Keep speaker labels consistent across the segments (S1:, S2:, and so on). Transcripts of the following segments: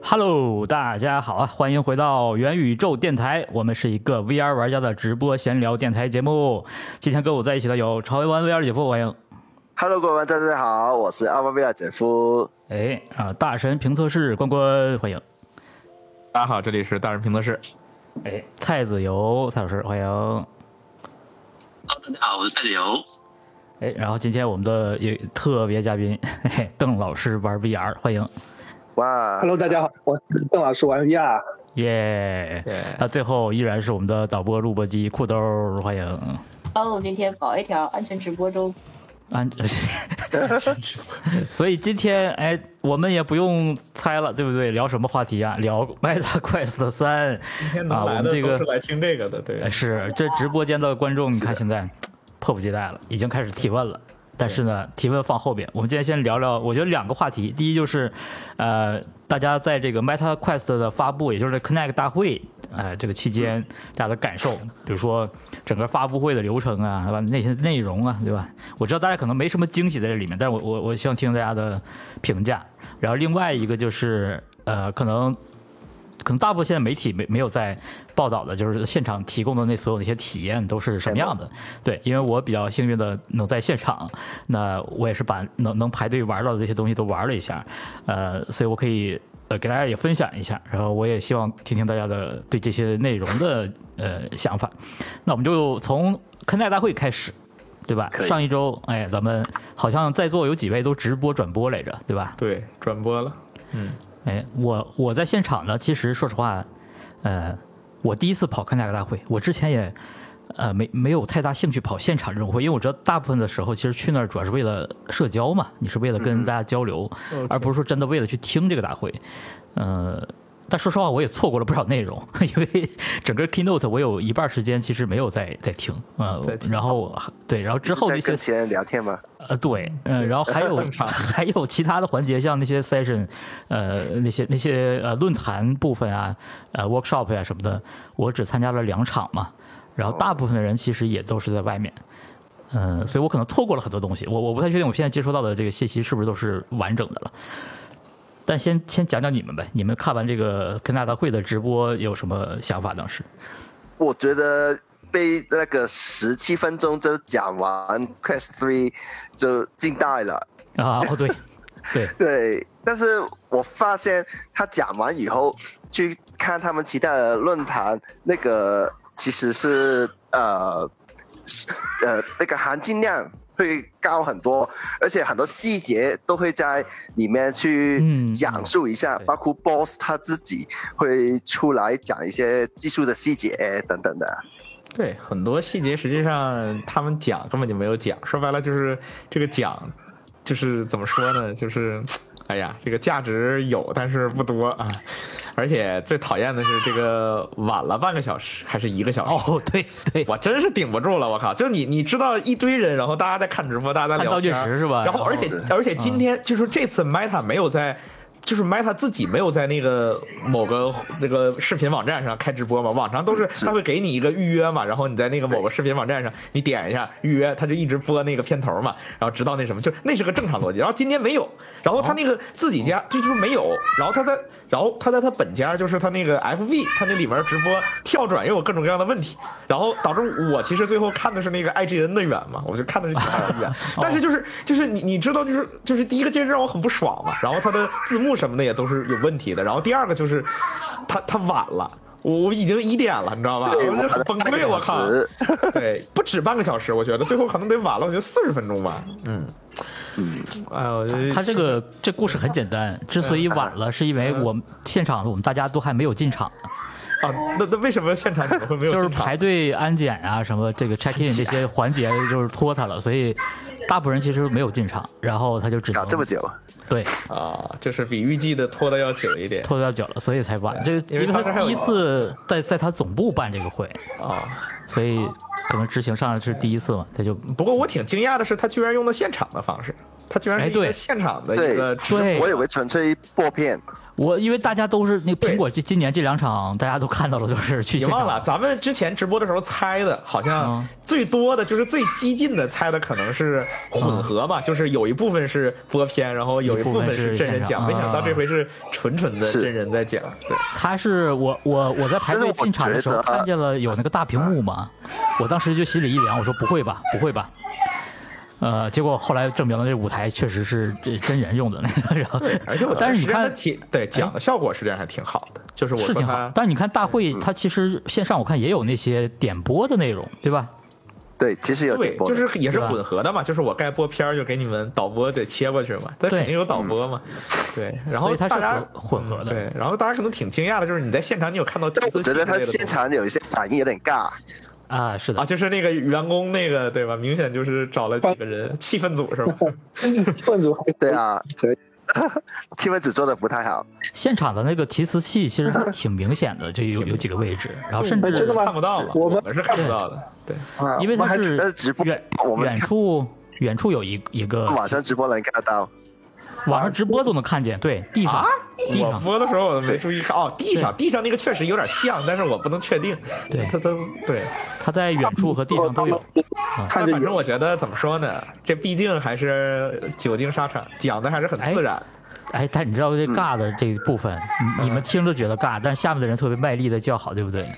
S1: Hello，大家好啊！欢迎回到元宇宙电台，我们是一个 VR 玩家的直播闲聊电台节目。今天跟我在一起的有潮玩 VR 姐夫，欢迎。
S2: Hello，各位玩家，大家好，我是阿巴比亚姐
S3: 哦
S2: 夫。
S1: 哎啊，大神评测室关关，欢迎。
S4: 大家好，这里是大人评测室。
S1: 哎，菜籽油蔡老师，欢迎。
S3: Hello，大家好，我是蔡子游。
S1: 哎，然后今天我们的也特别嘉宾，嘿嘿，邓老师玩 VR，欢迎。
S2: 哇
S5: Hello，大家好，我是邓老师玩 VR。
S1: 耶、那最后依然是我们的导播录播机裤兜儿，欢迎。
S6: 哦，今天保一条安全直播中，
S1: 安， 所以今天哎，我们也不用猜了，对不对？聊什么话题啊？聊 Meta Quest 三
S4: 今天
S1: 啊，
S4: 能
S1: 我
S4: 来
S1: 们
S4: 的
S1: 这
S4: 都
S1: 个
S4: 是来听这个的，对
S1: 哎，是这直播间的观众，你看现在迫不及待了，已经开始提问了。但是呢，提问放后边。我们今天先聊聊，我觉得两个话题。第一就是，呃，大家在这个 Meta Quest 的发布，也就是 Connect 大会，呃，这个期间大家的感受，比如说整个发布会的流程啊，对吧？那些内容啊，对吧？我知道大家可能没什么惊喜在这里面，但是我我我希望听大家的评价。然后另外一个就是，呃，可能可能大部分现在媒体没没有在报道的，就是现场提供的那所有那些体验都是什么样的。对，因为我比较幸运的能在现场，那我也是把能能排队玩到的这些东西都玩了一下，呃，所以我可以呃给大家也分享一下，然后我也希望听听大家的对这些内容的呃想法。那我们就从看待大会开始。对吧？
S2: 可以
S1: 上一周，哎，咱们好像在座有几位都直播转播来着，对吧？
S4: 对，转播了。
S1: 哎，我我在现场呢，其实说实话，呃，我第一次跑看价格大会，我之前也呃没没有太大兴趣跑现场这种会，因为我知道大部分的时候其实去那儿主要是为了社交嘛，你是为了跟大家交流，而不是说真的为了去听这个大会，呃。但说实话，我也错过了不少内容， 因为整个 keynote 我有一半时间其实没有在在听，呃
S4: 在，听
S1: 然后对，然后之后
S2: 在
S1: 那些
S2: 跟前人聊天吗？
S1: 呃，对，呃，然后还有 还有其他的环节，像那些 session，呃，那些那些呃论坛部分啊，呃 workshop 呀、什么的，我只参加了两场嘛，然后大部分的人其实也都是在外面，嗯、所以我可能错过了很多东西，我我不太确定我现在接收到的这个信息是不是都是完整的了。但先先讲讲你们呗，你们看完这个跟大大会的直播有什么想法？当时
S2: 我觉得被那个十七分钟就讲完 Quest Three 就惊呆了。
S1: 啊，哦对，对，
S2: 对，但是我发现他讲完以后，去看他们其他的论坛，那个其实是呃呃那个含金量会高很多，而且很多细节都会在里面去
S1: 嗯
S2: 讲述一下，
S1: 对
S2: 包括 BOSS 他自己会出来讲一些技术的细节等等的。
S4: 对，很多细节实际上他们讲根本就没有讲，说白了就是这个讲，就是怎么说呢，就是。哎呀，这个价值有，但是不多啊！而且最讨厌的是这个晚了半个小时还是一个小时，
S1: 哦对对，
S4: 我真是顶不住了，我靠！就你你知道一堆人，然后大家在看直播，大家在
S1: 看
S4: 聊
S1: 倒计
S4: 天，
S1: 时是吧？
S4: 然后而且而且
S1: 嗯
S4: 今天就是说这次 Meta 没有在。就是 Meta 自己没有在那个某个那个视频网站上开直播嘛，往常都是他会给你一个预约嘛，然后你在那个某个视频网站上你点一下预约，他就一直播那个片头嘛，然后直到那什么，就那是个正常逻辑。然后今天没有，然后他
S1: 哦
S4: 那个自己家就就是没有，然后他在然后他在他本家就是他那个 FB，他那里面直播跳转又有各种各样的问题，然后导致我其实最后看的是那个 IGN 的远嘛，我就看的是其他人 的远，
S1: 哦
S4: 但是就是就是你你知道就是就是第一个这让我很不爽嘛，然后他的字幕什么的也都是有问题的，然后第二个就是他他晚了。我我已经一点了，你知道吧？
S2: 对
S4: 我就很崩溃，我靠！
S2: 半个
S4: 对，不止半个小时，我觉得最后可能得晚了，我觉得四十分钟吧。嗯，哎呦，我觉得
S1: 他这个这故事很简单，之所以晚了，是因为我们现场我们大家都还没有进场，
S4: 啊，那那为什么现场怎么会没有
S1: 就是
S4: 进场
S1: 排队安检啊什么这个 check in 这些环节就是拖沓了，所以大部分人其实没有进场，然后他就只
S2: 搞
S1: 能
S2: 这么久，
S1: 对
S4: 啊？就是比预计的拖的要久一点
S1: 拖得较久了，所以才晚。这
S4: 因
S1: 因
S4: 为
S1: 为他
S4: 当时还有
S1: 第一次在在他总部办这个会，
S4: 啊。
S1: 所以可能执行上是第一次嘛，他就
S4: 不过我挺惊讶的是，他居然用了现场的方式，他居然
S1: 哎
S4: 是一
S1: 对
S4: 个现场的
S2: 对
S4: 一个直播
S1: 对
S2: 我以为纯粹播片，
S1: 我因为大家都是那个苹果这今年这两场大家都看到了，就是去
S4: 你
S1: 现
S4: 忘了，
S1: 场。
S4: 咱们之前直播的时候猜的，好像
S1: 嗯
S4: 最多的就是最激进的猜的可能是混合
S1: 啊
S4: 嘛，就是有一部分是播片，然后有一部分是真人讲。
S1: 一部分是现场
S4: 没想到这回是
S1: 啊
S4: 纯纯的
S2: 是
S4: 真人在讲，对，
S1: 他是我我我在排队进场的时候
S2: 但是我觉得
S1: 看见了有那个大屏幕嘛，我当时就心里一凉，我说不会吧， 不会吧。呃，结果后来证明了这舞台确实是这真人用的那个，然后
S4: 而且我
S1: 但是你
S4: 当时
S1: 看
S4: 看他讲对讲的效果实际上还挺好的，就是我
S1: 是
S4: 说
S1: 挺好
S4: 他，
S1: 啊但是你看大会它其实线上我看也有那些点播的内容，对吧？
S2: 对，其实有
S4: 对
S2: 点，播
S4: 就
S2: 的，
S4: 是也是
S1: 对吧
S4: 混合的嘛，就是我该播片儿就给你们导播得切过去嘛，但
S1: 对嗯
S4: 肯定有导播嘛，对，然
S1: 所
S4: 后
S1: 以它
S4: 大
S1: 是
S4: 家嗯
S1: 混混合的。
S4: 对，然后大家可能挺惊讶的，就是你在现场你有看到
S2: 但
S4: 第
S2: 我
S4: 四
S2: 觉得他现场有一些反应有点尬，
S1: 啊，是的
S4: 啊，，就是那个员工那个对吧？明显就是找了几个人，气氛组 是吧？
S5: 混组 还可以
S2: 对，啊，
S5: 可 以，
S2: 气氛组做的不太好，
S1: 现场的那个提词器其实还挺明显的，就有有几个位置，然后甚
S5: 哎真的
S1: 至
S5: 吗
S4: 看不到嘛，
S5: 我们
S4: 是看不到的。对，
S2: 啊
S1: 因为
S2: 我
S1: 它
S2: 还记得
S1: 是
S2: 直播
S1: 远
S2: 我们
S1: 远
S2: 看
S1: 处远处有一一个
S2: 晚上直播能看得到，
S1: 网上直播都能看见，对，地上地
S4: 我
S1: 上
S4: 播的时候我没注意看，哦，地上地上那个确实有点像，但是我不能确定。
S1: 对
S4: 它都对，
S1: 它在远处和地上都有，
S5: 看
S4: 但反
S5: 着
S4: 正
S5: 有
S4: 我觉得怎么说呢，这毕竟还是久经沙场，讲的还是很自然。
S1: 哎，但你知道这尬的这部分，你你们听着觉得尬，但是下面的人特别卖力的叫好，对不对？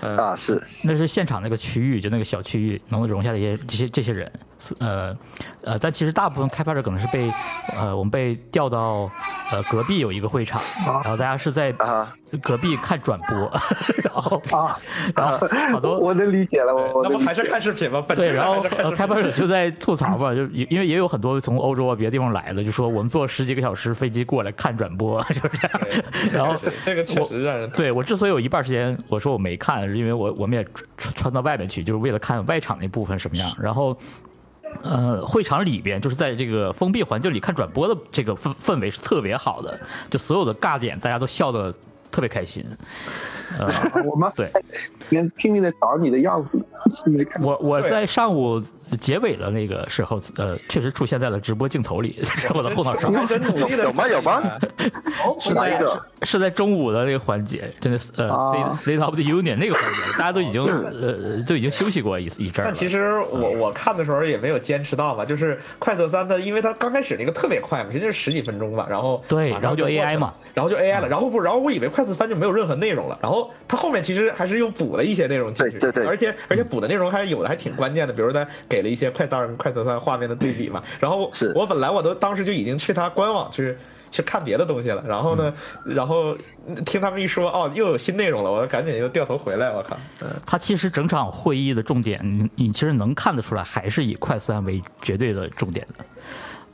S4: 嗯，
S2: 啊，是
S1: 那是现场那个区域，就那个小区域能容下的一些这些这些人，呃呃，但其实大部分开发者可能是被呃我们被调到呃隔壁有一个会场，然后大家是在
S2: 啊，
S1: 隔壁看转播， 然后
S5: 啊，
S1: 然后好多。
S5: 我能理解了，我我
S4: 那不
S5: 能理
S4: 还是看视频吗？本
S1: 对，
S4: 质
S1: 然
S4: 上
S1: 后
S4: 还是看
S1: 呃
S4: 视
S1: 开发
S4: 频
S1: 者就在吐槽嘛，就因为也有很多从欧洲啊别的地方来的，就说我们坐十几个小时飞机过来看转播， 就是这样。然后
S4: 对这个确实让人
S1: 对我之所以有一半时间我说我没看，是因为我我们也穿穿到外面去，就是为了看外场那部分什么样。然后，呃，会场里边就是在这个封闭环境里看转播的这个氛氛围是特别好的，就所有的尬点大家都笑得特别开心。呃，
S5: 解。我妈
S1: 对，
S5: 连拼命的找你的样子，没看
S1: 我我
S4: 对
S1: 在上午结尾的那个时候，呃，确实出现在了直播镜头里， 在我的后 脑勺。
S4: 真努力的
S2: 有吗有吗？
S4: 啊
S6: 哦，不
S2: 是哪一
S6: 对，
S2: 个？
S1: 是在中午的那个环节，真的是呃、
S5: 啊
S1: s t a t e of the Union 那个环节，大家都已经呃就已经休息过一一阵儿了。
S4: 但其实我
S1: 嗯
S4: 我看的时候也没有坚持到嘛，就是快速三它，因为它刚开始那个特别快嘛，其实就是十几分钟吧，然后
S1: 对
S4: 马上
S1: 然后就
S4: 过去了
S1: AI 嘛，
S4: 然后
S2: 嗯
S4: 就 AI 了，然后不，然后我以为快速三就没有任何内容了，然后它后面其实还是又补了一些内容进去，
S2: 对对嗯对
S4: 而且而且补的内容还有的还挺关键的，比如它给了一些快当然快速三画面的对比嘛，然后
S2: 是
S4: 我本来我都当时就已经去它官网去。去看别的东西了，然后呢，
S2: 嗯
S4: 然后听他们一说，哦，又有新内容了，我赶紧又掉头回来，我靠，嗯，
S1: 他其实整场会议的重点，你你其实能看得出来，还是以快三为绝对的重点的。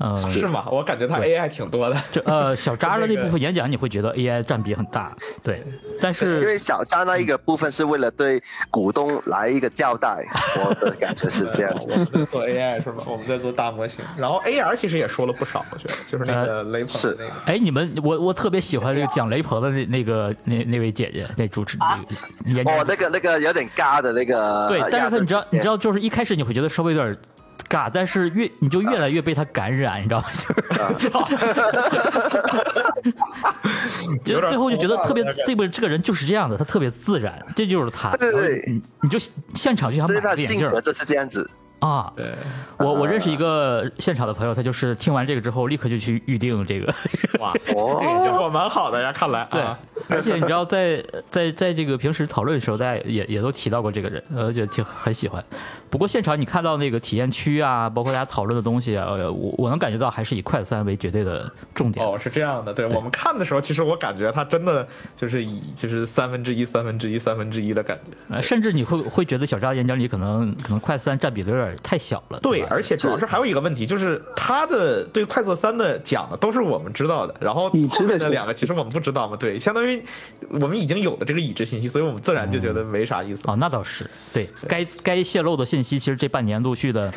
S1: 呃，
S2: 嗯
S4: 是吗？我感觉它 AI 挺多的，
S1: 这呃小扎的
S4: 那
S1: 那
S4: 个
S1: 部分演讲，你会觉得 AI 占比很大，对，但
S2: 因
S1: 是
S2: 为小张那一个部分是为了对股东来一个交代，我的感觉是这样子。
S4: 我们在做 AI 是吧？我们在做大模型，然后 AR 其实也说了不少，我觉得就
S2: 呃
S4: 是那个雷鹏的那个。
S1: 哎，你们我我特别喜欢那个讲雷鹏的那那个那那位姐姐，那主持
S6: 啊
S1: 那个演讲
S2: 哦，那个那个有点尬的那
S1: 嗯
S2: 个，呃
S1: 对，但是他你知道，你知
S2: 道，
S1: 道，就是一开始你会觉得稍微有点尬，但是越你就越来越被他感染，你知道吗？
S2: 啊
S1: 就是，就最后就觉得特别
S4: 有点头发
S1: 这
S4: 了
S1: 个这个人就是这样的，他特别自然，这就是他。
S2: 对对对
S1: 然后你你就现场就想
S2: 这
S1: 买
S2: 是他
S1: 个眼
S2: 性
S1: 镜
S2: 格啊
S1: 儿
S2: 就是这样子。
S1: 啊！
S4: 对，
S1: 我我认识一个现场的朋友，他就是听完这个之后立刻就去预定这个。
S4: 哇，这个
S2: 哦，
S4: 效果蛮好的呀，看来
S1: 对
S4: 啊，，
S1: 而且你知道在，在在这个平时讨论的时候，大家也也都提到过这个人，呃，觉得挺很喜欢。不过现场你看到那个体验区啊，包括大家讨论的东西啊，呃我我能感觉到还是以快三为绝对的重点。
S4: 哦，是这样的，对我们看的时候，其实我感觉它真的就是以就是三分之一、三分之一、三分之一的感觉。
S1: 呃甚至你会会觉得小扎演讲里可能可能快三占比的有点太小了。
S4: 对，
S1: 吧
S4: 而且主要是还有一个问题，就是他的对快速三的讲的都是我们知道的，然后
S5: 已知的
S4: 后面那
S5: 是吧
S4: 两个其实我们不知道嘛，对，相当于我们已经有了这个已知信息，所以我们自然就觉得没啥意思。
S1: 哦，那倒是，对该该泄露的信息，其实这半年陆续的，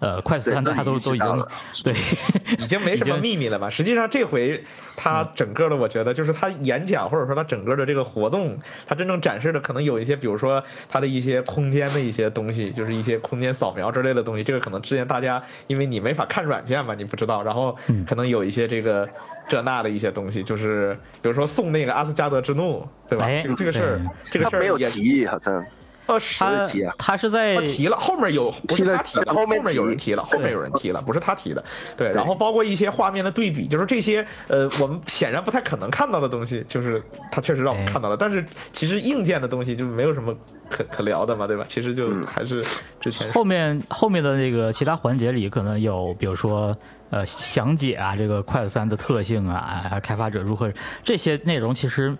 S1: 呃，快速
S2: 对
S1: 看
S2: 这
S1: 它
S2: 已
S1: 都
S2: 经
S1: 都
S2: 知
S1: 已
S2: 道
S1: 经
S2: 了
S1: 对
S4: 已经没什么
S1: 已经
S4: 秘密了吧？实际上这回他
S1: 嗯
S4: 整个的，我觉得就是他演讲或者说他整个的这个活动，他真正展示的可能有一些，比如说他的一些空间的一些东西，就是一些空间扫描之类的东西。这个可能之前大家因为你没法看软件嘛，你不知道，然后
S1: 嗯
S4: 可能有一些这个这那的一些东西，就是比如说送那个阿斯加德之怒，对吧？
S1: 哎
S4: 这个这个事儿
S1: 对，
S4: 这个
S2: 他
S4: 事儿
S2: 没有
S4: 也
S2: 提，好像
S4: 呃是
S2: 没
S1: 它
S2: 提啊
S1: 它是在
S4: 他提了，后面有不是他提的，后
S2: 后
S4: 面
S2: 面
S4: 有人提了，后面
S1: 对
S4: 有人提了，不是他提的。对，然后包括一些画面的对比，就是这些呃，我们显然不太可能看到的东西，就是他确实让我们
S1: 哎
S4: 看到了，但是其实硬件的东西就没有什么可可聊的嘛，对吧？其实
S2: 嗯
S4: 就还是之前
S1: 后面后面的那个其他环节里，可能有比如说呃详解啊，这个快速三的特性啊，啊开发者如何这些内容，其实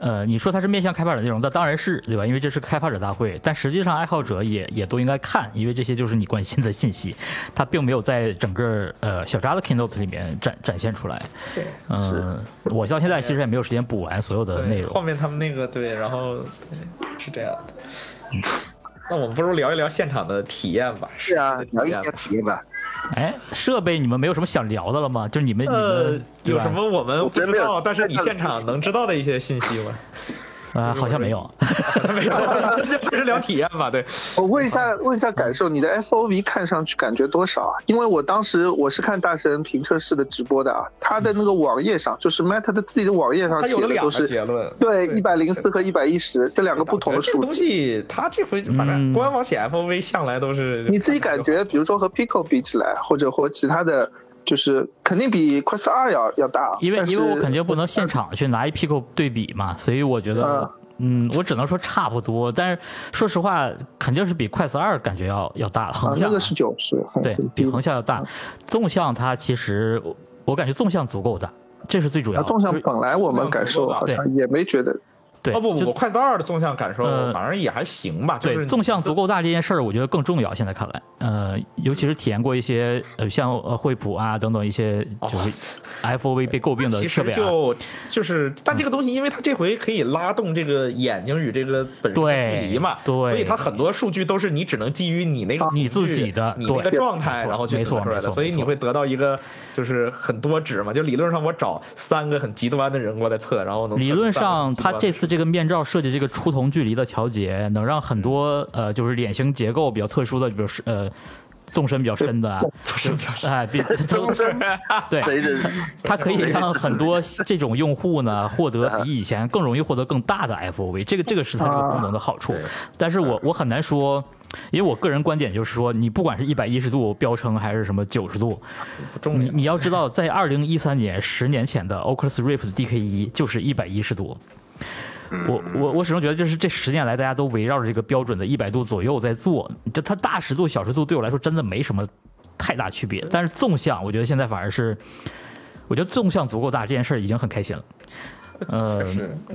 S1: 呃你说它是面向开发者内容，那当然是对吧？因为这是开发者大会，但实际上爱好者也也都应该看，因为这些就是你关心的信息，它并没有在整个呃小扎的 Keynote 里面展展现出来。
S4: 对
S1: 嗯、我到现在其实也没有时间补完所有的内
S4: 对后
S1: 容。
S4: 面他们那个对，然后对是这样的。那我们不如聊一聊现场的体验吧？
S2: 是啊
S4: 实际，
S2: 聊
S4: 的
S2: 一
S4: 体验
S2: 下
S4: 吧
S2: 体验吧。
S1: 哎，设备你们没有什么想聊的了吗？就是你们、你
S4: 呃
S1: 们，对
S4: 有
S1: 吧
S4: 什么我们
S2: 我
S4: 不
S2: 真
S4: 知
S2: 没有
S4: 道，但是你
S2: 太大的
S4: 现场能知道的一些信息吗？
S1: 呃好像没有。
S4: 没有，还是聊体验吧。对，
S5: 我问一下，问一下感受，你的 FOV 看上去感觉多少啊？因为我当时我是看大神评测室的直播的啊，他的那个网页上，就是 Meta 的自己的网页上
S4: 他有
S5: 写
S4: 了
S5: 的
S4: 两个
S5: 都是
S4: 结论，
S5: 对
S4: 对
S5: 一百零四和一百一十这两个不同的
S4: 这个
S5: 数
S4: 东
S5: 字。
S4: 西，他这回反正
S1: 嗯
S4: 官网写 FOV 向来都是
S5: 你 自己感觉，比如说和 Pico 比起来，或者和其他的，就是肯定比 Quest 二要要大啊。
S1: 因为
S5: 但是
S1: 因为我肯定不能现场去拿一 Pico 对比嘛，所以我觉得
S5: 啊，
S1: 嗯，我只能说差不多。但是说实话，肯定是比快四二感觉要要大，
S5: 啊
S1: 横，
S5: 那
S1: 向、
S5: 个是嗯九十，嗯很
S1: 对
S5: 很
S1: 比
S5: 低
S1: 横向要大，纵向它其实我我感觉纵向足够大，这是最主要
S5: 啊，
S1: 的。
S5: 纵向
S1: 就是
S5: 本来我们感受好像也没觉得，
S1: 对，
S4: 哦不
S1: 就
S4: 不，我快到二的纵向感受
S1: 呃
S4: 反正也还行吧，就是
S1: 对，纵向足够大这件事儿，我觉得更重要。现在看来，呃，尤其是体验过一些呃，像呃惠普啊等等一些就是 FOV 被诟病的
S4: 哦其
S1: 设
S4: 实
S1: 备啊，
S4: 就就是，但这个东西，因为它这回可以拉动这个眼睛与这个本身的
S1: 对
S4: 距离嘛，
S1: 对
S4: 所以它很多数据都是你只能基于你那个
S1: 你
S4: 数据
S1: 自己的
S4: 你
S1: 对
S4: 那个状态，
S1: 没错
S4: 然后去
S1: 没错
S4: 得出来
S1: 没
S4: 的，
S1: 错
S4: 所以
S1: 没错
S4: 你会得到一个就是很多值嘛，就理论上我找三个很极端的人过来测，然后能测
S1: 理论
S4: 出三个
S1: 上，
S4: 很极
S1: 它
S4: 端的
S1: 这次这个面罩设计这个出瞳距离的调节，能让很多
S4: 嗯
S1: 呃，就是脸型结构比较特殊的，比如是呃，纵深比较深 的啊，
S4: 就是表示
S1: 哎，比
S2: 终身
S1: 对，
S2: 随着
S1: 它可以让很多这种用户呢 获得
S2: 啊
S4: 嗯
S1: 比以前更容易获得更大的 FOV，这个这个是它这个功能的好处
S4: 啊对。
S1: 但是我我很难说，因为我个人观点就是说，你不管是一百一十度标称还是什么九十度，
S4: 不重
S1: 你
S4: 要。
S1: 你要知道，在二零一三年十年前的 Oculus Rift DK 一就是一百一十度。我我我始终觉得，就是这十年来，大家都围绕着这个标准的一百度左右在做。这它大十度、小十度对我来说真的没什么太大区别。但是纵向，我觉得现在反而是，我觉得纵向足够大这件事儿已经很开心了。呃，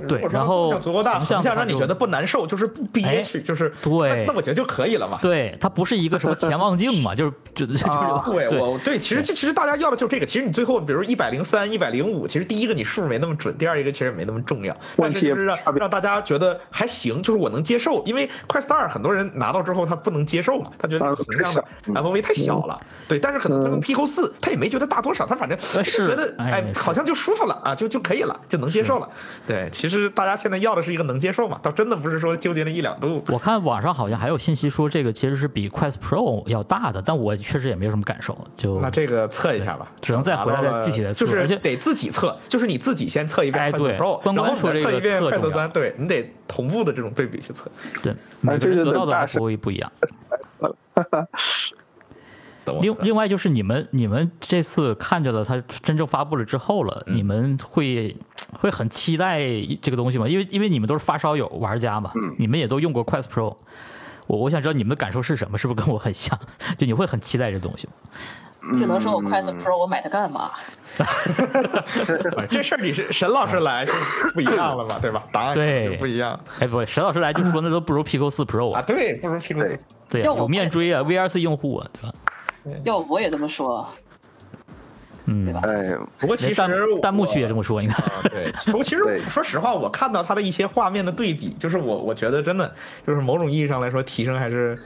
S1: 对
S4: 如果，说
S1: 然后
S4: 纵向足够大，
S1: 横向
S4: 横向让
S1: 它
S4: 你
S1: 就
S4: 觉得不难受，就是不
S1: 哎
S4: 憋屈，就是哎
S1: 对
S4: 那我觉得就可以了嘛。
S1: 对，它不是一个什么潜望镜嘛，就是就就是
S4: 啊
S5: 哦
S4: 对，
S1: 对
S4: 我对，其实这其实大家要的就是这个。其实你最后，比如一百零三、一百零五，其实第一个你数没那么准，第二一个其实也没那么重要，但
S5: 问
S4: 是
S5: 题也
S4: 就
S5: 不
S4: 是让
S5: 差别
S4: 让大家觉得还行，就是我能接受。因为 Quest 二很多人拿到之后他不能接受嘛，他觉得那个
S5: 啊
S4: 横向的 FOV 太
S5: 嗯
S4: 小了。对，但是可能他们 Pico 四他也没觉得大多少，他反正
S1: 呃
S4: 他就是觉得
S1: 哎
S4: 哎
S1: 是
S4: 好像就舒服了啊，就就可以了，就能接受了。对，其实大家现在要的是一个能接受嘛，倒真的不是说纠结那一两度。
S1: 我看网上好像还有信息说这个其实是比 Quest Pro 要大的，但我确实也没有什么感受，就
S4: 那这个测一下吧，
S1: 只能再回来再
S4: 拿到了
S1: 具体地测
S4: 就是
S1: 而且
S4: 得自己测，就是你自己先测一遍
S1: 哎
S4: Quest
S1: 对
S4: Pro，
S1: 关
S4: 然
S1: 关
S4: 后
S1: 说
S4: 你再
S1: 这个
S4: 测一遍
S1: 特
S4: Quest
S1: 重要
S4: 三，对你得同步的这种对比去测。
S1: 对每个
S5: 这
S1: 人
S5: 是
S1: 得
S5: 冷
S1: 到的
S5: 大事
S1: FOV 不一样。
S4: 等我
S1: 另
S4: 测
S1: 另外就是你们你们这次看见了它真正发布了之后了，你们会会很期待这个东西吗？因为因为你们都是发烧友玩家嘛，
S6: 嗯
S1: 你们也都用过 Quest Pro，我我想知道你们的感受是什么，是不是跟我很像？ 就你会很期待这东西吗？
S6: 只能说我快速 Pro 我买它干嘛？
S4: 哎这事儿你是沈老师来就不一样了嘛，对吧？答案
S1: 对
S4: 就不一样
S1: 哎，不，沈老师来就说那都不如 Pico 四 Pro
S4: 啊，
S1: 啊，
S4: 对，不如 P 四
S1: 对
S2: 对。
S1: 啊，
S6: 要我
S1: 有面追啊，VR 四用户啊，对吧？
S6: 要我也这么说，
S1: 嗯
S6: 对，吧？
S2: 哎，
S4: 不过其
S1: 弹
S4: 实
S1: 弹幕区也
S4: 我
S1: 这么说，你看。
S4: 啊对， 不过其实
S2: 对
S4: 说实话，我看到它的一些画面的对比，就是我我觉得真的就是某种意义上来说，提升还是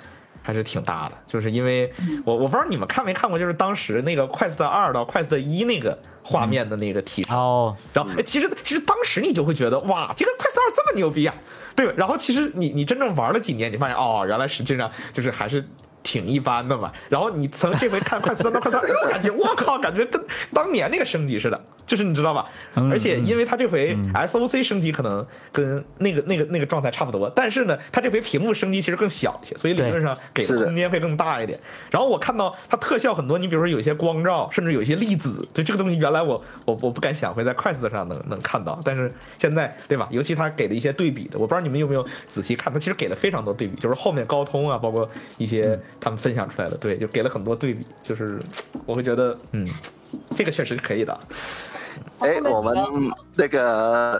S4: 还是挺大的，就是因为我我不知道你们看没看过，就是当时那个 Quest 二到 Quest 一那个画面的那个提升，
S1: 哦，
S4: 然后哎其实其实当时你就会觉得哇，这个 Quest 二这么牛逼啊，对吧？然后其实你你真正玩了几年，你发现哦，原来实际上就是还是。挺一般的嘛，然后你从这回看快四三到快三，哎 呦，感觉我靠，感觉跟当年那个升级似的，就是你知道吧？
S1: 嗯
S4: 而且因为它这回 SOC 升级可能跟那个那个那个状态差不多，但是呢，它这回屏幕升级其实更小一些，所以理论上给
S2: 是
S4: 的
S2: 的
S4: 空间会更大一点。然后我看到它特效很多，你比如说有一些光照，甚至有一些粒子，就这个东西原来我我我不敢想会在快四上能能看到，但是现在对吧？尤其它给的一些对比的，我不知道你们有没有仔细看，它其实给了非常多对比，就是后面高通啊，包括一些他们分享出来的，对，就给了很多对比，就是我会觉得嗯。这个确实是可以的，
S2: 哎，我们那个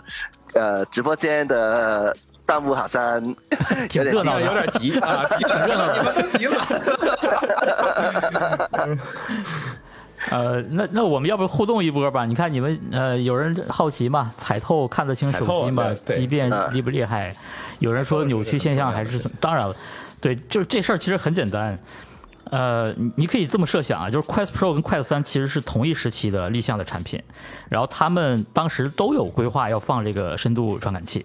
S2: 呃直播间的弹幕好像
S1: 挺
S2: 有点
S1: 热闹
S4: 啊
S1: 的
S4: 有点急啊，急了，你们 都急了。
S1: 呃，那那我们要不互动一波吧？你看你们呃，有人好奇嘛，彩透看得清
S4: 彩透
S1: 手机吗？
S4: 对对
S1: 畸变
S2: 嗯
S1: 厉不厉害？有人说扭曲现象还是当然了，对，就是这事儿其实很简单。呃，你你可以这么设想啊，就是 Quest Pro 跟 Quest 三其实是同一时期的立项的产品，然后他们当时都有规划要放这个深度传感器，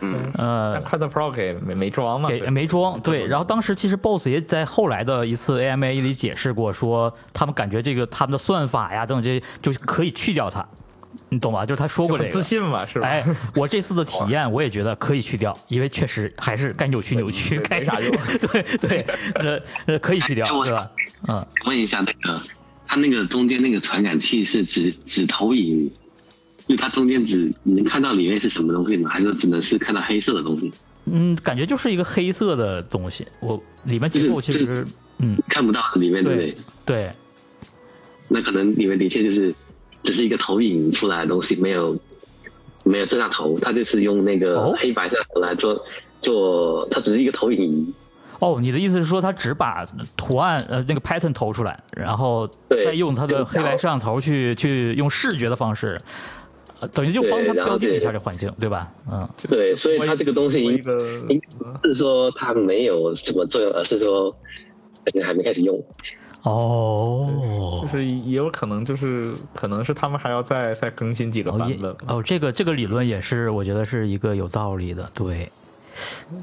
S2: 嗯，
S1: 呃
S4: 但，快乐 Pro 给没没啊装嘛？
S1: 给
S4: 所以
S1: 没装对，然后当时其实 BOSS 也在后来的一次 AMA 里解释过，说他们感觉这个他们的算法呀等等这些就可以去掉它，你懂吧？就是他说
S4: 就
S1: 过这
S4: 很
S1: 个。
S4: 自信嘛，是吧？
S1: 哎，我这次的体验我也觉得可以去掉，因为确实还是该扭曲扭曲，该
S4: 没啥用
S1: 对对，呃呃，可以去
S3: 哎
S1: 掉，
S3: 我
S1: 对吧？嗯，
S3: 问一下那个，它那个中间那个传感器是只只投影，就它中间只你能看到里面是什么东西吗？还是只能是看到黑色的东西，
S1: 嗯，感觉就是一个黑色的东西，我里面结构其
S3: 就是
S1: 实，嗯，
S3: 看不到里面对不
S1: 对
S3: 对？
S1: 对，
S3: 那可能里面的确就是只是一个投影出来的东西，没有没有摄像头，它就是用那个
S1: 哦
S3: 黑白摄像头来做做，它只是一个投影仪。
S1: 哦，你的意思是说，它只把图案呃那个 pattern 投出来，然后
S3: 对
S1: 再用它的黑白摄像头去去用视觉的方式，呃等于就帮它
S3: 对然后
S1: 标定一下
S3: 这
S1: 这环境，对吧？嗯，
S3: 对，所以它这个东西
S4: 多一
S3: 应
S4: 个
S3: 应是说它没有什么作用，而是说可能还没开始用。
S1: 哦
S4: 就，是也有可能就是可能是他们还要再再更新几个
S1: 哦
S4: 版
S1: 也
S4: 本。
S1: 哦，这个这个理论也是，我觉得是一个有道理的，对。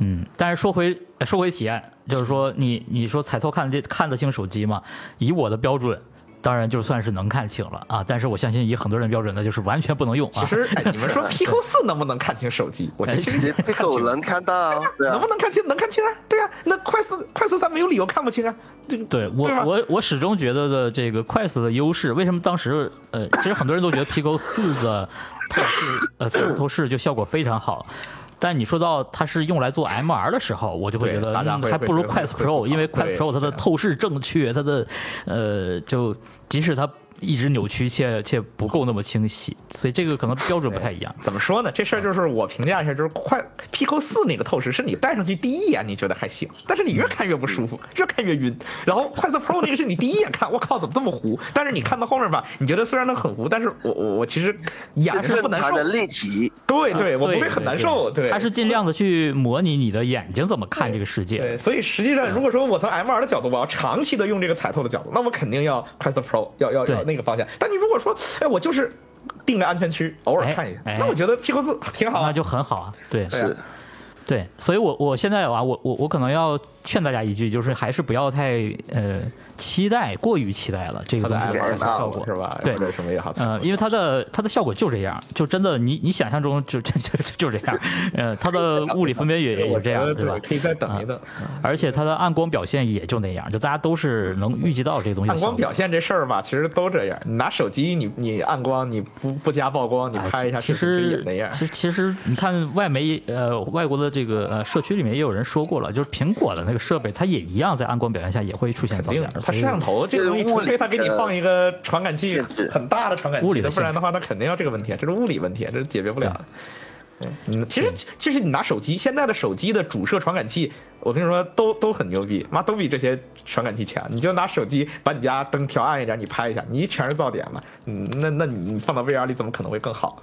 S1: 嗯，但是说回呃说回体验，就是说你你说彩透看得看得清手机吗？以我的标准，当然就算是能看清了啊，但是我相信以很多人的标准，那就是完全不能用啊。
S4: 其实哎，你们说 Pico 四能不能看清手机？我觉得其
S2: 其
S4: 实
S2: 实 Pico 能看到，对
S4: 能
S2: 啊
S4: 不，能看清？能看清啊，对啊，那快四快四三没有理由看不清啊。这个
S1: 对我
S4: 对吧
S1: 我我始终觉得的这个 Quest 的优势，为什么当时呃，其实很多人都觉得 Pico 四的透视呃彩色透视就效果非常好，但你说到它是用来做 MR 的时候，我就会觉
S4: 对
S1: 得
S4: 大家
S1: 嗯
S4: 会
S1: 还不如
S4: 会会
S1: Quest
S4: 会吐
S1: Pro，
S4: 槽
S1: 因为
S4: 对
S1: Quest Pro 它的
S4: 对
S1: 透视正确，它的呃就即使它一直扭曲且且不够那么清晰，所以这个可能标准不太一样。
S4: 怎么说呢？这事儿就是我评价一下，就是快 Pico 四那个透视是你戴上去第一眼你觉得还行，但是你越看越不舒服，
S2: 嗯
S4: 越看越晕。然后快四 Pro 那个是你第一眼看，我靠，怎么这么糊？但是你看到后面吧，你觉得虽然它很糊，但是我我我其实眼
S2: 是
S4: 是不
S2: 正
S4: 难
S2: 常的
S4: 受。
S2: 立体，
S4: 对对，我不
S1: 对
S4: 会
S1: 对
S4: 很难受。对，
S1: 它是尽量的去模拟你的眼睛怎么看这个世界。
S4: 对，所以
S1: 嗯
S4: 实际上，如果说我从 M 2的角度，我要长期的用这个彩透的角度，那我肯定要 Quest Pro，要要
S1: 对
S4: 要那个方向。但你如果说，哎，我就是定个安全区，偶尔
S1: 哎
S4: 看一下，
S1: 哎
S4: 那我觉得 Pico 四挺好啊。
S1: 那就很好啊，对，
S4: 对啊
S2: 是
S1: 对，所以我我现在啊，我我我可能要劝大家一句，就是还是不要太呃期待，过于期待了这个
S4: 它的
S1: 东西
S4: M
S1: 的产
S2: 感觉
S1: 生
S4: 2
S1: 效果
S4: 是。吧？
S1: 对
S4: 或者什么也好，
S1: 呃，因为它的它的效果就这样，就真的你你想象中就 就就就这样，呃，它的物理分辨也也
S4: 我
S1: 这
S4: 觉
S1: 样，
S4: 得
S1: 对吧嗯
S4: 对，？可以再等一等。
S1: 而且它的暗光表现也就那样，就大家都是能预计到这个东西的
S4: 暗
S1: 效
S4: 光
S1: 果。
S4: 表现这事儿吧，其实都这样。你拿手机，你你暗光，你不不加曝光，你
S1: 哎
S4: 拍一下
S1: 其
S4: 视频就也
S1: 实
S4: 那样。
S1: 其实其实你看外媒呃外国的这个呃社区里面也有人说过了，就是苹果的那个设备，它也一样在暗光表现下也会出现造
S4: 肯定
S1: 假
S4: 的，。它摄像头这个东西，
S2: 这是物
S4: 除
S2: 理
S4: 非它给你放一个传感器
S2: 限制，
S4: 很大的传感器，
S1: 物理的
S4: 不然
S1: 限制
S4: 的话，它肯定要这个问题，啊这是物理问题，这
S1: 嗯
S4: 是解决不了的。嗯，其实其实你拿手机，现在的手机的主摄传感器我跟你说，都都很牛逼，妈都比这些传感器强。你就拿手机把你家灯调暗一点，你拍一下，你全是噪点嘛。嗯，那那你你放到 VR 里怎么可能会更好？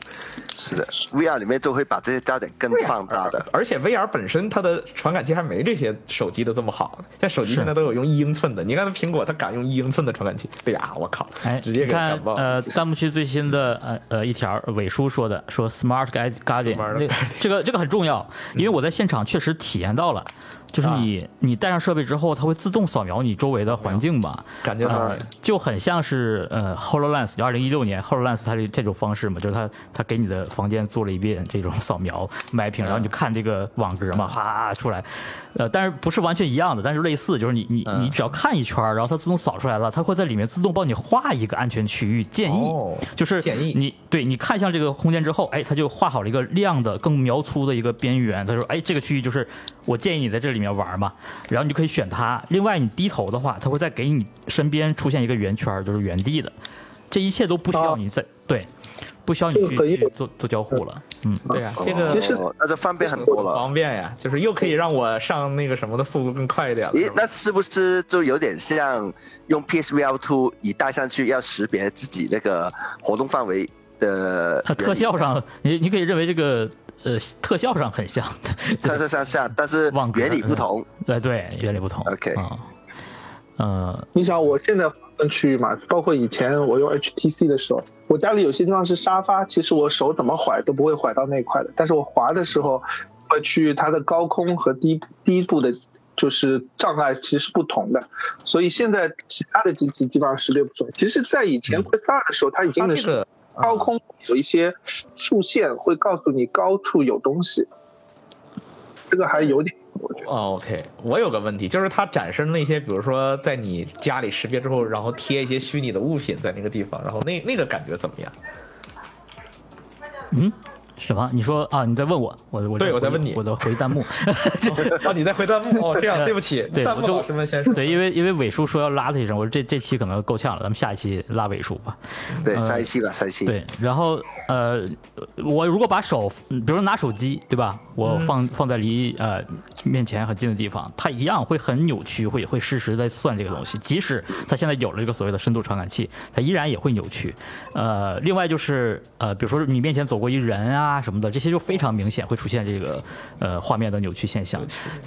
S2: 是的，VR 里面就会把这些焦点更放大的。
S4: 而且 VR 本身它的传感器还没这些手机的这么好，但手机现在都有用一英寸的。你看苹果，它敢用一英寸的传感器？对呀，我靠，
S1: 哎，
S4: 直接给
S1: 看
S4: 感爆。
S1: 呃，弹幕区最新的呃呃一条伟叔说的，说 Smart Guide Guardian，
S4: Smart 嗯
S1: 那个
S4: Guardian
S1: 这个这个很重要，因为我在现场确实体验到了，就是
S4: 啊
S1: 你你带上设备之后，它会自动扫描你周围的环境嘛，
S4: 感觉到了
S1: 就很像是呃 Hololens，就二零一六年 Hololens 它这这种方式嘛，就是它它给你的房间做了一遍这种扫描埋屏，然后你就看这个网格嘛，啪出来，呃，但是不是完全一样的，但是类似，就是你你你只要看一圈儿，然后它自动扫出来了，它会在里面自动帮你画一个安全区域，建议
S4: 哦
S1: 就是
S4: 建议
S1: 你对你看向这个空间之后，哎，它就画好了一个亮的、更描粗的一个边缘。他说，哎，这个区域就是我建议你在这里面玩嘛，然后你就可以选它。另外，你低头的话，它会再给你身边出现一个圆圈儿，就是原地的。这一切都不需
S4: 哦
S1: 要你再、对，不需要你
S5: 这
S1: 去
S5: 个很有
S1: 去做做交互了。嗯，
S4: 对呀，这个
S5: 其实
S2: 哦那就方便很多了。
S4: 方便呀，就是又可以让我上那个什么的速度更快一点了。
S2: 咦
S4: 是，吧
S2: 那是不是就有点像用 PSVR Two 你戴上去要识别自己那个活动范围的
S4: 呃
S1: 它特
S2: 原理，
S1: 效上，你你可以认为这个呃特效上很像，
S2: 特效相像，但是
S1: 网格
S2: 原理不同。
S1: 呃对，原理不同。
S2: OK
S1: 嗯呃
S5: 你想，我现在划分区域嘛，包括以前我用 HTC 的时候，我家里有些地方是沙发，其实我手怎么拐都不会拐到那一块的，但是我滑的时候会去它的高空和低低部的，就是障碍其实是不同的，所以现在其他的机器基本上识别不准。其实，在以前 Quest 二的时候，它已
S4: 嗯
S5: 经
S4: 它
S5: 能
S4: 这个
S5: 高空有一些竖线会告诉你高处有东西，这个还有点，我觉得。
S4: 哦 OK，我有个问题，就是它展示那些，比如说在你家里识别之后，然后贴一些虚拟的物品在那个地方，然后那那个感觉怎么样？
S1: 什么？你说啊？你在问我？我我
S4: 对
S1: 我
S4: 我在问你
S1: 我的回弹幕。
S4: 哦，你在回弹幕哦，这样，对不起，
S1: 对
S4: 弹幕
S1: 我就
S4: 老师们先说。
S1: 对，因为因为伟叔说要拉他一声，我说这这期可能够呛了，咱们下一期拉伟叔吧。
S2: 对，下一期吧，下一期。
S1: 对，然后呃，我如果把手，嗯比如说拿手机，对吧？我放、放在离呃面前很近的地方，它一样会很扭曲，会会实时在算这个东西。即使它现在有了这个所谓的深度传感器，它依然也会扭曲。呃，另外就是呃，比如说你面前走过一人啊什么的，这些就非常明显会出现这个呃画面的扭曲现象。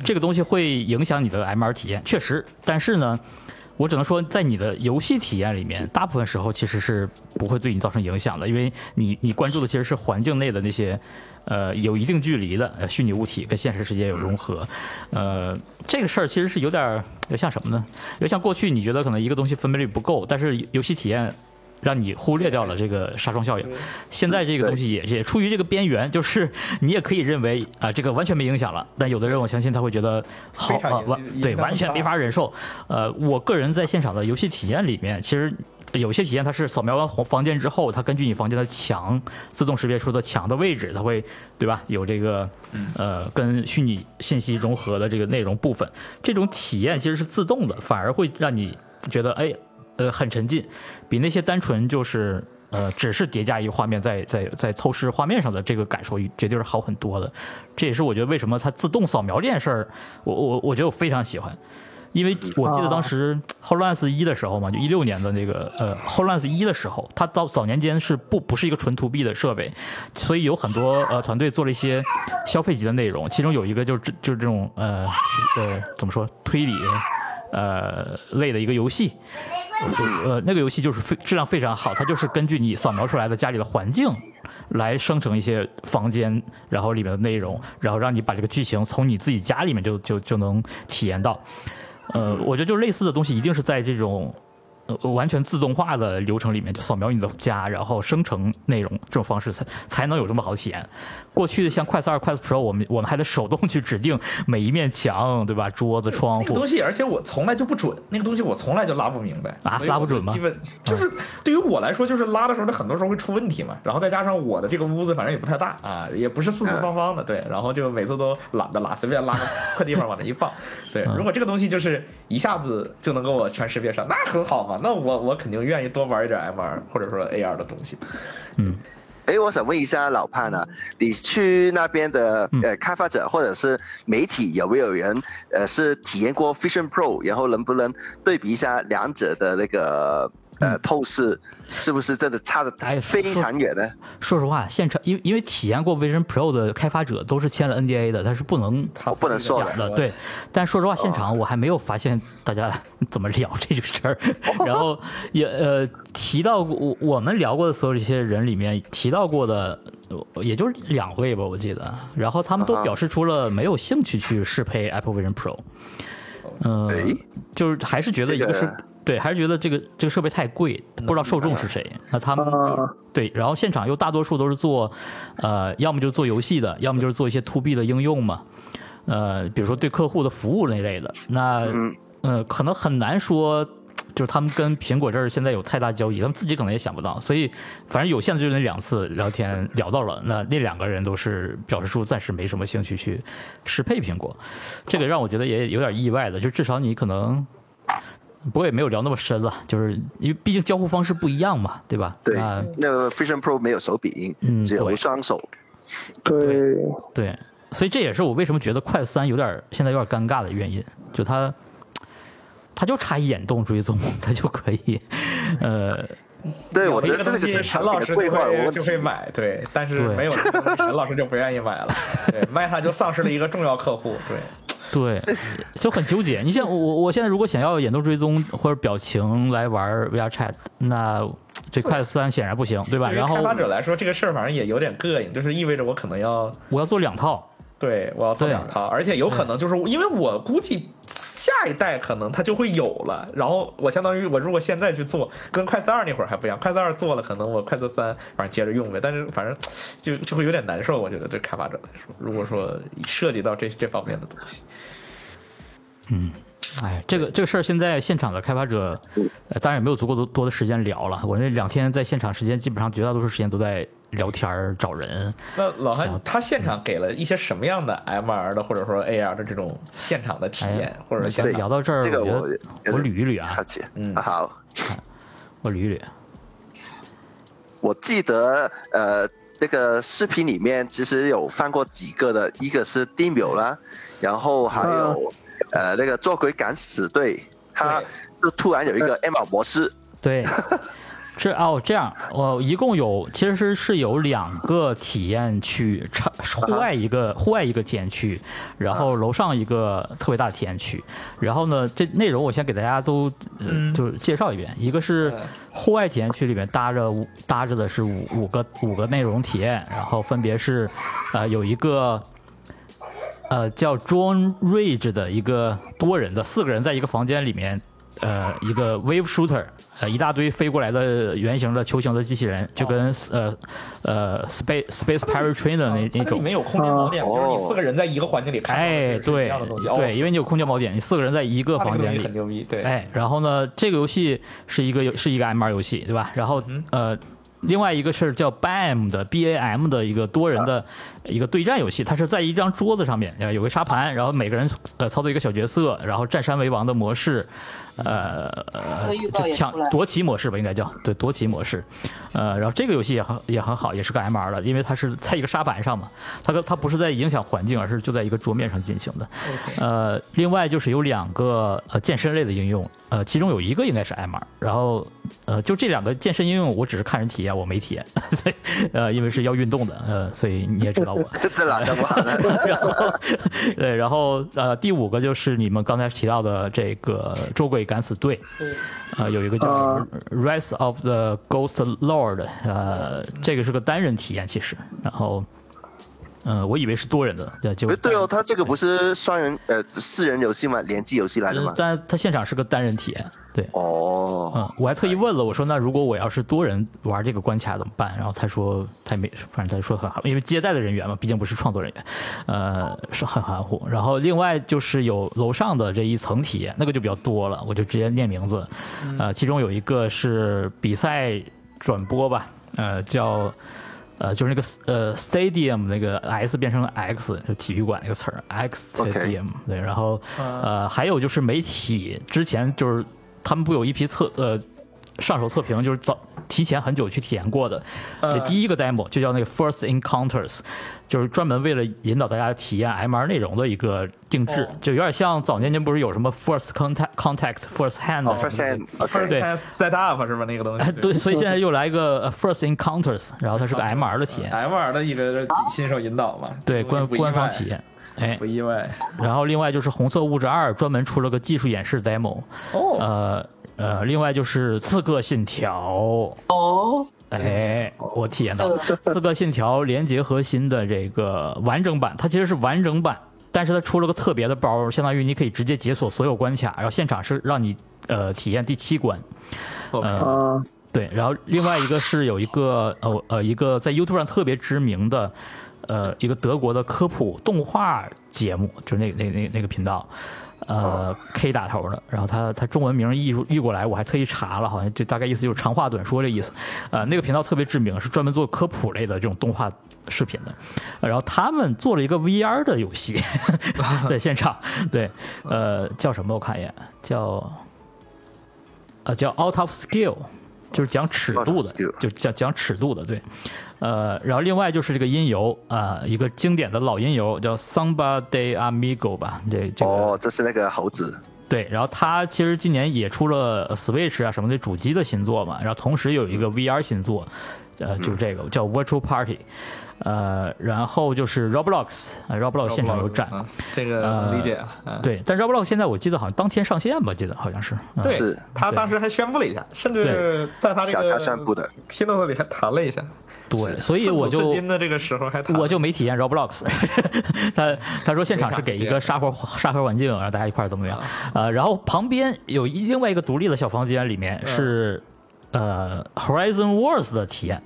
S1: 这个东西会影响你的 MR 体验，确实。但是呢，我只能说，在你的游戏体验里面，大部分时候其实是不会对你造成影响的，因为你你关注的其实是环境内的那些，呃，有一定距离的呃虚拟物体跟现实世界有融合，呃，这个事儿其实是有点儿有像什么呢？有像过去你觉得可能一个东西分辨率不够，但是游戏体验让你忽略掉了这个纱窗效应。现在这个东西也也处于这个边缘，就是你也可以认为啊、这个完全没影响了，但有的人我相信他会觉得好
S4: 非常
S1: 啊
S4: 影
S1: 完
S4: 影
S1: 对
S4: 响
S1: 完全
S4: 很大
S1: 没法忍受。呃，我个人在现场的游戏体验里面，其实。有些体验它是扫描完房房间之后，它根据你房间的墙自动识别出的墙的位置，它会对吧？有这个呃跟虚拟信息融合的这个内容部分，这种体验其实是自动的，反而会让你觉得哎呃很沉浸，比那些单纯就是呃只是叠加一个画面在在在透视画面上的这个感受绝对是好很多的。这也是我觉得为什么它自动扫描这件事儿，我我我觉得我非常喜欢。因为我记得当时 HoloLens 一的时候嘛，就一六年的那个呃 HoloLens 一的时候，它到早年间是不不是一个纯 to B 的设备，所以有很多呃团队做了一些消费级的内容，其中有一个就是这就是这种呃虚呃怎么说推理呃类的一个游戏，呃那个游戏就是非质量非常好，它就是根据你扫描出来的家里的环境来生成一些房间，然后里面的内容，然后让你把这个剧情从你自己家里面就就就能体验到。呃，我觉得就类似的东西一定是在这种。呃完全自动化的流程里面，就扫描你的家，然后生成内容这种方式才才能有这么好的体验。过去像快 u 二、快 u Pro，我们我们还得手动去指定每一面墙，对吧？桌子、窗
S4: 那个
S1: 户
S4: 东，西，而且我从来就不准，那个东西我从来就拉不明白
S1: 啊
S4: 所以
S1: 拉不准吗嗯
S4: 我基本就是对于我来说，就是拉的时候，它很多时候会出问题嘛。然后再加上我的这个屋子反正也不太大啊，也不是四四方方的，对。然后就每次都懒得拉，随便拉个块地方往那一放。对，
S1: 嗯
S4: 如果这个东西就是一下子就能给我全识别上，那很好嘛。那我我肯定愿意多玩一点 MR 或者说 AR 的东西。
S2: 哎，我想问一下老潘
S4: 嗯
S2: 啊，你去那边的呃开发者或者是媒体有没有人呃是体验过 Vision Pro，然后能不能对比一下两者的那个
S4: 嗯
S2: 呃透视，是不是真的差的
S1: 哎说
S2: 非常远呢？
S1: 说实话，现场因因为体验过 Vision Pro 的开发者都是签了 NDA 的，他是不能
S4: 他
S2: 不能说
S1: 讲的。对，但说实话，现场我还没有发现大家 怎么聊这个事儿。
S2: 哦
S1: 然后也呃提到过我我们聊过的所有这些人里面提到过的，呃也就是两位吧，我记得。然后他们都
S2: 啊哈
S1: 表示出了没有兴趣去适配 Apple Vision Pro。嗯、
S2: 哎
S1: 就是还是觉得一
S2: 这
S1: 个
S2: 个
S1: 是。对，还是觉得这个这个设备太贵，不知道受众是谁。那他们
S5: 啊
S1: 对，然后现场又大多数都是做，呃，要么就是做游戏的，要么就是做一些 to B 的应用嘛，呃，比如说对客户的服务那类的。那呃，可能很难说，就是他们跟苹果这儿现在有太大交易，他们自己可能也想不到。所以，反正有限的就那两次聊天聊到了，那那两个人都是表示出暂时没什么兴趣去适配苹果，这个让我觉得也有点意外的，就至少你可能。不过也没有聊那么深了，就是因为毕竟交互方式不一样嘛，对吧？啊
S2: 对
S1: 那
S2: 那个 Vision Pro 没有手柄
S1: 嗯，
S2: 只有
S1: 对
S2: 双手。
S5: 对，
S1: 对，所以这也是我为什么觉得快三有点儿现在有点尴尬的原因，就它，它就差一眼动追踪，它就可以， 呃，
S2: 对，我
S4: 一
S2: 觉得这
S4: 东
S2: 个
S4: 西
S2: 是产
S4: 陈
S2: 品
S4: 老
S2: 的
S4: 师
S2: 规
S4: 就
S2: 划的
S4: 会
S2: 问
S4: 就
S2: 题。
S4: 会买，对，但是
S1: 对
S4: 没 有这个东西陈老师就不愿意买了，对，Meta 就丧失了一个重要客户，对，
S1: 对，就很纠结。你像我，我现在如果想要眼动追踪或者表情来玩儿 VR Chat，那这快三显然不行，对吧？
S4: 对于
S1: 然后
S4: 开发者来说，这个事儿反正也有点膈应，就是意味着我可能要
S1: 我要做两套，
S4: 对我要做
S1: 对
S4: 两套，而且有可能就是因为我估计下一代可能它就会有了，然后我相当于我如果现在去做，跟快四二那会儿还不一样，快四二做了，可能我快四三反正接着用呗，但是反正就就会有点难受，我觉得对开发者来说，如果说涉及到这这方面的东西，
S1: 哎，这个这个事儿现在现场的开发者，呃，当然也没有足够多多的时间聊了。我那两天在现场时间，基本上绝大多数时间都在聊天儿、找人，
S4: 那老
S1: 小
S4: 韩他现场给了一些什么样的 MR 的或者说 AR 的这种现场的体
S1: 哎呀
S4: 验，或者
S1: 那
S4: 现
S2: 对
S4: 场
S1: 聊到这儿，
S2: 这个
S1: 我觉得
S2: 我
S1: 我捋一捋
S2: 好
S1: 啊，
S2: 奇，
S4: 嗯
S2: 好。
S1: 我捋一捋。
S2: 我记得呃，那个视频里面其实有放过几个的，一个是 d i m i o
S1: 嗯
S2: 啦，然后还有、
S1: 啊
S2: 呃那个捉鬼敢死队，他就突然有一个 M 模式，
S1: 对，这哦这样，我一共有其实是是有两个体验区，差户外一个户外一个体验区，然后楼上一个特别大的体验区。然后呢，这内容我先给大家都、呃
S4: 嗯
S1: 就是介绍一遍，一个是户外体验区里面搭着五搭着的是五五个五个内容体验，然后分别是呃有一个。呃，叫 John Rage 的一个多人的四个人在一个房间里面，呃，一个 Wave Shooter，呃，一大堆飞过来的圆形的球形的机器人，就
S4: 哦
S1: 跟、呃呃 Space Space Paratrainer 那那
S4: 哦它里
S1: 种
S4: 面有空间锚点，就是你
S2: 哦
S4: 四个人在一个环境里看，
S1: 哎，
S4: 是一
S1: 对
S4: 样的东哦西，
S1: 对，因为你有空间锚点，你四个人在一个
S4: 哦那
S1: 房
S4: 个东
S1: 间
S4: 西
S1: 里
S4: 很，牛逼，对，
S1: 哎，然后呢，这个游戏是一个游是一个 MR 游戏，对吧？然后呃，另外一个是叫 BAM 的 BAM 的一个多人的一个对战游戏，它是在一张桌子上面，呃，有个沙盘，然后每个人呃操作一个小角色，然后占山为王的模式，呃，
S6: 那个预告
S1: 就
S6: 也
S1: 抢
S6: 出来了
S1: 夺旗模式吧，应该叫对夺旗模式。呃，然后这个游戏也很也很好，也是个 MR 的，因为它是在一个沙盘上嘛，它跟它不是在影响环境，而是就在一个桌面上进行的。呃，另外就是有两个呃健身类的应用，呃，其中有一个应该是 MR，然后呃，就这两个健身应用，我只是看人体验，我没体验， 对，呃，因为是要运动的，呃，所以你也知道我。
S2: 这懒得玩了。
S1: 然后，对，然后呃，第五个就是你们刚才提到的这个捉鬼敢死队，呃，有一个叫
S5: 啊
S1: 《Rise of the Ghost Lord》，呃，这个是个单人体验，其实，然后，呃，我以为是多人的，对，结果
S2: 对哦，他这个不是双人呃四人游戏吗？联机游戏来的
S1: 呃
S2: 吗？
S1: 但它现场是个单人体验，对，
S2: 哦，
S1: 嗯，我还特意问了，我说那如果我要是多人玩这个关卡怎么办？然后他说他也没，反正他说很含糊，因为接待的人员嘛，毕竟不是创作人员，呃，是很含糊。然后另外就是有楼上的这一层体验，那个就比较多了，我就直接念名字。呃，其中有一个是比赛转播吧，呃，叫。呃，就是那个呃，stadium 那个 s 变成了 x，就体育馆那个词儿，x
S2: OK
S1: stadium。对，然
S4: 啊
S1: 后呃，还有就是媒体之前就是他们不有一批测呃上手测评，就是早提前很久去体验过的。
S4: 啊
S1: 这第一个 demo 就叫那个 First Encounters，就是专门为了引导大家体验 MR 内容的一个定制，
S4: 哦
S1: 就有点像早年间不是有什么 First Contact、Contact、First 嗯 Hand
S2: 哦，first hand，OK，
S1: 对
S4: set up 是吧？那个东
S1: 哎，
S4: 西，
S1: 对，所以现在又来一个呃 First Encounters，然后它
S4: 啊
S1: 是个 MR 的体验，
S4: ，M 二的一个新手引导嘛，
S1: 对
S4: 这东
S1: 官
S4: 西不意
S1: 官方
S4: 外
S1: 体验，哎
S4: 不，意外
S1: 然后另外就是《红色物质二》专门出了个技术演示 demo，
S4: 哦，
S1: 呃呃，另外就是《刺客信条》，
S6: 哦，
S1: 哎，我体验到了《刺客信条》连接核心的这个完整版，它其实是完整版，但是它出了个特别的包，相当于你可以直接解锁所有关卡，然后现场是让你呃体验第七关，呃，
S5: 啊，
S1: 对，然后另外一个是有一个呃呃一个在 YouTube 上特别知名的呃一个德国的科普动画节目，就是那那那那个频道，呃 K 打头的，然后它它中文名译出译过来，我还特意查了，好像就大概意思就是长话短说这意思。呃，那个频道特别知名，是专门做科普类的这种动画视频的，呃然后他们做了一个 VR 的游戏， 在现场，对，呃，叫什么？我看一眼，叫。呃，叫 out of scale，就是讲尺度
S2: Out of
S1: 的
S2: scale，
S1: 就讲讲尺度的，对。呃，然后另外就是这个音游啊、呃一个经典的老音游叫 Samba de Amigo 吧，这这个、
S2: 哦，这是那个猴子，
S1: 对。然后它其实今年也出了呃 Switch 啊什么的主机的新作嘛，然后同时有一个
S4: 嗯
S1: VR 新作，呃，就是这个叫 Virtual Party，呃，然后就是 Roblox，Roblox、呃 Roblox 现场有展。
S4: 嗯这个能理解了，嗯
S1: 对，但 Roblox 现在我记得好像当天上线吧，记得好像是。嗯、
S4: 对
S2: 是
S4: 他当时还宣布了一下，甚至在他这
S2: 小
S4: 个
S2: 插宣布的
S1: 嗯
S4: keynote 里还谈了一下，
S1: 对，所以
S4: 寸
S1: 我
S4: 土寸
S1: 就
S4: 金的这个时候还谈，
S1: 我就没体验 Roblox，他他说现场是给一个沙盒沙盒环境，然后大家一块儿怎么样？
S4: 嗯
S1: 呃，然后旁边有一另外一个独立的小房间，里
S4: 嗯
S1: 面是呃 Horizon Wars 的体验，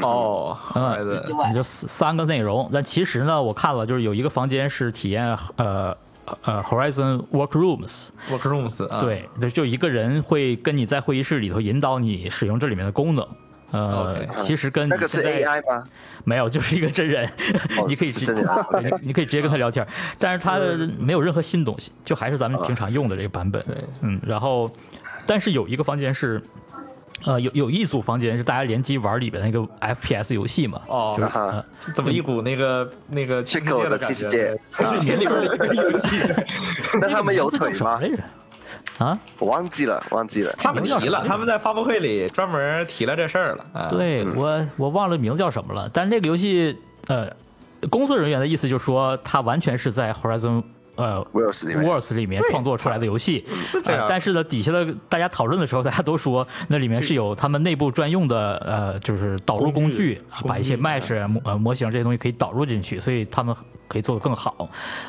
S4: 哦，
S1: 嗯
S4: 孩子
S6: 对
S1: 你就四三个内容。但其实呢，我看了就是有一个房间是体验呃呃 Horizon Workrooms，
S4: workrooms 啊，
S1: 对，就就一个人会跟你在会议室里头引导你使用这里面的功能。呃
S4: OK，
S1: 其实跟
S2: 那
S1: 你
S2: 个是
S1: 现在
S2: AI 吗？
S1: 没有，就是一个真人，
S2: 哦
S1: 你可以
S2: 是
S1: 直
S2: 真人嗯啊
S1: 对 你你可以直接跟他聊 天儿，但是他没有任何新东西，就还是咱
S2: 嗯
S1: 们平常用的这个版本。嗯，然后，但是有一个房间是。呃，有有一组房间是大家联机玩里边那个 FPS 游戏嘛？
S4: 哦
S1: 就是、
S2: 啊哈
S1: 呃
S4: 怎么一股那个那个
S2: 切
S4: 新世
S2: 狗
S4: 界
S2: 的
S4: 感
S2: 新世
S4: 觉
S2: 界？，
S4: 不是里边的一个游戏，
S2: 那他们有
S1: 这叫
S2: 腿
S1: 什 么
S2: 吗
S1: 来？着？啊，
S2: 我忘记了，忘记了。
S4: 他们提了，他们在发布会里专门提了这事儿了，啊，
S1: 对我我忘了名字叫什么了，但那个游戏呃，工作人员的意思就是说，它完全是在 Horizon 呃
S2: Wars 里面
S1: Words 里面创作出来的游戏，是
S4: 这样
S1: 但是呢，底下的大家讨论的时候，大家都说那里面是有他们内部专用的呃，就是导入工具，啊把一些 Mesh
S4: 嗯
S1: 啊模呃模型这些东西可以导入进去，所以他们可以做得更好。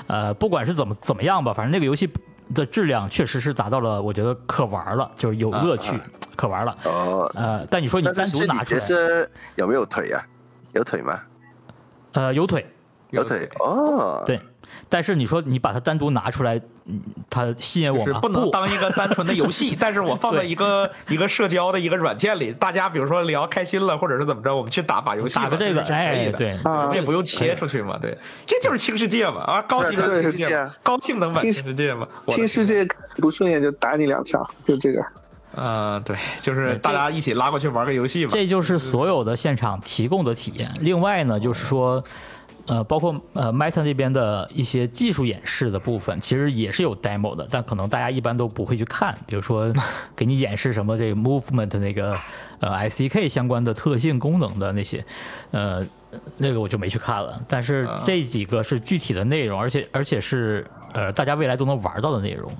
S1: 呃，不管是怎么怎么样吧，反正那个游戏的质量确实是达到了，我觉得可玩了，就是有乐
S4: 啊
S1: 趣，可玩了。
S2: 哦，
S1: 呃，但你说你
S2: 但是
S1: 单独
S2: 是你
S1: 拿出
S2: 角
S1: 来，
S2: 色有没有腿啊？有腿吗？
S1: 呃，有腿，
S2: 有腿哦。
S1: 对。但是你说你把它单独拿出来，嗯它吸引我
S4: 就是
S1: 吗？
S4: 不能当一个单纯的游戏，但是我放在一个一个社交的一个软件里，大家比如说聊开心了，或者是怎么着，我们去打把游戏嘛，
S1: 打个这个，
S4: 是可以
S1: 哎，
S4: 的，
S1: 对，
S5: 啊
S4: 这也不用切出去嘛，对，这就是轻世界嘛，啊，高级
S2: 对
S4: 版
S2: 对
S4: 轻世
S2: 对
S4: 界嘛，高性能版轻世界嘛，我
S5: 新
S4: 的
S5: 世界不顺眼就打你两枪，就这个。
S4: 嗯，对，就是大家一起拉过去玩个游戏嘛，
S1: 这就是所有的现场提供的体验。另外呢，就是说，呃，包括呃 Meta 那边的一些技术演示的部分，其实也是有 demo 的，但可能大家一般都不会去看。比如说，给你演示什么这个 movement 那个呃 SDK 相关的特性功能的那些，呃，那个我就没去看了。但是这几个是具体的内容，而且而且是呃大家未来都能玩到的内容。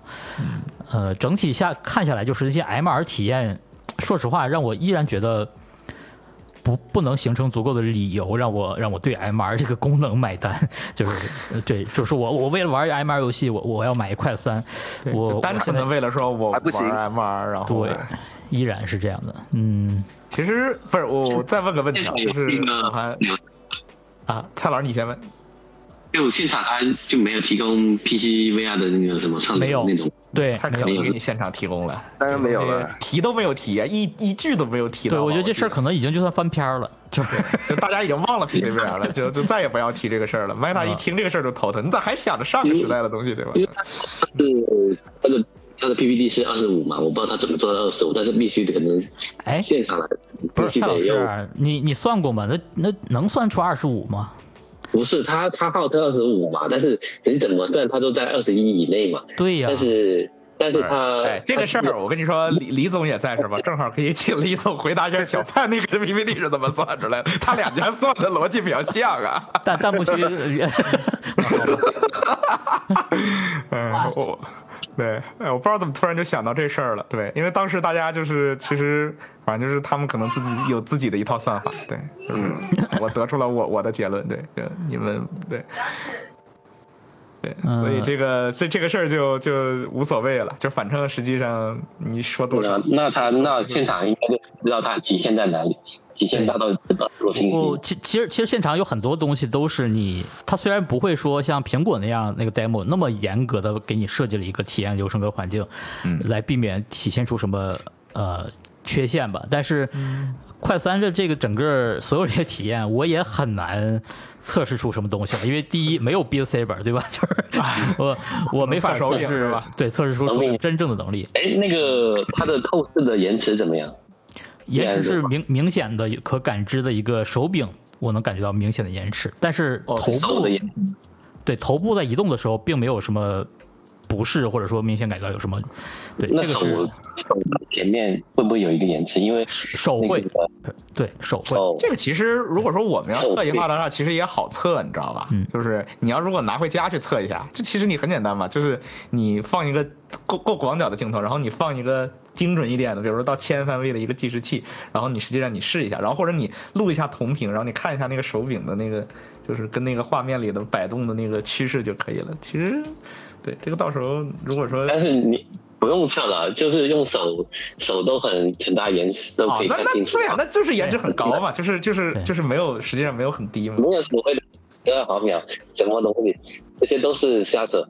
S1: 呃，整体下看下来，就是那些 MR 体验，说实话，让我依然觉得不不能形成足够的理由让我让我对 MR 这个功能买单。 就是呃对，就是我我为了玩 MR 游戏，我我要买一块三，
S4: 对
S1: 我
S4: 就单纯的
S1: 我现在
S4: 为了说我
S2: 还不行
S4: 玩 MR，然后
S1: 对，依然是这样的。嗯
S4: 其实不是我我再问个问题啊，
S3: 有
S4: 就是
S3: 那
S4: 我还
S3: 个有，
S4: 啊，蔡老师你先问，
S3: 就现场它就没有提供 PC VR 的那个什么上
S1: 没有
S3: 那种，
S1: 对，
S4: 他
S1: 没
S4: 肯
S1: 有。
S4: 定给你现场提供了，
S2: 当然没有了，
S4: 提都没有提啊，一一句都没有提到
S1: 对，
S4: 啊。
S1: 我觉得这事儿可能已经就算翻篇儿了，就是
S4: 就大家已经忘了 PC VR 了，就就再也不要提这个事儿了。Meta 一听这个事儿就头疼，你咋还想着上个时代的东西对吧？
S3: 呃因为它是它的它他的 PPT 是二十五嘛，我不知道他怎么做到二十五，但是必须可能
S1: 哎
S3: 现场来，
S1: 不
S3: 必
S1: 是
S3: 须
S1: 蔡啊老
S3: 得用。
S1: 师，你你算过吗？那那能算出二十五吗？
S3: 不是他他号称二十五嘛，但是你怎么算他都在二十一以内嘛。
S1: 对啊呀、
S3: 但是但是
S2: 呃
S3: 他
S4: 哎，这个事儿我跟你说，李李总也在是吧？正好可以请李总回答一下小盼那个 PPT 是怎么算出来的，他俩家算的逻辑比较像啊。
S1: 弹弹 幕区
S4: 嗯，我对，哎，我不知道怎么突然就想到这事儿了。对，因为当时大家就是其实反正就是他们可能自己有自己的一套算法。对，嗯， 我得出了我我的结论。对，对你们对。对，所以这个这这个事儿就就无所谓了，就反正实际上你说多少
S3: 那那他那现场应该就知道他极限在哪里，极限大到多少星
S1: 我
S3: 星。
S1: 其其实其实现场有很多东西都是你，它虽然不会说像苹果那样那个 demo 那么严格的给你设计了一个体验流程和环境，嗯，来避免体现出什么呃缺陷吧。但是
S4: 嗯
S1: 快三的这个整个所有这些体验，我也很难测试出什么东西了，因为第一没有 Beat Saber 对吧？ 就是我我没法
S4: 哎测手
S1: 测
S4: 柄是
S1: 试
S4: 吧
S1: 对测试出
S3: 能
S1: 手柄
S3: 力
S1: 真正的能力。
S3: 哎，那个他的透视的延迟怎么样？
S1: 延迟
S3: 对
S1: 是明明显的可感知的一个手柄，我能感觉到明显的延迟，但是头
S3: 手
S1: 部、
S3: 的延迟
S1: 对头部在移动的时候并没有什么不适，或者说明显感觉到有什么，对这
S3: 那
S1: 个
S3: 手
S1: 是
S3: 手前面会不会有一个延迟？因为
S1: 手
S3: 那
S1: 绘，
S3: 个
S1: 对手绘，
S3: 手
S4: 这个其实如果说我们要测一化的话，其实也好测，你知道吧？
S1: 嗯
S4: 就是你要如果拿回家去测一下，这其实你很简单嘛，就是你放一个够够广角的镜头，然后你放一个精准一点的，比如说到千范位的一个计时器，然后你实际上你试一下，然后或者你录一下同屏，然后你看一下那个手柄的那个，就是跟那个画面里的摆动的那个趋势就可以了。其实，对这个到时候如果说
S3: 但是你不用测了，就是用手手都很很大延迟都
S1: 哦
S4: 啊
S3: 可以，
S4: 那
S3: 看清
S4: 那
S3: 楚。
S4: 对啊，那就是颜值很高嘛，就是就是
S1: 对
S4: 就是没有实际上没有很低嘛。
S3: 没有所谓的十啊二毫秒什么东西，这些都是瞎扯。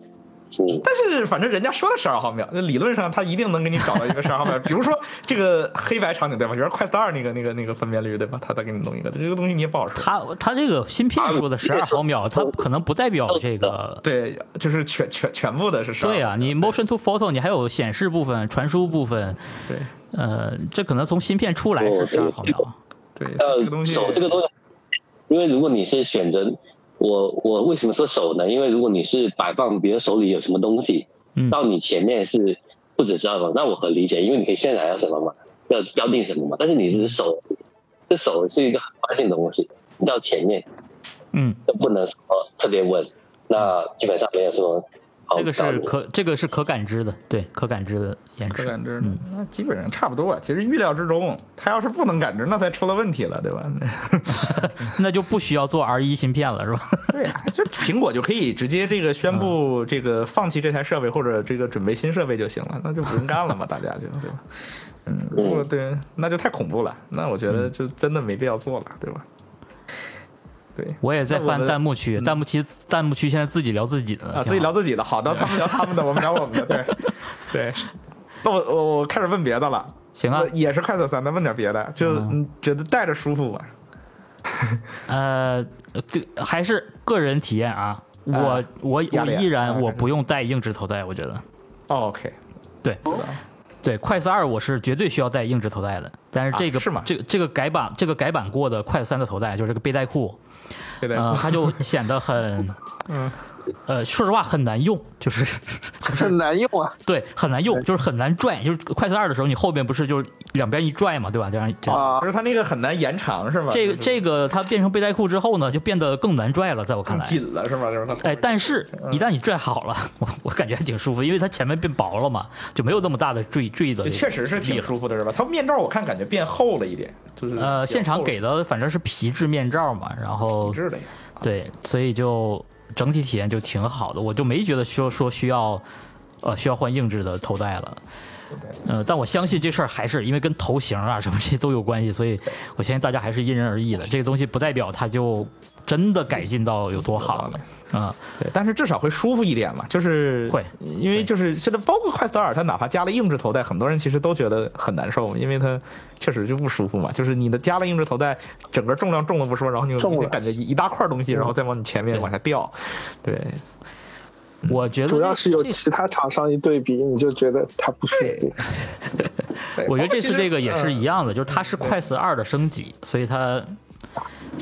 S3: 嗯，
S4: 但是反正人家说了十二毫秒，那理论上他一定能给你找到一个十二毫秒。比如说这个黑白场景对吧？比如说快 star 那个那个那个分辨率对吧？他再给你弄一个，这个东西你也不好说。
S1: 它它这个芯片说的十二毫秒，它可能不代表这个。
S4: 对，就是全全全部的是十二。
S1: 对啊，你 motion to photo，你还有显示部分、传输部分，
S4: 对
S1: 呃，这可能从芯片出来是十二毫秒。
S4: 对，
S3: 呃
S4: 这个东西
S3: 手这个东西，因为如果你是选择我我为什么说手呢？因为如果你是摆放，比如手里有什么东西，
S1: 嗯
S3: 到你前面是不止十二嘛，那我很理解，因为你可以渲染要什么嘛，要标定什么嘛。但是你是手，这手是一个很关键的东西，你到前面
S1: 嗯，
S3: 就不能说特别稳，那基本上没有什么好
S1: 这个
S3: 搞
S1: 是
S3: 的
S1: 可这个是可感知的，对，可感知的延
S4: 可
S1: 迟。
S4: 感知，那基本上差不多啊。其实预料之中，他要是不能感知，那才出了问题了，对吧？
S1: 那就不需要做 R 一芯片了，是 吧？
S4: 对呀、就苹果就可以直接这个宣
S1: 嗯
S4: 布这个放弃这台设备或者这个准备新设备就行了，那就不用干了嘛，大家就对吧？嗯，如果对，那就太恐怖了，那我觉得
S1: 嗯
S4: 就真的没必要做了，对吧？对。
S1: 我也在
S4: 那我
S1: 翻
S4: 们嗯
S1: 弹幕区，弹幕区弹幕区现在自己聊自己的
S4: 啊，
S1: 挺
S4: 自己
S1: 好
S4: 聊自己的，好的，他们聊他们的，我们聊我们 的，对，对。那我我我开始问别的了，
S1: 行啊
S4: 我，也是快手三的，问点别的，就
S1: 嗯
S4: 你觉得戴着舒服吗？
S1: 呃，对，还是个人体验啊。我我
S4: 压
S1: 我
S4: 力啊
S1: 依
S4: 啊
S1: 然我
S4: 还是
S1: 不用戴硬指头带，我觉得
S4: 哦，OK，哦
S1: 对快四二我是绝对需要戴硬指头带的，但是这个、
S4: 啊是吗
S1: 这个这个改版这个改版过的快三的头带就是这个背带裤，
S4: 对对，
S1: 呃，它就显得很，
S4: 嗯，
S1: 呃，说实话很难用，就是
S5: 很难用啊。
S1: 对很难用，就是很难拽，就是快四二的时候你后边不是就是两边一拽嘛，对吧？这样这样
S5: 啊
S4: 就是它那个很难延长是吧？
S1: 这
S4: 就
S1: 个
S4: 是
S1: 这个它变成背带裤之后呢，就变得更难拽了，在我看
S4: 更
S1: 来。
S4: 紧了是吗？就是它
S1: 哎，但是一旦你拽好了， 我我感觉还挺舒服，因为它前面变薄了嘛，就没有那么大的坠坠的。
S4: 这确实是挺。舒服的，是吧？它面罩我看感觉变厚了一点，就是
S1: 呃，现场给的反正是皮质面罩嘛，然后
S4: 皮质的呀。
S1: 对，所以就整体体验就挺好的，我就没觉得说说需要呃需要换硬质的头戴了。呃，但我相信这事儿还是因为跟头型啊什么这些都有关系，所以我相信大家还是因人而异的。这个东西不代表它就真的改进到有多好了啊、
S4: 对，但是至少会舒服一点嘛，就是
S1: 会
S4: 因为就是现在包括快 star，它哪怕加了硬质头带，很多人其实都觉得很难受，因为它确实就不舒服嘛。就是你的加了硬质头带，整个重量重了不说，然后你
S5: 重了
S4: 你感觉一大块东西，然后再往你前面往下掉，对，
S1: 我觉得
S5: 主要是有
S1: 这
S5: 其他厂商一对比，你就觉得它不舒服。
S4: 对
S1: 我觉得
S4: 包括
S1: 这
S4: 其
S1: 次
S4: 实
S1: 这个也
S4: 嗯
S1: 是一样的，就是它是快死二的升级，所以它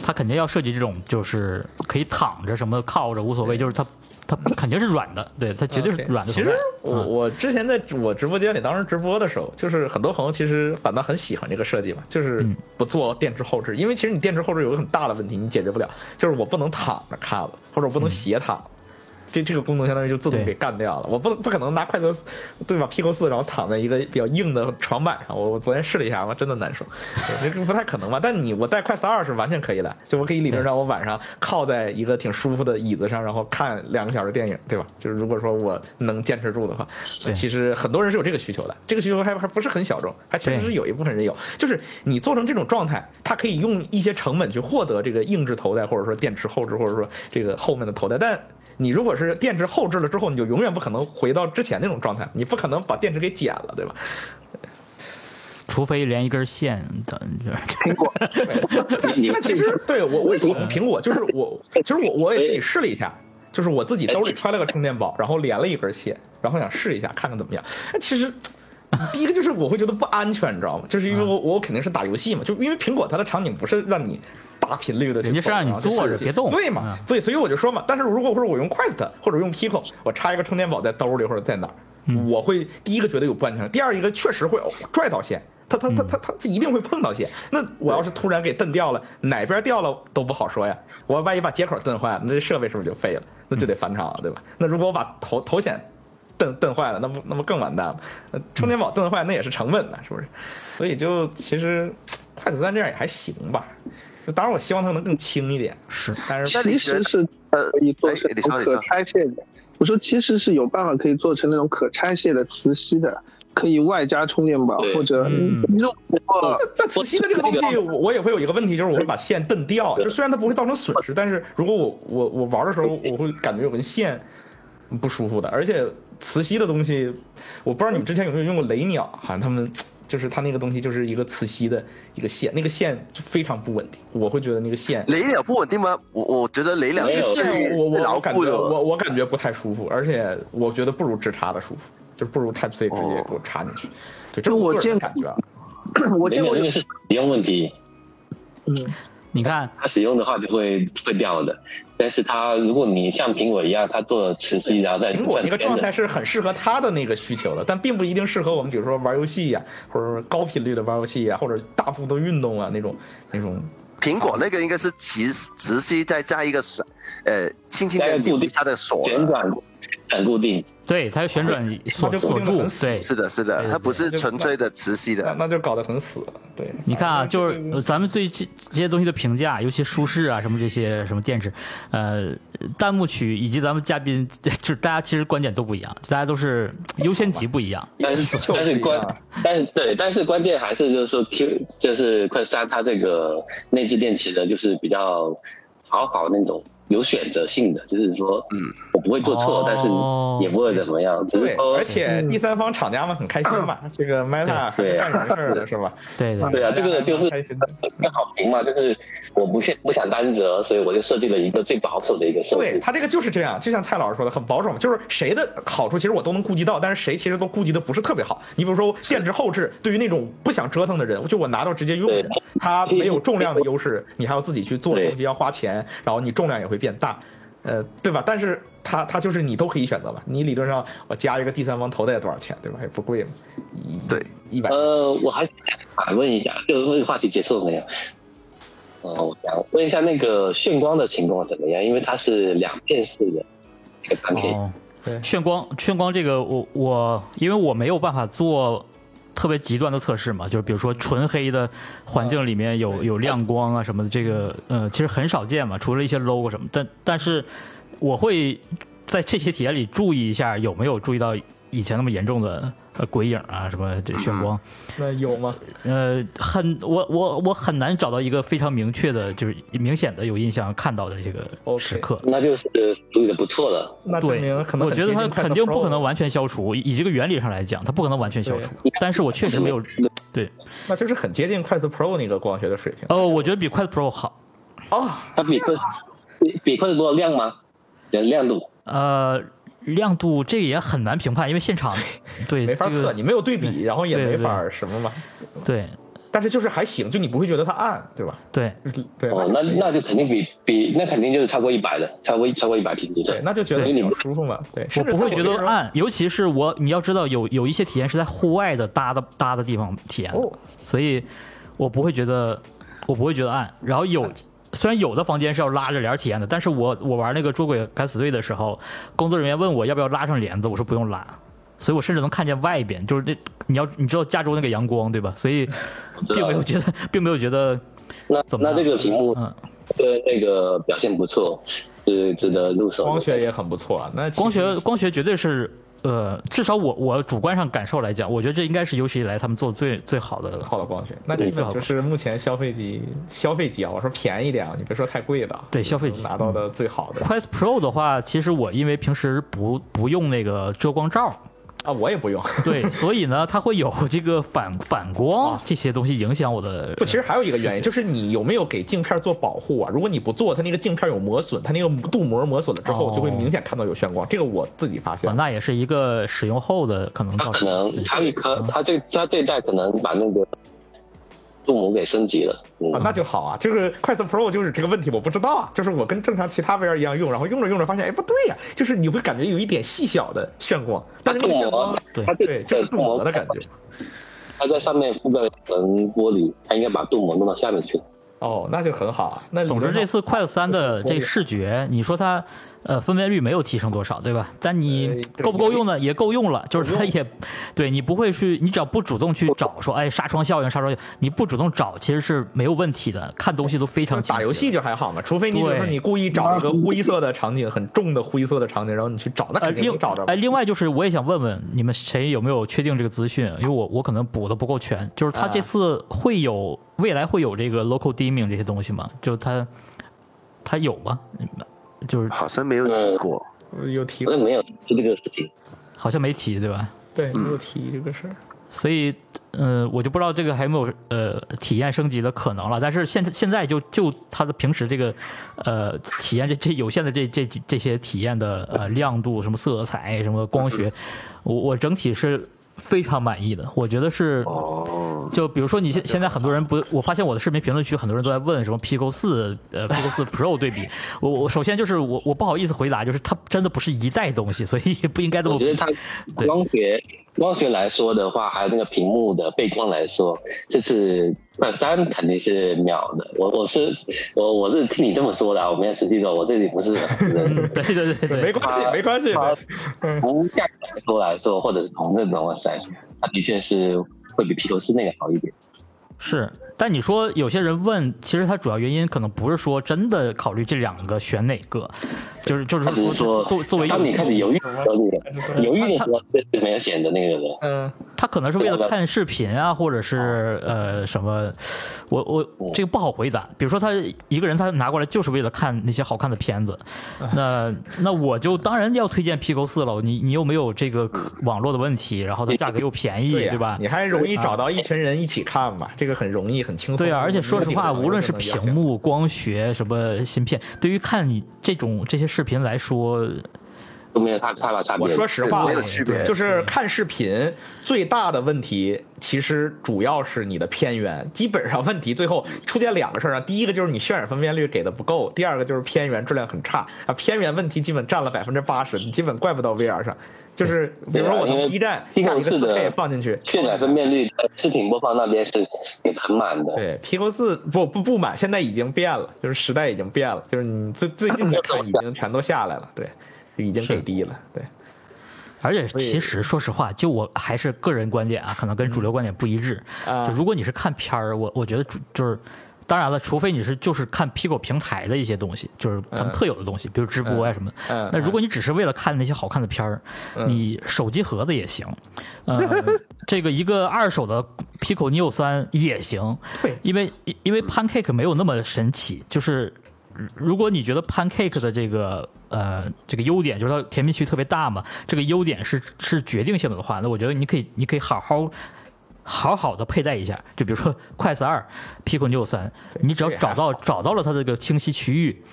S1: 它肯定要设计这种就是可以躺着什么靠着无所谓，就是它它肯定是软的，对，它绝对是
S4: OK，
S1: 软的
S4: 其
S1: 存
S4: 实
S1: 在。嗯
S4: 我我之前在直我直播间里当时直播的时候，就是很多朋友其实反倒很喜欢这个设计嘛，就是
S1: 嗯
S4: 不做电池后置，因为其实你电池后置有个很大的问题，你解决不了，就是我不能躺着看了，或
S1: 嗯
S4: 者我不能斜躺。这这个功能相当于就自动
S1: 对
S4: 给干掉了，我不不可能拿快捷，对吧？Pico 四，然后躺在一个比较硬的床板上，我我昨天试了一下，我真的难受，对这个不太可能吧？但你我带快 u 二是完全可以的，就我可以理论上我晚上靠在一个挺舒服的椅子上，然后看两个小时电影，对吧？就是如果说我能坚持住的话，
S1: 对
S4: 其实很多人是有这个需求的，这个需求还还不是很小众，还确实
S1: 对
S4: 是有一部分人有，就是你做成这种状态，它可以用一些成本去获得这个硬质头戴，或者说电池后置，或者说这个后面的头戴，但。你如果是电池后置了之后，你就永远不可能回到之前那种状态，你不可能把电池给剪了，对吧？
S1: 除非连一根线的，就是
S5: 苹果
S3: 你
S4: 那其实对我我也讨论苹果，就是我其实我我也自己试了一下，就是我自己兜里揣了个充电宝，然后连了一根线，然后想试一下看看怎么样。哎，其实。第一个就是我会觉得不安全，你知道吗？就是因
S1: 嗯
S4: 为我我肯定是打游戏嘛，就因为苹果它的场景不是让你大频率的去
S1: 人家
S4: 走，
S1: 是让你
S4: 然后去
S1: 坐着
S4: 试戏
S1: 别动
S4: 对嘛？
S1: 嗯
S4: 对，所以我就说嘛，但是如果说我用 Quest 或者用 Pico，我插一个充电宝在兜里或者在哪儿，
S1: 嗯
S4: 我会第一个觉得有不安全，第二一个确实会哦拽到线，它它
S1: 嗯
S4: 它它它一定会碰到线。那我要是突然给蹬掉了，哪边掉了都不好说呀。我万一把接口蹬坏了，那这设备是不是就废了？那就得返厂了，对吧？那如果我把头头显蹬蹬坏了，那不那不更完蛋了？呃充电宝蹬坏那也是成本呢，是不是？所以就其实快子三这样也还行吧。就当然我希望它能更轻一点，
S1: 是
S4: 但是
S2: 那你
S5: 其
S2: 觉得
S5: 实是可以做成
S2: 哎你说你说
S5: 可拆卸的。我说其实是有办法可以做成那种可拆卸的磁吸的，可以外加充电宝
S3: 对
S5: 或者
S1: 嗯
S5: 你用过
S4: 但磁吸的这个东西，我我也会有一个问题，就是我会把线蹬掉。就虽然它不会造成损失，但是如果我我我玩的时候，我会感觉有根线不舒服的。而且磁吸的东西，我不知道你们之前有没有用过雷鸟，好像他们就是它那个东西就是一个磁吸的一个线，那个线就非常不稳定。我会觉得那个线
S2: 雷鸟不稳定吗？我我觉得雷鸟
S4: 这
S2: 是
S4: 个线
S2: 最
S4: 我我
S2: 牢
S4: 我感
S2: 固
S4: 觉
S2: 的。
S4: 我我感觉不太舒服，而且我觉得不如直插的舒服，就不如 Type C 直
S3: 哦
S4: 接给我插进去。对，这是
S5: 我
S4: 个人
S5: 见
S4: 的感觉啊。
S5: 我
S3: 没
S5: 见
S3: 有
S5: 过
S3: 那个是使用问题，
S1: 你看，
S3: 它使用的话就会会掉的。但是它如果你像苹果一样，它做了磁吸，然后再
S4: 苹果那个
S3: 转
S4: 状
S3: 边
S4: 态
S3: 的，
S4: 是很适合他的那个需求的，但并不一定适合我们，比如说玩游戏呀、或者说高频率的玩游戏呀、或者大幅度运动啊那种那种。
S2: 苹果那个应该是磁磁吸再加一个闪，呃，轻轻
S3: 加
S2: 的
S3: 一个固定
S2: 一下的锁的。
S3: 旋转旋转固定，
S1: 对，它旋转锁
S4: 哎就固
S1: 锁
S4: 定得
S1: 住
S4: 很，死
S1: 对，
S2: 是的，是的，它不是
S4: 对
S2: 纯粹的磁吸
S4: 那
S2: 的。
S4: 那就搞得很死，对。
S1: 你看啊，就是
S4: 这个
S1: 呃咱们对这这些东西的评价，尤其舒适啊，什么这些什么电池，呃，弹幕区以及咱们嘉宾， 就是大家其实观点都不一样，大家都是优先级不一样。
S3: 但是
S4: 就
S3: 但是
S4: 不一样
S3: 关但是对，但是关键还是就是说 Q 就是快三它这个内置电池的，就是比较好搞那种有选择性的，就是说，嗯，我不会做错，
S1: 哦
S3: 但是也不会怎么样，只
S4: 对
S3: 是，说
S4: 而且第三方厂家们很开心 嘛，这个 Meta 还是
S3: 嗯对
S4: 干什么事儿的是吧？
S1: 对对，
S3: 对啊，这个
S4: 大家还蛮
S3: 就是
S4: 开心的
S3: 更好评嘛，就是我不想不想担责，所以我就设计了一个最保守的一个设
S4: 对
S3: 计。
S4: 他这个就是这样，就像蔡老师说的，很保守嘛，就是谁的好处其实我都能顾及到，但是谁其实都顾及的不是特别好。你比如说电池后置，对于那种不想折腾的人，就我拿到直接用的人，他没有重量的优势，你还要自己去做
S3: 对
S4: 东西，要花钱，然后你重量也会变大，呃，对吧？但是它它就是你都可以选择嘛，你理论上我加一个第三方头戴多少钱，对吧？也不贵嘛，一
S2: 对，
S4: 一百。
S3: 呃，我还反问一下，就是这个话题结束了没有？呃，我想问一下那个炫光的情况怎么样？因为它是两片式的一个 p a n c a k
S1: 哦
S4: 对，
S1: 炫光炫光这个我我因为我没有办法做特别极端的测试嘛，就是比如说纯黑的环境里面
S4: 嗯
S1: 有、有亮光啊什么的，这个呃其实很少见嘛，除了一些 logo 什么，但但是我会在这些体验里注意一下有没有注意到以前那么严重的呃鬼影啊什么
S4: 嗯
S1: 这炫光，
S4: 那有吗？
S1: 呃，很我我我很难找到一个非常明确的，就是明显的有印象看到的这个
S4: OK
S1: 时刻。
S3: 那就是处理的不错了。
S4: 那证
S1: 对
S4: 明可，能
S1: 我
S4: 很
S1: 觉得
S4: 接
S1: 它
S4: 近快
S1: 肯
S4: 乐
S1: 定
S4: Pro
S1: 不可能
S4: 了
S1: 完全消除，以以这个原理上来讲，它不可能完全消除。但是我确实没有，对，
S4: 那就是很接近快速 Pro 那个光学的水平
S1: 哦，我觉得比快 Pro 好。
S4: 哦。
S3: 它比克比比克多亮吗？有亮度
S1: 呃，亮度这个也很难评判，因为现场对
S4: 没法
S1: 这个
S4: 测，你没有对比，然后也
S1: 对对
S4: 没法什么嘛。
S1: 对
S4: 但是就是还行，就你不会觉得它暗，对吧？
S1: 对
S4: 对，
S3: 哦，那那就肯定比比那肯定就是超过一百的，超过超过一百频率的
S4: 对，。那就觉得
S3: 对
S4: 比较舒服嘛。对，
S1: 我
S4: 甚至
S1: 不会
S4: 它
S1: 觉
S4: 有的时
S1: 得
S4: 候。
S1: 暗，尤其是我，你要知道有有一些体验是在户外的搭的搭的地方体验的，
S4: 哦
S1: 所以我不会觉得我不会觉得暗。然后有虽然有的房间是要拉着帘儿体验的，但是我我玩那个捉鬼敢死队的时候，工作人员问我要不要拉上帘子，我说不用拉。所以我甚至能看见外边，就是那你要你知道加州那个阳光对吧？所以
S3: 知道
S1: 并没有觉得并没有觉得
S3: 那
S1: 怎么
S3: 那
S1: 样
S3: 这个屏幕
S1: 嗯
S3: 的那个表现不错，是值得入手的。
S4: 光学也很不错，那其实
S1: 光学光学绝对是呃，至少我我主观上感受来讲，我觉得这应该是有史以来他们做最最好的了。
S4: 好的光学，那
S1: 对
S4: 基本
S1: 最好
S4: 就是目前消费级消费级啊，我说便宜点啊，你别说太贵的啊，
S1: 对消费级嗯
S4: 拿到的最好的
S1: Quest Pro 的话，其实我因为平时不不用那个遮光罩，
S4: 啊，我也不用。
S1: 对，所以呢，它会有这个反反光这些东西影响我的。
S4: 啊不，其实还有一个原因，就是你有没有给镜片做保护啊？如果你不做，它那个镜片有磨损，它那个镀膜磨损了之后，
S1: 哦
S4: 就会明显看到有眩光。这个我自己发现
S1: 啊，，那也是一个使用后的可能
S3: 它
S1: 造
S3: 可
S1: 成的。
S3: 能它可它这它这一代可能把那个镀膜给升级了。嗯
S4: 啊，，那就好啊。就是快速 Pro 就是这个问题，我不知道啊。就是我跟正常其他 VR 一样用，然后用着用着发现，哎，不对呀、就是你会感觉有一点细小的眩光，但是那个眩光，
S1: 对
S4: 对，
S3: 它啊这
S4: 就是
S3: 这
S4: 镀
S3: 镀
S4: 膜
S3: 膜
S4: 的感觉。
S3: 它在上面覆盖了一层玻璃，它应该把镀膜弄到下面去。
S4: 哦，那就很好啊。那理
S1: 总之，
S4: 论上
S1: 这次快三的这视觉，你说它呃分辨率没有提升多少，对吧？但你
S4: 呃
S1: 够不够用呢？也够用了，就是它也，对你不会去，你只要不主动去找说，哎，纱窗效应，纱窗效应，你不主动找其实是没有问题的，看东西都非常
S4: 就
S1: 清晰
S4: 打
S1: 了。
S4: 游戏就还好嘛，除非你比如说
S1: 对
S4: 你故意找一个灰色的场景，很重的灰色的场景，然后你去找，那
S1: 呃，
S4: 肯定
S1: 另
S4: 能找着嘛。
S1: 哎，另外就是我也想问问你们谁有没有确定这个资讯，因为我我可能补的不够全。就是他这
S4: 啊
S1: 次会有、未来会有这个 local dimming 这些东西吗？就是他他有吗？你们就是
S2: 好像没有提过。
S4: 有提
S3: 那没有就这个事情，
S1: 好像没提对吧？
S4: 对，没有提这个事儿。
S1: 所以，呃，我就不知道这个还有没有呃体验升级的可能了。但是现在现在就就它的平时这个呃体验这这有限的这这这些体验的呃亮度、什么色彩、什么光学，我我整体是非常满意的。我觉得是
S2: 哦，
S1: 就比如说你现现在很多人不，我发现我的视频评论区很多人都在问什么 Pico 四呃 Pico 四 Pro 对比，我我首先就是我我不好意思回答，就是它真的不是一代东西，所以也不应该这么
S3: 我觉得它
S1: 对
S3: 光学光学来说的话，还有那个屏幕的背光来说，这次快三肯定是秒的。我我是我我是听你这么说的啊，我没有实际说，我这里不是人。
S1: 对对对对
S4: 没关系，没关系。
S3: 它
S4: 对
S3: 从价格来说来说，或者是从这种 size，它的确是会比 P 头四那个好一点。
S1: 是，但你说有些人问，其实它主要原因可能不是说真的考虑这两个选哪个，就是就是
S3: 他只
S1: 说
S3: 是说，
S1: 作作为
S3: 当你
S1: 一个
S3: 开始犹豫的时候，你犹豫的时候，这是没有选的那个人。
S4: 嗯，
S1: 他可能是为了看视频啊，或者是呃什么，我我这个不好回答。比如说他一个人他拿过来就是为了看那些好看的片子，那那我就当然要推荐 Pico 四了。你你又没有这个网络的问题，然后它价格又便宜，
S4: 对呀
S1: 对吧？
S4: 你还容易找到一群人一起看嘛，这个很容易，很轻松。
S1: 对啊，而且说实话，
S4: 有几个人
S1: 无论是屏幕、光学、什么芯片，对于看你这种这些视频来说，
S3: 都没有太太大差别。
S4: 我说实话啊
S2: 没有区别，
S3: 嗯
S4: 就是看视频最大的问题，其实主要是你的偏远。基本上问题最后出现两个事儿啊，第一个就是你渲染分辨率给的不够，第二个就是偏远质量很差啊。偏远问题基本占了百分之八十，你基本怪不到 VR 上。就是比如说我
S3: 对啊因
S4: 从
S3: 为
S4: B 站
S3: 毕
S4: 下
S3: 竟
S4: 一个
S3: 是的
S4: 4K 放进去，
S3: 渲染分辨率在视频播放那边是也很满的。
S4: 对，Pico 四不不不满，现在已经变了，就是时代已经变了，就是你最最近的看已经全都下来了，对，就已经给低了，对。
S1: 而且其实说实话，就我还是个人观点啊，可能跟主流观点不一致。
S4: 嗯啊
S1: 就如果你是看片儿，我我觉得主就是。当然了，除非你是就是看 Pico 平台的一些东西，就是他们特有的东西，比如直播呀、什么的。
S4: 嗯嗯嗯嗯
S1: 那如果你只是为了看那些好看的片儿，你手机盒子也行，呃，这个一个二手的 Pico Neo 三也行，
S4: 对
S1: 因为因为 Pancake 没有那么神奇，就是如如果你觉得 Pancake 的这个呃这个优点就是它甜蜜区特别大嘛，这个优点是是决定性的的话，那我觉得你可以你可以好好。好好的佩戴一下，就比如 说 Quest 二、Pico Neo 三，你只要
S4: 这个
S1: 找
S4: 还
S1: 到找到了它这个清晰区域，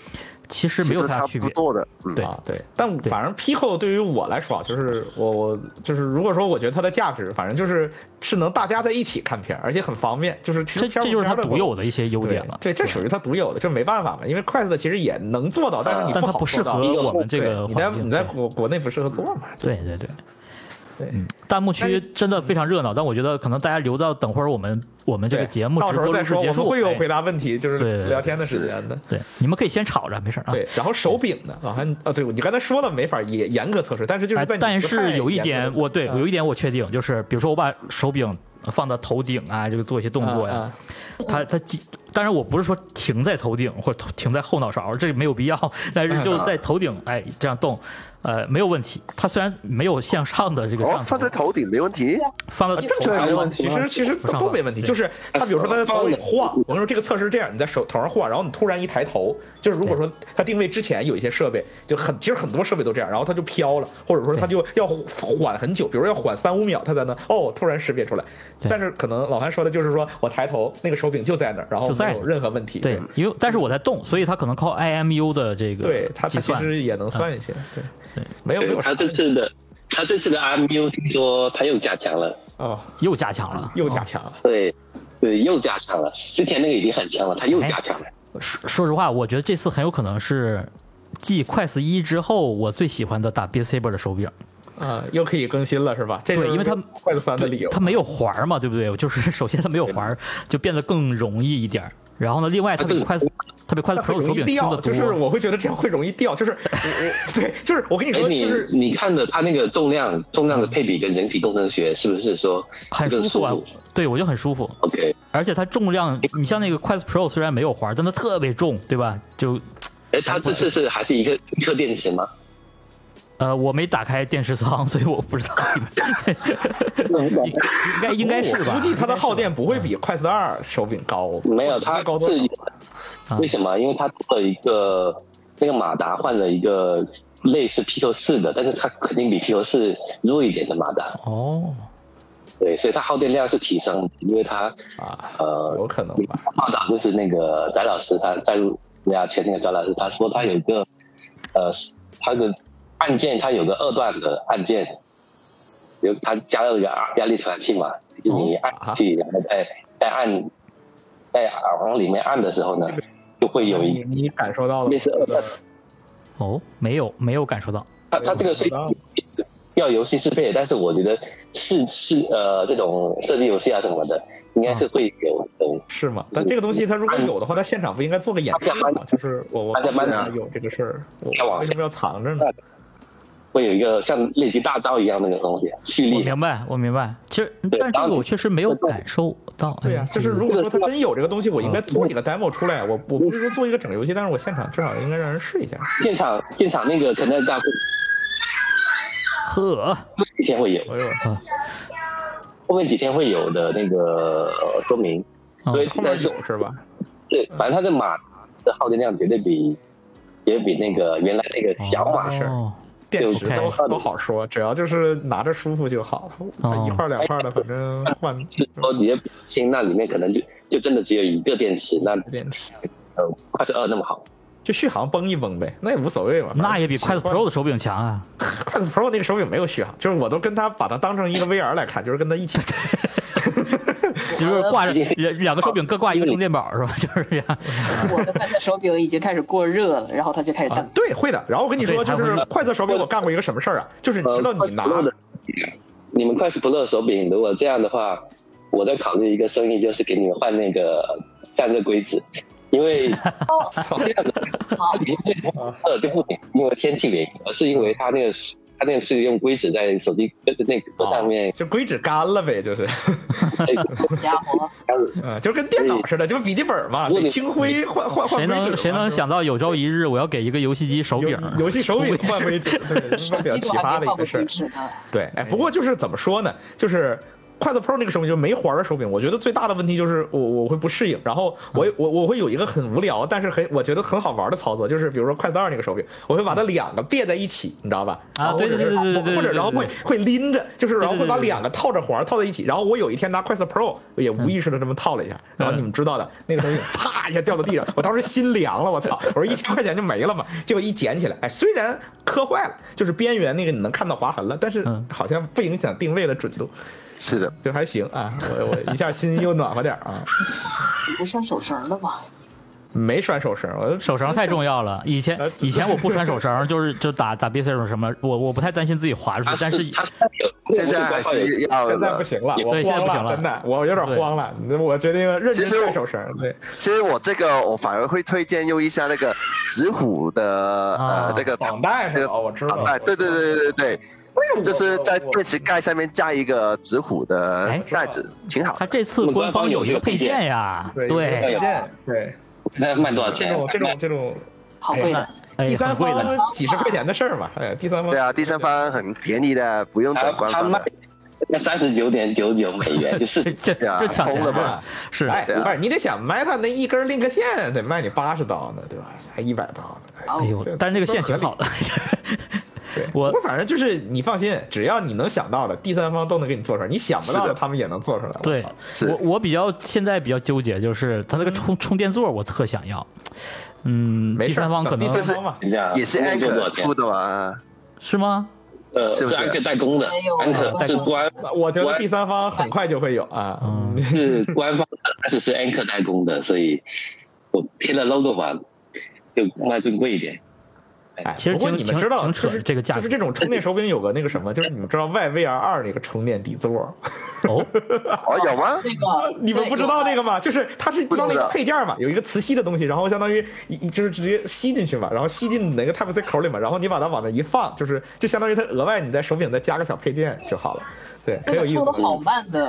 S1: 其实没有太大
S2: 差
S1: 区
S2: 不
S1: 别。
S2: 多的，嗯，
S1: 对
S4: 啊，对，但反正 Pico 对于我来说啊，就是我我就是如果说我觉得它的价值，反正就是是能大家在一起看片儿，而且很方便，就是其
S1: 这
S4: 实片儿
S1: 这就是它
S4: 片儿的
S1: 独有的一些优
S4: 对
S1: 点了。
S4: 对，这属于它独有的，这没办法嘛，因为筷子其实也能做到，但是你
S1: 但它
S4: 好
S1: 不适
S4: 做到
S1: 合
S3: 一个
S1: 我们这
S4: 对
S1: 个
S4: 你在
S1: 环境。
S4: 你在
S1: 对
S4: 国国内不适合做嘛，
S1: 对对对
S4: 对
S1: 嗯，弹幕
S4: 但
S1: 区真的非常热闹，但我觉得可能大家留到等会儿我们我们这个
S4: 对
S1: 节目
S4: 到
S1: 直
S4: 时
S1: 播
S4: 候
S1: 录
S4: 再
S1: 制
S4: 说，我
S1: 结
S4: 们
S1: 束，
S4: 会有
S1: 哎
S4: 回答问题，就
S1: 对
S4: 是
S1: 对啊
S4: 聊天的时间的。
S1: 对，你们可以先吵着，没事儿啊。
S4: 对，然后手柄呢？啊，还啊，对你刚才说了没法也严格测试，但是就是
S1: 哎
S4: 在你
S1: 但
S4: 不太
S1: 是有一
S4: 严格的
S1: 点，
S4: 测
S1: 我对
S4: 啊
S1: 有一点我确定，就是比如说我把手柄放到头顶啊，这个做一些动作
S4: 啊
S1: 呀
S4: 啊，
S1: 它它既当然我不是说停在头顶或者头停在后脑勺，这没有必要，但是
S4: 啊
S1: 就在头顶哎这样动，呃没有问题。它虽然没有向上的这个
S2: 哦
S1: 上，头
S2: 放在头顶没问题，
S1: 放到
S4: 啊，
S1: 头
S4: 正
S1: 上
S4: 常没
S1: 吗
S4: 问题，其实其实
S1: 不上
S4: 都
S1: 吧
S4: 没问题。
S1: 对
S4: 就是他，比如说他在头里晃，我跟你说这个测试是这样，你在手头上晃，然后你突然一抬头，就是如果说他定位之前有一些设备就很，其实很多设备都这样，然后他就飘了，或者说他就要缓很久，比如说要缓三五秒，他才能哦突然识别出来。
S1: 对
S4: 但是可能老韩说的就是说我抬头那个手柄就在那儿，然后
S1: 就在
S4: 没
S1: 那
S4: 有
S1: 儿
S4: 任何问题。
S1: 对，因为但是我在动，所以它可能靠 IMU 的这个
S4: 对，他
S1: 计
S4: 他其
S1: 算。啊
S4: 实也能算一些，对，没有没
S3: 对
S4: 有啥
S3: 他这次的他这次的 RMU 听说他又加强了，
S4: 哦，
S1: 又加强了，
S4: 又加强了。
S3: 对对，又加强了，之前那个已经很强了，他又加强了。
S1: 说说实话，我觉得这次很有可能是继快四一之后我最喜欢的打 Beat Saber 的手柄。
S4: 啊、又可以更新了是吧？这
S1: 对
S4: 就是
S1: 因为它
S4: 快速三的
S1: 对，
S4: 理由，
S1: 它没有环儿嘛，对不对？就是首先它没有环儿，就变得更容易一点儿。然后呢，另外它比
S3: 对
S1: 快速，它比快速
S4: 啊它
S1: Pro
S4: 很
S1: 手
S4: 容易
S1: 柄轻
S4: 掉，
S1: 得
S4: 就是
S1: 多。
S4: 我会觉得这样会容易掉，就是我对，就是我跟你
S3: 哎，
S4: 说，
S3: 你
S4: 就是
S3: 你看着它那个重量，重量的配比跟人体工程学是不是说
S1: 很舒
S3: 更
S1: 服啊
S3: 服，
S1: 对我就很舒服，
S3: ？OK，
S1: 而且它重量，你像那个快速 Pro 虽然没有环儿，但它特别重，对吧？就
S3: 哎，它这次是还是一个一颗电池吗？
S1: 呃，我没打开电视仓，所以我不知道你们 应应该应该是吧？嗯
S4: 我估计它的耗电不会比快四二手柄高，
S3: 没有，
S4: 它
S3: 它
S4: 高多少
S3: 是、
S1: 啊
S3: 为什么？因为它做了一个那个马达换了一个类似 Pico 四的，但是它肯定比 Pico 四弱一点的马达，
S1: 哦，
S3: 对，所以它耗电量是提升的，因为它
S4: 啊？
S3: 呃
S4: 有可能吧？
S3: 报道就是那个翟老师他在入人家圈那个翟老师，他说他有一个呃，他的按键他有个二段的按键，有他加了一个压压力传感器
S1: 哦
S3: 嘛，就是你按下去，然后再再按在耳环里面按的时候呢，就会有
S4: 你
S3: 一
S4: 你感受到了吗
S3: 类似二段。
S1: 哦，没有没有感受到，
S3: 他他这个是要游戏适配的，但是我觉得是是呃这种射击游戏啊什么的，应该是会有有
S4: 是吗？但这个东西它如果有的话，它现场不应该做个演示吗？就是我我
S3: 大家
S4: 不知道
S3: 搬
S4: 有这个事儿，
S3: 再
S4: 我
S3: 往
S4: 为什么要藏着呢？
S3: 会有一个像类似大招一样那个东西啊蓄
S1: 我
S3: 力。
S1: 明白，我明白。其实，
S3: 对
S1: 但这
S3: 然后
S1: 个
S3: 你
S1: 我确实没有感受到。
S4: 对呀、
S1: 哎
S4: 就是
S1: 这个
S4: 如果说它真有这个东西，
S1: 嗯
S4: 我应该做一个 demo 出来。我我不是说做一个整个游戏，但是我现场至少应该让人试一下。
S3: 现场现场那个可能大会
S1: 呵，
S3: 几天会有，
S4: 哎呦，
S3: 后面几天会有的那个呃说明，
S1: 哦
S3: 所以
S4: 后
S3: 但
S4: 面
S3: 是
S4: 有是吧？
S3: 对，反正它的马的耗电量绝对比绝对比那个原来那个小马
S4: 事儿
S1: 哦
S4: 电池
S1: 对
S4: 都
S1: OK
S4: 都好说，只要就是拿着舒服就好
S1: 哦
S4: 了。一块儿两块儿的，反正换
S3: 是说你的轻，那里面可能就就真的只有一个电池，那
S4: 电池，
S3: 呃快十二那么好，
S4: 就续航崩一崩呗，那也无所谓嘛。
S1: 那也比筷子 Pro 的手柄强啊！
S4: 筷子 Pro 那个手柄没有续航，就是我都跟它把它当成一个 VR 来看，就是跟它一起。
S1: 就是挂着
S3: 毕竟是
S1: 两两个手柄各挂一个充电宝是吧？ 就是这样。
S6: 我的那个手柄已经开始过热了，然后它就开始
S4: 啊
S6: 蹬，。
S4: 对，会的。然后我跟你
S1: 对
S4: 说，
S1: 还
S4: 就
S1: 会嗯
S4: 是筷子手柄，我干过一个什么事儿啊？就是你
S3: 呃
S4: 知道
S3: 快
S4: 你
S3: 十
S4: 拿啊
S3: 二的，你们快十 Pro 手柄如果这样的话，我在考虑一个生意，就是给你们换那个散热规子，因为
S6: 哦，
S3: 这样的
S6: 操！
S3: 呃，就不仅因为天气原因，而是因为它那个是它那个是用硅脂在手机的那个上面，
S4: 就硅脂干了 呗，就是，
S3: 哎
S6: 好家伙，
S4: 嗯，就跟电脑似的，就笔记本嘛，
S3: 我
S4: 得清灰换换换
S1: 谁
S4: 硅脂嘛。
S1: 能谁能
S4: 是吧啊
S1: 想到有朝一日我要给一个游戏机手
S4: 游
S1: 柄？
S4: 游戏手柄换 硅脂，对，这是
S6: 手
S4: 比较
S6: 机
S4: 奇
S6: 都还
S4: 葩 的一
S6: 没换过
S4: 个事儿
S1: 哎
S6: 壁。纸呢。
S4: 对，哎，不过就是怎么说呢，就是筷子 Pro 那个手柄就没环儿的手柄，我觉得最大的问题就是我我会不适应，然后我
S1: 嗯
S4: 我我会有一个很无聊，但是很我觉得很好玩的操作，就是比如说筷子二那个手柄，我会把它两个别在一起，你知道吧？
S1: 啊对对对对对对
S4: 或者然后
S1: 对
S4: 会
S1: 对
S4: 会拎着，就是然后
S1: 对
S4: 会
S1: 对对
S4: 把
S1: 对对
S4: 两个套着环儿套在一起，然后我有一天拿筷子 Pro 也无意识的这么套了一下，然后
S1: 嗯
S4: 你们知道的，那个手柄啪一下掉到地上，我当时心凉了，我操！我说一千块钱就没了嘛，结果一捡起来，哎，虽然磕坏了，就是边缘那个你能看到划痕了，但是
S1: 嗯
S4: 好像不影响定位的准度。
S2: 是的，
S4: 就还行啊，我我一下心又暖和点儿啊，
S6: 你不上手绳了吗？
S4: 没拴手绳，我
S1: 手绳太重要了。以前
S4: 呃
S1: 以前我不穿手绳，就是就打打 B C 什么，我我不太担心自己滑出去，但是
S3: 啊他现在有
S2: 现在还是要
S4: 现在
S2: 的
S4: 不。行了，
S1: 对
S4: 我
S1: 现在
S4: 慌
S1: 不行了
S4: 真的，我有点慌了，我决定认真
S2: 其实我
S4: 拴手绳，对，
S2: 其实我这个我反而会推荐用一下那个直虎的
S1: 啊
S2: 呃那个
S4: 绑带是吧？哦我知道，
S2: 绑带，对对对对对对，就是在
S4: 我
S2: 电池盖上面加一个直虎
S1: 哎
S2: 的带子，挺好
S1: 它。这次官方有一个配件呀，
S4: 对
S2: 哎
S1: 对，
S4: 有件对，
S3: 那卖多少
S4: 这
S3: 钱？
S4: 种这种这种
S6: 好贵的，
S1: 哎
S4: 第三
S1: 很贵
S4: 方
S1: 的，
S4: 都几十块钱的事儿嘛，哎，第三方
S2: 对啊，第三方很便宜的，不用
S3: 他
S2: 等官
S3: 他
S2: 方
S3: 啊卖
S2: 的。
S3: 那三十九点九九美元，就是
S1: 这这
S2: 对啊
S1: 这抢钱
S2: 疯了
S1: 啊
S2: 吧
S1: 是
S4: 哎，
S2: 对啊
S4: 不是你得想买它那一根 link 线得卖你八十刀呢，对吧？还一百刀呢。
S6: 哦
S1: 哎呦
S4: 对，
S1: 但是这个线挺好的。
S4: 对，
S1: 我
S4: 不过反正就是你放心，只要你能想到的，第三方都能给你做出来，你想不到
S2: 是的
S4: 的他们也能做出来。
S1: 对
S4: 我操
S2: 是
S1: 我我比较现在比较纠结，就是它那个充充电座我特想要，嗯，
S4: 嗯没
S1: 第
S4: 事儿
S1: 三方可
S4: 等
S1: 能
S4: 第三方嘛，
S3: 人家
S2: 也是
S3: 那个多少
S2: Anchor
S3: 钱
S2: 出？的嘛，
S1: 是吗？
S3: 呃，
S2: 是不是
S3: 安克代工的，
S6: 没有
S3: 安克是官
S4: 我觉得
S3: 我
S4: 第三方很快就会有啊。
S1: 嗯
S3: 是官方的，但是是安克代工的，所以我贴了 logo 嘛，就卖更贵一点。
S4: 哎
S1: 其实
S4: 不过
S1: 挺
S4: 你们
S1: 挺
S4: 知道，
S1: 挺
S4: 就
S1: 扯
S4: 是
S1: 这个价
S4: 就是
S1: 格
S4: 这种充电手柄有个那个什么，就是你们知道 YVR 二那个充电底座，
S1: 哦，
S2: 哦 有吗？
S6: 那个啊
S4: 你们不知道那个
S6: 个
S4: 吗？就是它是装了一
S2: 不知
S4: 个
S2: 道
S4: 配件嘛，有一个磁吸的东西，然后相当于一一就是直接吸进去嘛，然后吸进你那个 Type C 口里嘛，然后你把它往那一放，就是就相当于它额外你在手柄再加个小配件就好了。对，
S6: 那
S4: 很有
S6: 个
S4: 意思。嗯
S6: 抽的好慢的，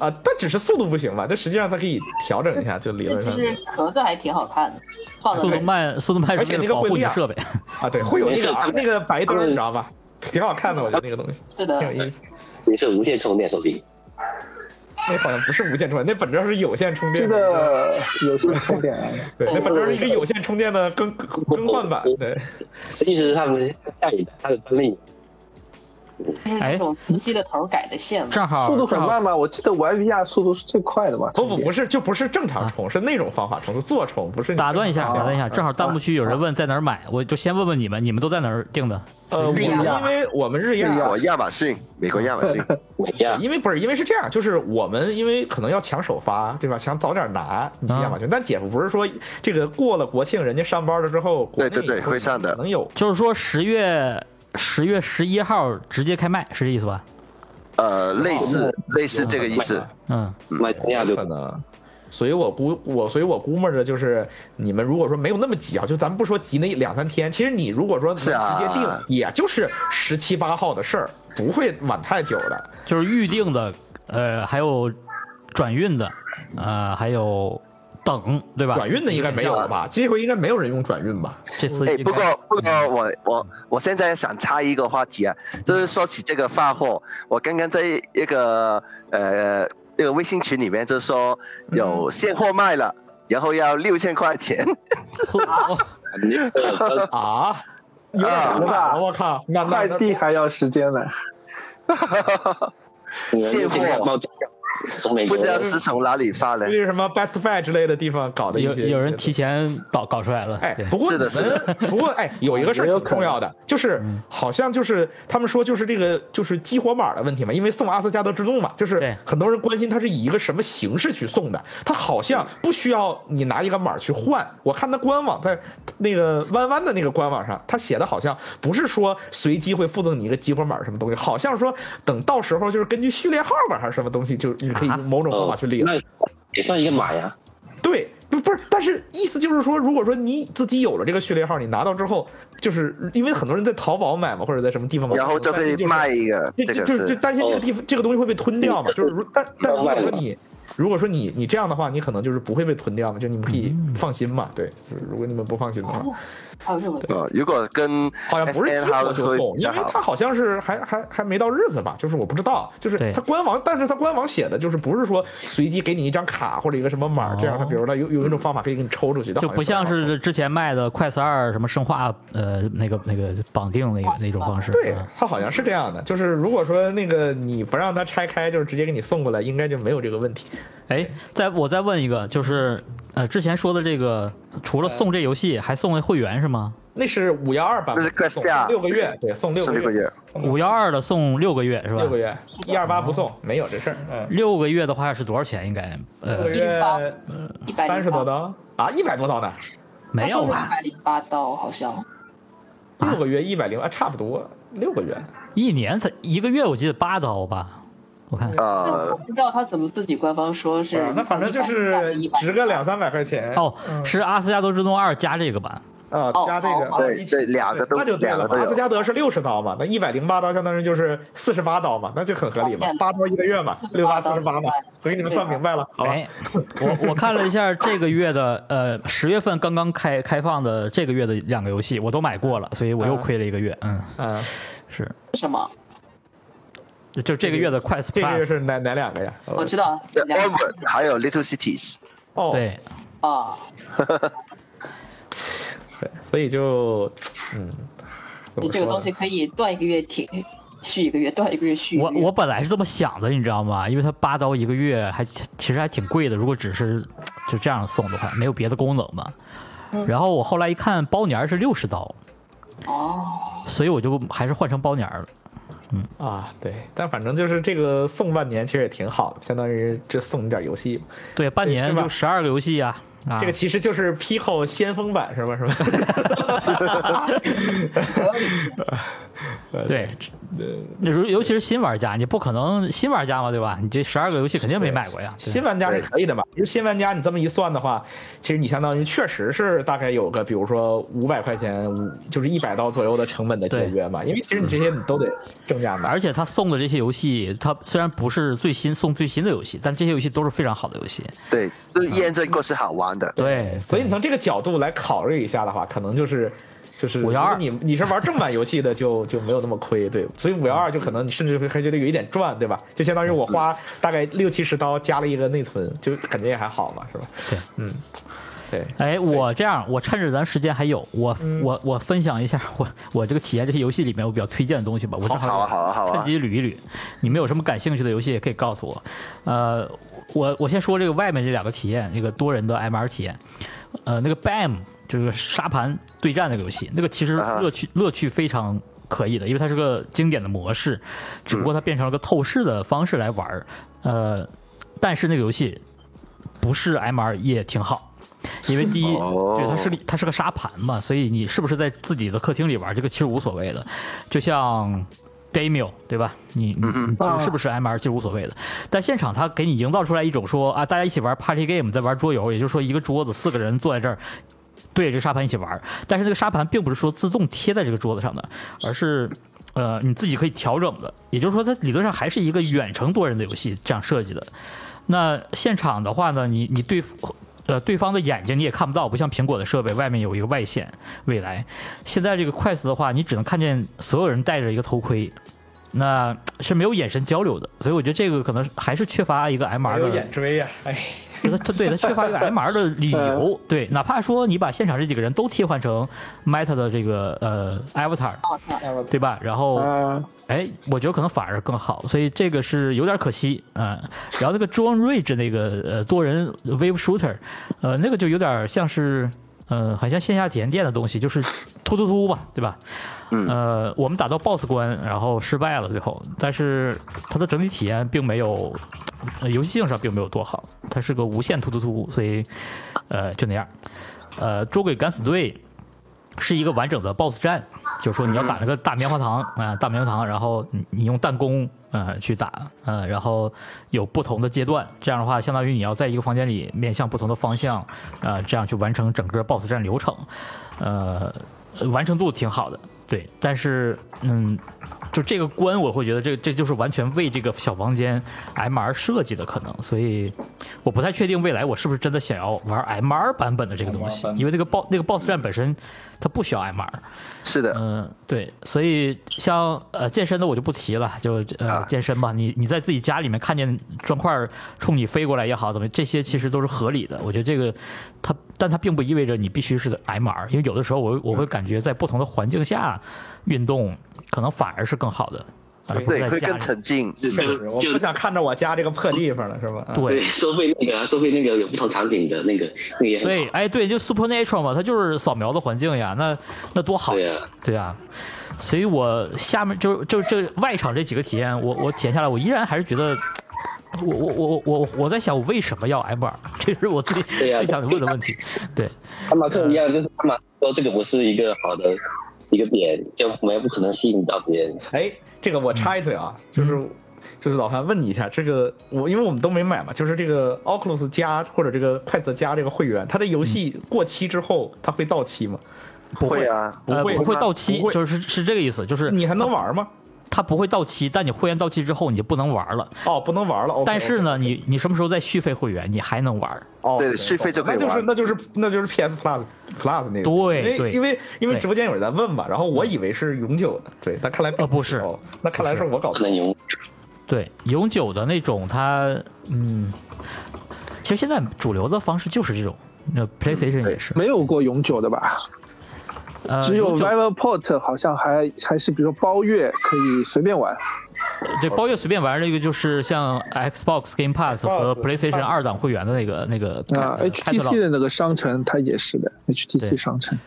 S4: 啊，但只是速度不行嘛，但实际上它可以调整一下，就理
S6: 这
S4: 论
S6: 其
S4: 上
S6: 实壳子还挺好看的，放在
S1: 速
S6: 那
S1: 度
S6: 儿
S1: 慢，速度慢
S4: 而
S1: 是
S4: 且
S1: 为了
S4: 那个
S1: 保
S4: 会
S1: 护你
S4: 亮
S1: 设备。
S4: 啊，对，会有那
S3: 没事
S4: 个啊
S3: 他
S4: 那个白灯儿，
S3: 嗯
S4: 你知道吧？挺好看的，我觉得那个东西
S6: 是
S4: 挺
S6: 的，
S4: 有意思。
S3: 你是无线充电手柄，
S4: 那好像不是无线充电，那本质上是有线充
S5: 这
S4: 电的，
S5: 个有线充电啊，
S4: 对，那本质上是一个有线充电的更更更换版，对，
S3: 意思是他们下雨的，他的专利。
S6: 就是
S4: 哎
S6: 那种磁吸的头儿改的线嘛。
S1: 正好
S5: 速度
S1: 正
S5: 很
S1: 好
S5: 慢吗？我记得 YVR 速度是最快的吧？
S4: 不不不是，就不是正常充，是那种方法充，是坐充，不是你
S1: 啊打断一下，
S4: 正常
S1: 打断一下，
S4: 啊
S1: 正好弹幕区有人问在哪儿买，我就先问问你们，你们都在哪儿订的？
S4: 呃，我
S6: 日亚
S4: 因为我们日亚
S2: 我亚马逊，美国亚马 逊，
S3: 美亚
S4: 因为不是因为是这样，就是我们因为可能要抢首发，对吧？想早点拿，你去亚
S1: 啊
S4: 马逊。但姐夫不是说这个过了国庆，人家上班了之后，国内
S2: 对对对会上的
S4: 能有
S1: 就是说十月十月十一号直接开卖，是这意思吧？
S2: 呃，类似类似这个意思。
S1: 嗯，
S3: 美亚
S4: 有
S3: 哎就
S4: 可能。所以我估我，所以我估摸着就是你们如果说没有那么急啊，就咱们不说急那两三天，其实你如果说能直
S2: 是啊
S4: 接定，也就是十七八号的事儿，不会晚太久的。
S1: 就是预定的，呃，还有转运的，呃，还有等，对吧？
S4: 转运的应该没有了吧？这回应该没有人用转运吧？
S1: 这次
S2: 哎，
S1: 应
S2: 不
S1: 该
S2: 过不过我我我现在想插一个话题啊，就是说起这个发货，我刚刚在一个呃那个微信群里面就说
S1: 嗯
S2: 有现货卖了，然后要六千块钱，
S1: 哦
S4: 啊，有点
S2: 啊
S4: 想法了，我靠！那那
S5: 快
S4: 那
S5: 递还要时间呢。
S2: 现货
S3: 从
S1: 哎
S3: 美
S2: 不
S3: 国
S2: 知道是从哪里发的。
S4: 那是什么 Best Buy 之类的地方搞的一
S1: 有
S4: 些。
S1: 有人提前搞搞出来了，
S4: 哎
S1: 对，
S4: 不过
S2: 是
S4: 你
S2: 的
S4: 们
S2: 是的
S4: 不过哎，有一个事儿
S5: 也有
S4: 挺
S5: 可能
S4: 重要的，就是
S1: 嗯
S4: 好像就是他们说就是这个就是激活码的问题嘛，因为送阿斯加德之路嘛，就是
S1: 对
S4: 很多人关心它是以一个什么形式去送的，它好像不需要你拿一个码去换。我看它官网在那个弯弯的那个官网上，它写的好像不是说随机会附赠你一个激活码什么东西，好像说等到时候就是根据序列号吧还是什么东西，就你可以
S1: 啊
S4: 某种方法去领。
S3: 哦那也算一个啊码呀。
S4: 对，不不是，但是意思就是说，如果说你自己有了这个序列号，你拿到之后，就是因为很多人在淘宝买嘛，或者在什么地方买，
S2: 然后就
S4: 担
S2: 可以
S4: 心就是
S2: 卖一个，
S4: 就
S2: 这
S4: 就
S2: 个
S1: 哦
S4: 就就是担心这个地方、这个东西会被吞掉嘛，就是如但但如果说你如果说你你这样的话，你可能就是不会被囤掉嘛，就你们可以
S1: 嗯
S4: 放心嘛。对，就是如果你们不放心的话，
S1: 哦
S6: 哦还有日文，
S2: 呃，如果跟
S4: 好像不是
S2: S N
S4: 激
S2: 哈
S4: 活
S2: 的
S4: 就
S2: 会
S4: 送，
S2: 比
S4: 因
S2: 较
S4: 为
S2: 好
S4: 它。好像是还还还没到日子吧，就是我不知道，就是
S1: 对
S4: 它官网，但是它官网写的就是不是说随机给你一张卡或者一个什么码儿这样，它
S1: 哦
S4: 比如它有有一种方法可以给你抽出去，但
S1: 就
S4: 好
S1: 不像
S4: 没有
S1: 是之前卖的快四二什么生化呃那个那个绑定那个那种方式，
S4: 对
S1: 嗯，
S4: 它好像是这样的，就是如果说那个你不让它拆开，就是直接给你送过来，应该就没有这个问题。
S1: 哎，再我再问一个，就是呃之前说的这个，除了送这游戏，还送了会员是吗？
S4: 那是五幺二版本
S2: 那是个
S4: 送
S2: 价
S4: 六个月，对，送六
S2: 是
S4: 个
S2: 六个
S4: 月，
S2: 月，
S1: 五幺二的送六个月是吧？
S4: 六个月，一二八不送，没有这事儿。嗯，
S1: 六个月的话是多少钱？应该
S4: 六
S1: 呃
S4: 个月
S6: 一百
S4: 三十
S6: 零
S4: 多
S6: 八，
S4: 刀啊，一百多刀呢，
S1: 没有
S6: 一
S1: 吧？
S6: 百零八刀好像，
S4: 六个月一百零啊，差不多六个月。
S1: 一年才一个月，我记得八刀吧？我
S4: 嗯
S1: 看
S6: 但我
S2: 呃，
S6: 不知道他怎么自己官方说是
S4: 啊，，那反正
S6: 嗯
S4: 就是值个两三百块钱
S1: 哦，是《阿斯加德之怒二》加这个版，
S4: 啊，
S6: 哦
S4: 加这个
S6: 哦
S4: 啊
S2: 对
S4: 一起
S2: 对俩个都
S4: 那就对了
S2: 两个
S4: 嘛。
S2: 都有
S4: 阿斯加德是六十刀嘛，那一百零八刀相当于就是四十八刀嘛，那就很合理嘛
S6: 哦，
S4: 八刀一个月嘛，
S6: 48
S4: 六八四十八
S6: 明
S4: 嘛
S6: 白，
S4: 我给你们算明白了，好吧？
S1: 哎，我我看了一下这个月的，呃，十月份刚刚开开放的这个月的两个游戏，我都买过了，所以我又亏了一个月。嗯，
S4: 嗯，
S1: 是，
S6: 什么？
S1: 就就这个月的 Quest
S4: 这个月
S1: Plus，
S4: 是哪哪两个呀？
S6: 我知道
S2: 这，
S6: 两
S2: Onward 还有 Little Cities，
S4: 哦，
S1: 对，
S6: 啊，
S4: 对，所以就，嗯，怎
S6: 你
S4: 么
S6: 这
S4: 说
S6: 个东
S4: 呢
S6: 西可以断一个月停，续一个月，断一个月
S4: 哦
S6: 续一
S1: 我
S6: 个月。
S1: 我本来是这么想的，你知道吗？因为它八刀一个月还，其实还挺贵的。如果只是就这样送的话，没有别的功能嘛。
S4: 嗯
S1: 然后我后来一看，包年儿是六十刀，
S6: 哦，
S1: 所以我就还是换成包年儿了。
S4: 啊，对，但反正就是这个送半年其实也挺好的，相当于这送你点游戏嘛。
S1: 对，半年
S4: 对吧
S1: 就十二个游戏啊。啊
S4: 这个其实就是 Pico 先锋版是吧？是吧？
S6: 合理性
S4: 呃
S1: 对，那如尤其是新玩家，你不可能新玩家嘛，对吧？你这十二个游戏肯定没买过呀。对
S4: 新玩家是可以的嘛？其实新玩家你这么一算的话，其实你相当于确实是大概有个，比如说五百块钱，五就是一百刀左右的成本的节约嘛。因为其实你这些你都得正价买。
S1: 而且他送的这些游戏，他虽然不是最新送最新的游戏，但这些游戏都是非常好的游戏。
S2: 对，都
S1: 嗯
S2: 验证过是好玩的。
S1: 对，
S4: 所以你从这个角度来考虑一下的话，可能就是就是
S1: 512
S4: 就是你你是玩正版游戏的就就没有那么亏，对，所以五幺二就可
S1: 嗯
S4: 能你甚至会还觉得有一点赚，对吧？就相当于我花大概六七十刀加了一个内存，就感觉也还好嘛，是吧？
S1: 对，
S4: 嗯，对，
S1: 哎，我这样，我趁着咱时间还有，我、我我分享一下我我这个体验这些游戏里面我比较推荐的东西吧。我正
S2: 好啊，好啊，好
S1: 趁
S2: 啊，
S1: 机捋一捋，你们有什么感兴趣的游戏也可以告诉我。呃，我我先说这个外面这两个体验，那个多人的 MR 体验，呃，那个 BAM 就是沙盘对战那个游戏，那个其实
S2: 啊哈
S1: 乐趣乐趣非常。可以的，因为它是个经典的模式，只不
S2: 嗯
S1: 过它变成了个透视的方式来玩儿。呃，但是那个游戏不是 MR 也挺好，因为第一，
S2: 哦
S1: 对它是个它是个沙盘嘛，所以你是不是在自己的客厅里玩，这个其实无所谓的。就像 Damio 对吧？你你你其实是不是 MR 其实无所谓的，但现场他给你营造出来一种说啊，大家一起玩 Party Game，在玩桌游，也就是说一个桌子四个人坐在这儿。对着这个沙盘一起玩，但是这个沙盘并不是说自动贴在这个桌子上的，而是呃你自己可以调整的。也就是说，它理论上还是一个远程多人的游戏这样设计的。那现场的话呢，你你对付呃对方的眼睛你也看不到，不像苹果的设备外面有一个外线。未来现在这个 Quest 的话，你只能看见所有人戴着一个头盔。那是没有眼神交流的，所以我觉得这个可能还是缺乏一个 MR
S4: 没有
S1: 的
S4: 眼追呀、哎，
S1: 他他对他缺乏一个 MR 的 理
S4: 嗯
S1: 由，对，哪怕说你把现场这几个人都替换成 Meta 的这个呃 Avatar，对吧？然后
S4: 啊
S5: 嗯，
S1: 哎，我觉得可能反而更好，所以这个是有点可惜啊、嗯然后那个 John Ridge 那个呃多人 Wave Shooter，呃，那个就有点像是呃，很像线下体验店的东西，就是突突突嘛，对吧？嗯，呃，我们打到 BOSS 关，然后失败了最后，但是它的整体体验并没有，呃游戏性上并没有多好，它是个无限突突突，所以呃就那样。呃，捉鬼敢死队是一个完整的 BOSS 战，就是说你要打那个大棉花糖啊、呃大棉花糖，然后你你用弹弓呃去打，呃，然后有不同的阶段，这样的话，相当于你要在一个房间里面向不同的方向，呃，这样去完成整个 BOSS 战流程，呃，呃完成度挺好的。对，但是嗯，就这个关，我会觉得这这就是完全为这个小房间 MR 设计的可能，所以我不太确定未来我是不是真的想要玩 MR 版本的这个东
S7: MR
S1: 西
S7: 版，本
S1: 因为那个 BOSS 那个 BOSS 战本身它不需要 MR。
S2: 是的，
S1: 嗯，对，所以像呃健身的我就不提了，就呃
S2: 啊
S1: 健身吧，你你在自己家里面看见砖块儿冲你飞过来也好，怎么这些其实都是合理的。我觉得这个它，但它并不意味着你必须是 MR，因为有的时候
S2: 嗯
S1: 我我会感觉在不同的环境下运动可能反而是更好的，而不是
S2: 对，
S1: 在
S2: 会
S1: 家
S2: 更
S1: 里。
S2: 沉浸。
S3: 就
S4: 确实，我
S3: 就
S4: 不想看着我家这个破地方了，是吧？啊
S1: 对
S3: 对，收费那个啊，收费那个有不同场景的那个，那个也很
S1: 对，
S3: 好。
S1: 哎，对，就 Supernatural 嘛，它就是扫描的环境呀，那那多好呀
S3: 对啊，
S1: 对啊，所以我下面就就这外场这几个体验，我我体验下来，我依然还是觉得，我我我我我我在想，我为什么要 M 二？ 这是我最、
S3: 对呀
S1: 最想问的问题。对，
S3: 跟马克一样，就是他马克说这个不是一个好的一个点，就我们也不可能吸引到别人。
S4: 哎，这个我插一嘴啊，就是
S1: 嗯
S4: 就是老韩问你一下，这个我因为我们都没买嘛，就是这个 Oculus 加或者这个快捷加这个会员，它的游
S1: 嗯
S4: 戏过期之后它会到期吗？
S1: 不会
S2: 会啊，
S1: 呃，
S4: 会
S1: 不会
S4: 吗
S1: 到期
S4: 不，会
S1: 就是是这个意思，就是
S4: 你还能玩吗？
S1: 它不会到期，但你会员到期之后你就不能玩了。
S4: 哦，不能玩了。
S1: 但是呢，你你什么时候再续费会员，你还能玩。
S4: 哦，
S2: 对续费就可以
S4: 那就是
S2: 玩
S4: 那就是那就是 PS Plus Plus
S1: 对
S4: 那个。因
S1: 对
S4: 为因为因为
S1: 对
S4: 直播间有人在问嘛，然后我以为是永久的，对，但看来
S1: 呃不是
S4: 哦，那看来是我搞
S3: 可
S4: 错。
S3: 能有
S1: 对，永久的那种，它嗯，其实现在主流的方式就是这种。那 PlayStation 也是，
S5: 没有过永久的吧？
S4: 啊
S1: 呃，
S5: 只有
S1: 永久
S5: Viverport 好像还还是比如说包月可以随便玩，
S1: 对，包月随便玩那个就是像 Xbox Game Pass 和 PlayStation 二档会员的那个那个
S5: 啊
S1: 呃
S5: HTC 的那个商城它也是的
S1: 对
S5: ，HTC 商城。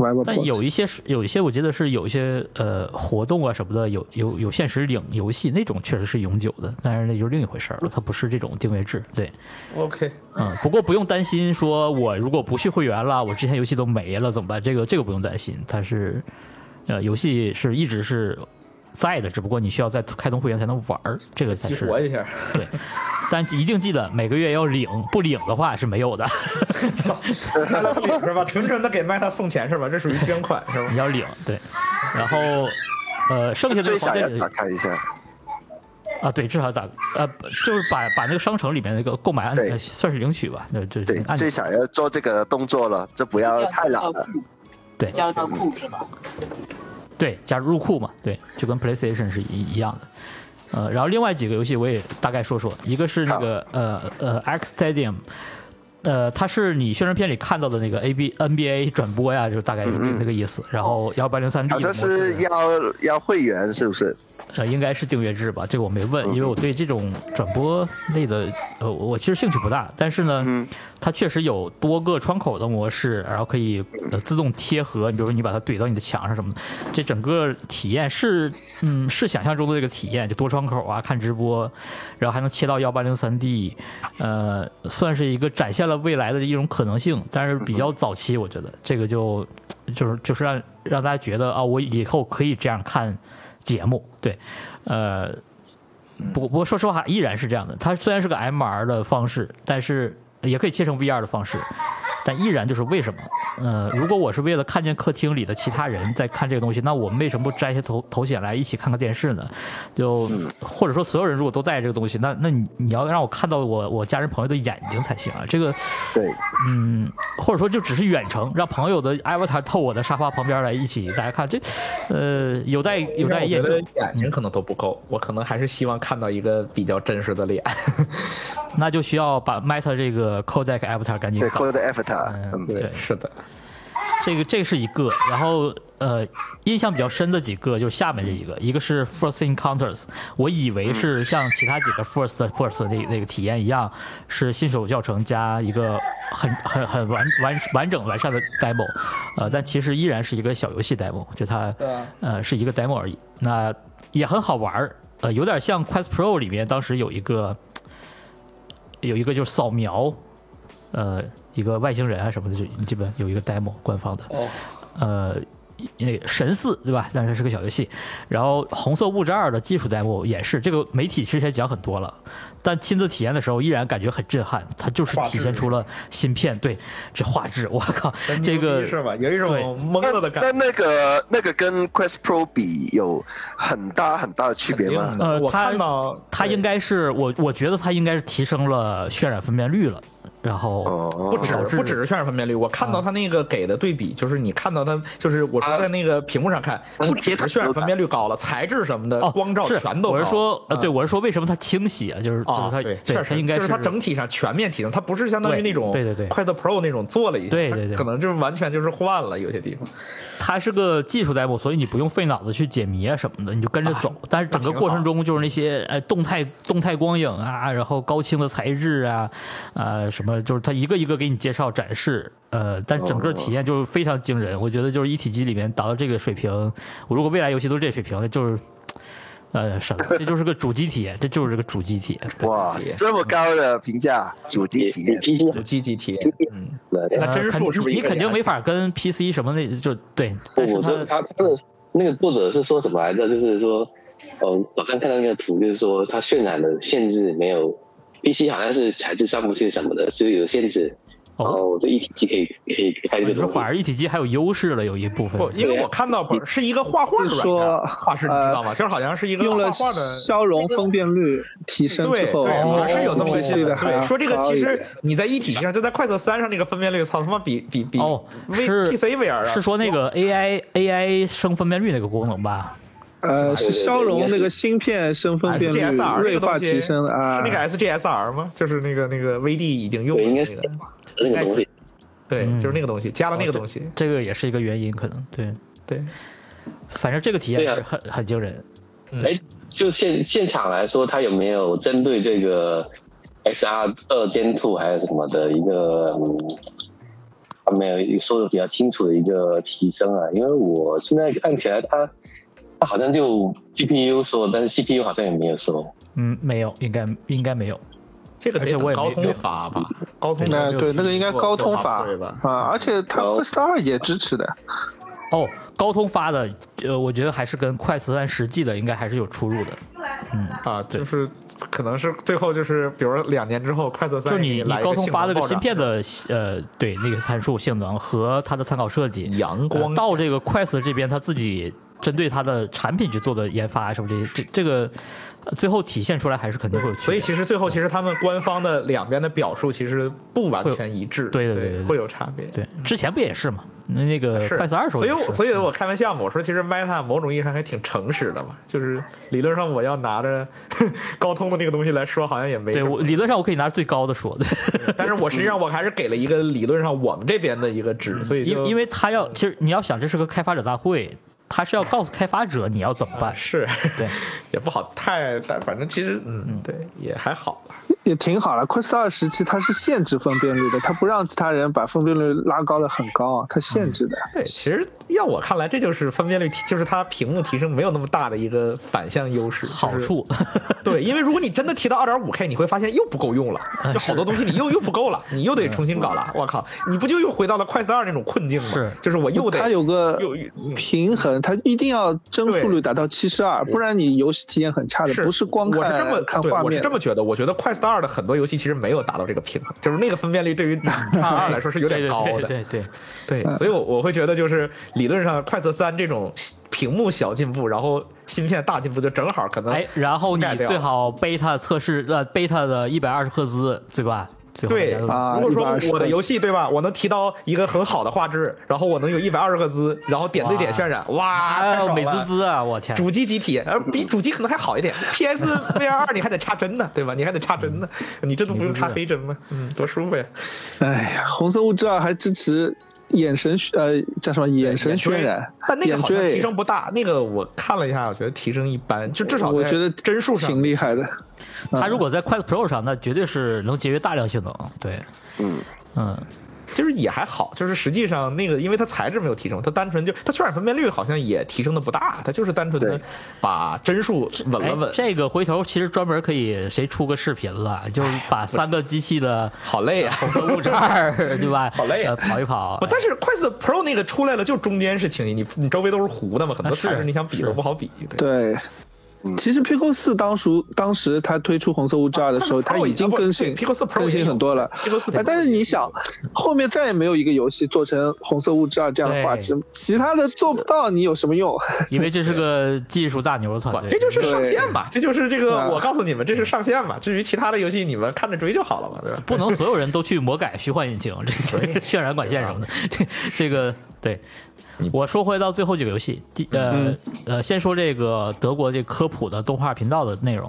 S1: 但
S5: Viverport
S1: 有一些是有一些，我记得是有一些呃活动啊什么的，有有有限时领游戏那种确实是永久的，但是那就是另一回事儿了，它不是这种定位制。对，
S4: OK，
S1: 嗯，不过不用担心，说我如果不续会员了，我之前游戏都没了怎么办？这个这个不用担心，它是呃游戏是一直是在的，只不过你需要再开通会员才能玩儿，这个才
S4: 激
S1: 是
S4: 活一下。
S1: 对，但一定记得每个月要领，不领的话是没有的。
S4: 看来不领是吧？纯纯的给 Meta 送钱是吧？这属于捐款是吧
S1: 你？要领，对。然后，呃，剩下的
S2: 最
S1: 房
S2: 想
S1: 间
S2: 要
S1: 里
S2: 打开一下，
S1: 啊，对，至少打呃，就是把把那个商城里面那个购买按
S2: 对
S1: 呃算是领取吧，那就
S2: 对，
S1: 按
S2: 最想要做这个动作了，就不要呃太懒
S6: 嗯
S2: 了。
S1: 对
S6: 加入到库是吧？
S1: 对加入库嘛，对，就跟 PlayStation 是一一样的。呃，然后另外几个游戏我也大概说说，一个是那个呃呃 X Stadium，呃，它是你宣传片里看到的那个 A B NBA 转播呀，就大概就是那个意思。然后幺八零三 D
S2: 嗯哦好像是要要会员，是不是？
S1: 呃，应该是订阅制吧，这个我没问，因为我对这种转播类的，呃，我其实兴趣不大。但是呢，它确实有多个窗口的模式，然后可以呃自动贴合，你比如说你把它怼到你的墙上什么的，这整个体验是，嗯，是想象中的这个体验，就多窗口啊，看直播，然后还能切到幺八零三 D，呃，算是一个展现了未来的一种可能性，但是比较早期，我觉得这个就就是就是让让大家觉得啊，我以后可以这样看。节目，对，呃，不不过说实话，依然是这样的。它虽然是个 MR 的方式，但是也可以切成 VR 的方式，但依然就是为什么？呃，如果我是为了看见客厅里的其他人在看这个东西，那我们为什么不摘下头头显来一起看看电视呢？就或者说所有人如果都戴着这个东西，那那你你要让我看到我我家人朋友的眼睛才行啊。这个
S2: 对，
S1: 嗯，或者说就只是远程，让朋友的 avatar 透我的沙发旁边来一起大家看这，呃，有待 有待
S4: 我觉
S1: 验
S4: 得
S1: 证。
S4: 眼睛可能都不够，我可能还是希望看到一个比较真实的脸。
S1: 那就需要把 Meta 这个 codec avatar 赶紧
S2: 对
S1: 搞。
S2: ，Code Avatar，嗯，
S1: 对
S4: 是的，
S1: 这个这是一个，然后呃，印象比较深的几个就是下面这几个，一个是 First Encounters，我以为是像其他几个 First First 那那个体验一样，是新手教程加一个很很很完完完整完善的 demo，呃，但其实依然是一个小游戏 demo，就它呃是一个 demo 而已，那也很好玩儿，呃，有点像 Quest Pro 里面当时有一个有一个就是扫描。呃，一个外星人啊什么的，就基本有一个 demo 官方的，
S7: 哦，
S1: 呃，那个神似，对吧？但是它是个小游戏。然后《红色物质二》的基础代幕也是，这个媒体之前讲很多了，但亲自体验的时候依然感觉很震撼。它就是体现出了芯片对这画质，我 靠，这个
S4: 是吧？有一种懵了的感
S2: 那那
S4: 觉。
S2: 个那个跟 Quest Pro 比有很大很大的区别吗？
S4: 肯定的
S1: 呃，
S4: 我
S1: 它
S4: 看到
S1: 它应该是我我觉得它应该是提升了渲染分辨率了，然后
S2: 哦，
S4: 不止
S1: 导致
S4: 不只是渲染分辨率，我看
S1: 嗯
S4: 到它那个给的对比，就是你看到它，就是我
S2: 啊
S4: 是在那个屏幕上看，
S2: 嗯
S4: 不只是渲染分辨率高了，材质什么的，
S1: 哦
S4: 光照
S1: 是
S4: 全都高。
S1: 我是说呃
S4: 嗯
S1: 对我是说为什么它清晰啊？就是就是
S4: 啊，
S1: 它
S4: 对，确
S1: 对
S4: 实
S1: 它应该
S4: 就是它整体上全面提升，它不是相当于
S1: 对
S4: 那种
S1: 对对对
S4: 快乐 Pro 那种做了一下，
S1: 对
S4: 它
S1: 对对
S4: 可能就是完全就是换了有些地方。
S1: 它是个技术代步，所以你不用费脑子去解谜啊什么的，你就跟着走。但是整个过程中就是那些呃动态动态光影啊，然后高清的材质啊，呃什么，就是它一个一个给你介绍展示。呃，但整个体验就是非常惊人。我觉得就是一体机里面达到这个水平，我如果未来游戏都是这水平，就是呃什么，这就是个主机体验，这就是个主机体验。对
S2: 哇，这么高的评价，主机
S3: 你
S2: 体
S3: 你
S2: 验，
S3: P C
S4: 主机机体验，嗯，
S3: 了，
S4: 那
S1: 呃
S4: 帧
S1: 肯
S4: 数是不是
S1: 你
S4: 一个
S1: 肯定
S4: 呀
S1: 没法跟 PC 什么那就对，但是
S3: 我这
S1: 它
S3: 他他的那个作者是说什么来着？就是说，嗯，早上看到那个图，就是说它渲染的限制没有，PC 好像是材质上不去什么的，所以有限制。
S1: 哦
S3: 然后我这一体机可以可以开这
S1: 你
S3: 个
S1: 说
S3: 东西
S1: 反。而一体机还有优势了，有一部分
S4: 不，。因为我看到本是一个画画的软
S5: 说
S4: 件，画是你知道吗？就是好像是一个
S5: 用了
S4: 画画的。
S5: 消融分辨率提升
S4: 对
S5: 之后，哦
S4: 对，好像是有这么
S5: 分
S4: 个
S5: 析
S4: 系
S5: 的
S4: 统。
S5: 还要
S4: 对，说这个
S5: 高
S4: 其
S5: 一
S4: 实
S5: 点
S4: 你在一体机上，就在快测三上那个分辨率，操他妈比比比
S1: 哦
S4: V
S1: 是
S4: PC VR 啊，
S1: 是说那个 AI AI 生分辨率那个功能吧？
S5: 呃
S3: 对
S5: 是
S3: 对
S5: 消融
S3: 应该
S5: 那
S3: 是
S5: 个芯片身分辨率
S4: SGSR
S5: 锐
S4: 这个东
S5: 化
S4: 西
S5: 提升的啊，
S4: 是那个 SGSR 吗？就是那个那个 VD 已经用
S3: 对，应该
S4: 了
S3: 是
S4: 那个，
S3: 那个东西。
S4: 对，
S1: 嗯
S4: 就是那个东西，加了那个
S1: 哦
S4: 东西，
S1: 这个也是一个原因，可能对，
S4: 对，
S1: 反正这个体
S3: 对
S1: 验
S3: 啊
S1: 是很、很惊人。
S3: 哎，就现现场来说，它有没有针对这个 XR 二监兔还有什么的一个，嗯，它没有说的比较清楚的一个提升啊？因为我现在看起来它，它好像就 GPU 说，但是 CPU 好像也没有说。
S1: 嗯，没有，应该应该没有。
S4: 这个
S1: 而且
S4: 得
S1: 我
S4: 等
S1: 也没嗯
S4: 高通发吧，高通
S5: 那
S4: 没有
S5: 对
S4: 提
S5: 那个应该
S4: 过
S5: 高
S4: 做
S5: 通
S4: 发
S5: 发
S4: 布会吧？
S5: 啊，而且它
S3: 然后
S5: Quest 二也支持的，
S1: 哦，高通发的，呃，我觉得还是跟快速三实际的应该还是有出入的。
S4: 啊，就是可能是最后就是，比如说两年之后，快速三
S1: 就你你
S4: 来一
S1: 高通
S4: 性能
S1: 发了个
S4: 爆
S1: 芯
S4: 炸
S1: 片的呃，对那个参数性能和它的参考设计，
S4: 阳光
S1: 呃到这个快速这边它自己针对它的产品去做的研发啊什么这些，这这个呃最后体现出来还是肯定会有区别。
S4: 所以其实最后其实他们官方的两边的表述其实不完全一
S1: 会
S4: 致，
S1: 有对对
S4: 对
S1: 对对对
S4: 会有差别。
S1: 对，之前不也是嘛？那那个
S4: 是
S1: 快速二手
S4: 所以
S1: 也是，嗯
S4: 我所以我开玩笑嘛，我说其实 Meta 某种意义上还挺诚实的嘛，就是理论上我要拿着 高通的那个东西来说，好像也没
S1: 对
S4: 什么
S1: 我理论上我可以拿最高的说，对，
S4: 但是我实际上我还是给了一个理论上我们这边的一个值，所以
S1: 嗯因
S4: 就
S1: 因为他要，其实你要想，这是个开发者大会，他是要告诉开发者你要怎么办。
S4: 啊是
S1: 对，
S4: 也不好太，但反正其实嗯对也还好吧。
S5: 也挺好了。Quest 二时期它是限制分辨率的，它不让其他人把分辨率拉高的很高，啊
S4: 嗯
S5: 它限制的。
S4: 对，其实要我看来，这就是分辨率提，就是它屏幕提升没有那么大的一个反向优势
S1: 好。处，
S4: 就是对，因为如果你真的提到二点五 K，你会发现又不够用了，就好多东西你又又不够了，你又得重新搞了。我靠，你不就又回到了快四二那种困境吗？
S1: 是
S4: 嗯就是我又得
S5: 它有个
S4: 又又嗯
S5: 平衡，它一定要帧数率达到七十二，不然你游戏体验很差的。不是光
S4: 我是
S5: 看
S4: 这么
S5: 看
S4: 对
S5: 画
S4: 我是
S5: 面
S4: 这
S5: 的。
S4: 么觉得。我觉得快 s t a r 的很多游戏其实没有达到这个平衡，就是那个分辨率对于 叉二来说是有
S1: 对对
S4: 点高
S1: 对
S4: 的。
S1: 对对，
S4: 对
S5: 嗯
S4: 所以我我会觉得就是理论上快测三这种屏幕小进步，然后芯片大进步，就正好可能
S1: 哎，然后你
S4: 盖掉
S1: 最好 beta 测试，呃，beta 的一百二十赫兹，对吧？最后
S4: 对
S1: 大家都
S5: 啊
S4: 如果说
S5: 120
S4: 我的游戏对吧，我能提到一个很好的画质，然后我能有一百二十赫兹，然后点对点渲染，哇，太
S1: 哎
S4: 爽
S1: 呦
S4: 了
S1: 美滋滋啊！我天，
S4: 主机集体，而比主机可能还好一点。PS VR 二你还得插 针呢，对吧？你还得插针呢，
S1: 嗯
S4: 你真的不用插黑针吗？嗯，多舒服呀！
S5: 哎呀，红色物质二还支持眼神呃叫什么眼神渲染，
S4: 但那个
S5: 眼
S4: 好像提
S5: 锥，
S4: 升不大。那个我看了一下，我觉得提升一般，就至少
S5: 我
S4: 在
S5: 觉得
S4: 帧数上
S5: 挺厉害的。
S1: 它如果在快 Pro 上，那绝对是能节约大量性能。对，嗯嗯，
S4: 就是也还好，就是实际上那个，因为它材质没有提升，它单纯就它渲染分辨率好像也提升的不大，它就是单纯的
S2: 对
S4: 把帧数稳
S1: 哎
S4: 了稳，
S1: 这个回头其实专门可以谁出个视频了，就是把三个机器的
S4: 好累啊。
S1: 红色物质二， 对吧？
S4: 好累啊
S1: 呃跑一跑
S4: 不，。但是快速的 Pro 那个出来了，就中间是清晰，你你周围都是糊的嘛，很多
S1: 啊 是
S4: 材质你想比都不好比。对
S5: 对
S2: 嗯。
S5: 其实 Pico 四当时当时它推出红色物质二的时候，
S4: 啊但
S5: 它
S4: 是 Pro
S5: 已经
S4: 已经
S5: 更新
S4: 对，Pico 4 Pro
S5: 更新很多了。
S4: ，Pico 四
S5: 哎，但是你想，后面再也没有一个游戏做成红色物质二这样的画质，其他的做不到，你有什么用？
S1: 因为这是个技术大牛的
S4: 不
S1: 团，队，
S4: 这就是上限吧，这就是这个，
S5: 对
S4: 我告诉你们，这
S1: 嗯
S4: 是上限嘛。至于其他的游戏，你们看着追就好了嘛，对吧？
S1: 不能所有人都去魔改虚幻引擎，这这个渲染管线什么的，这这个对。我说回到最后几个游戏，第呃呃，先说这个德国这科普的动画频道的内容，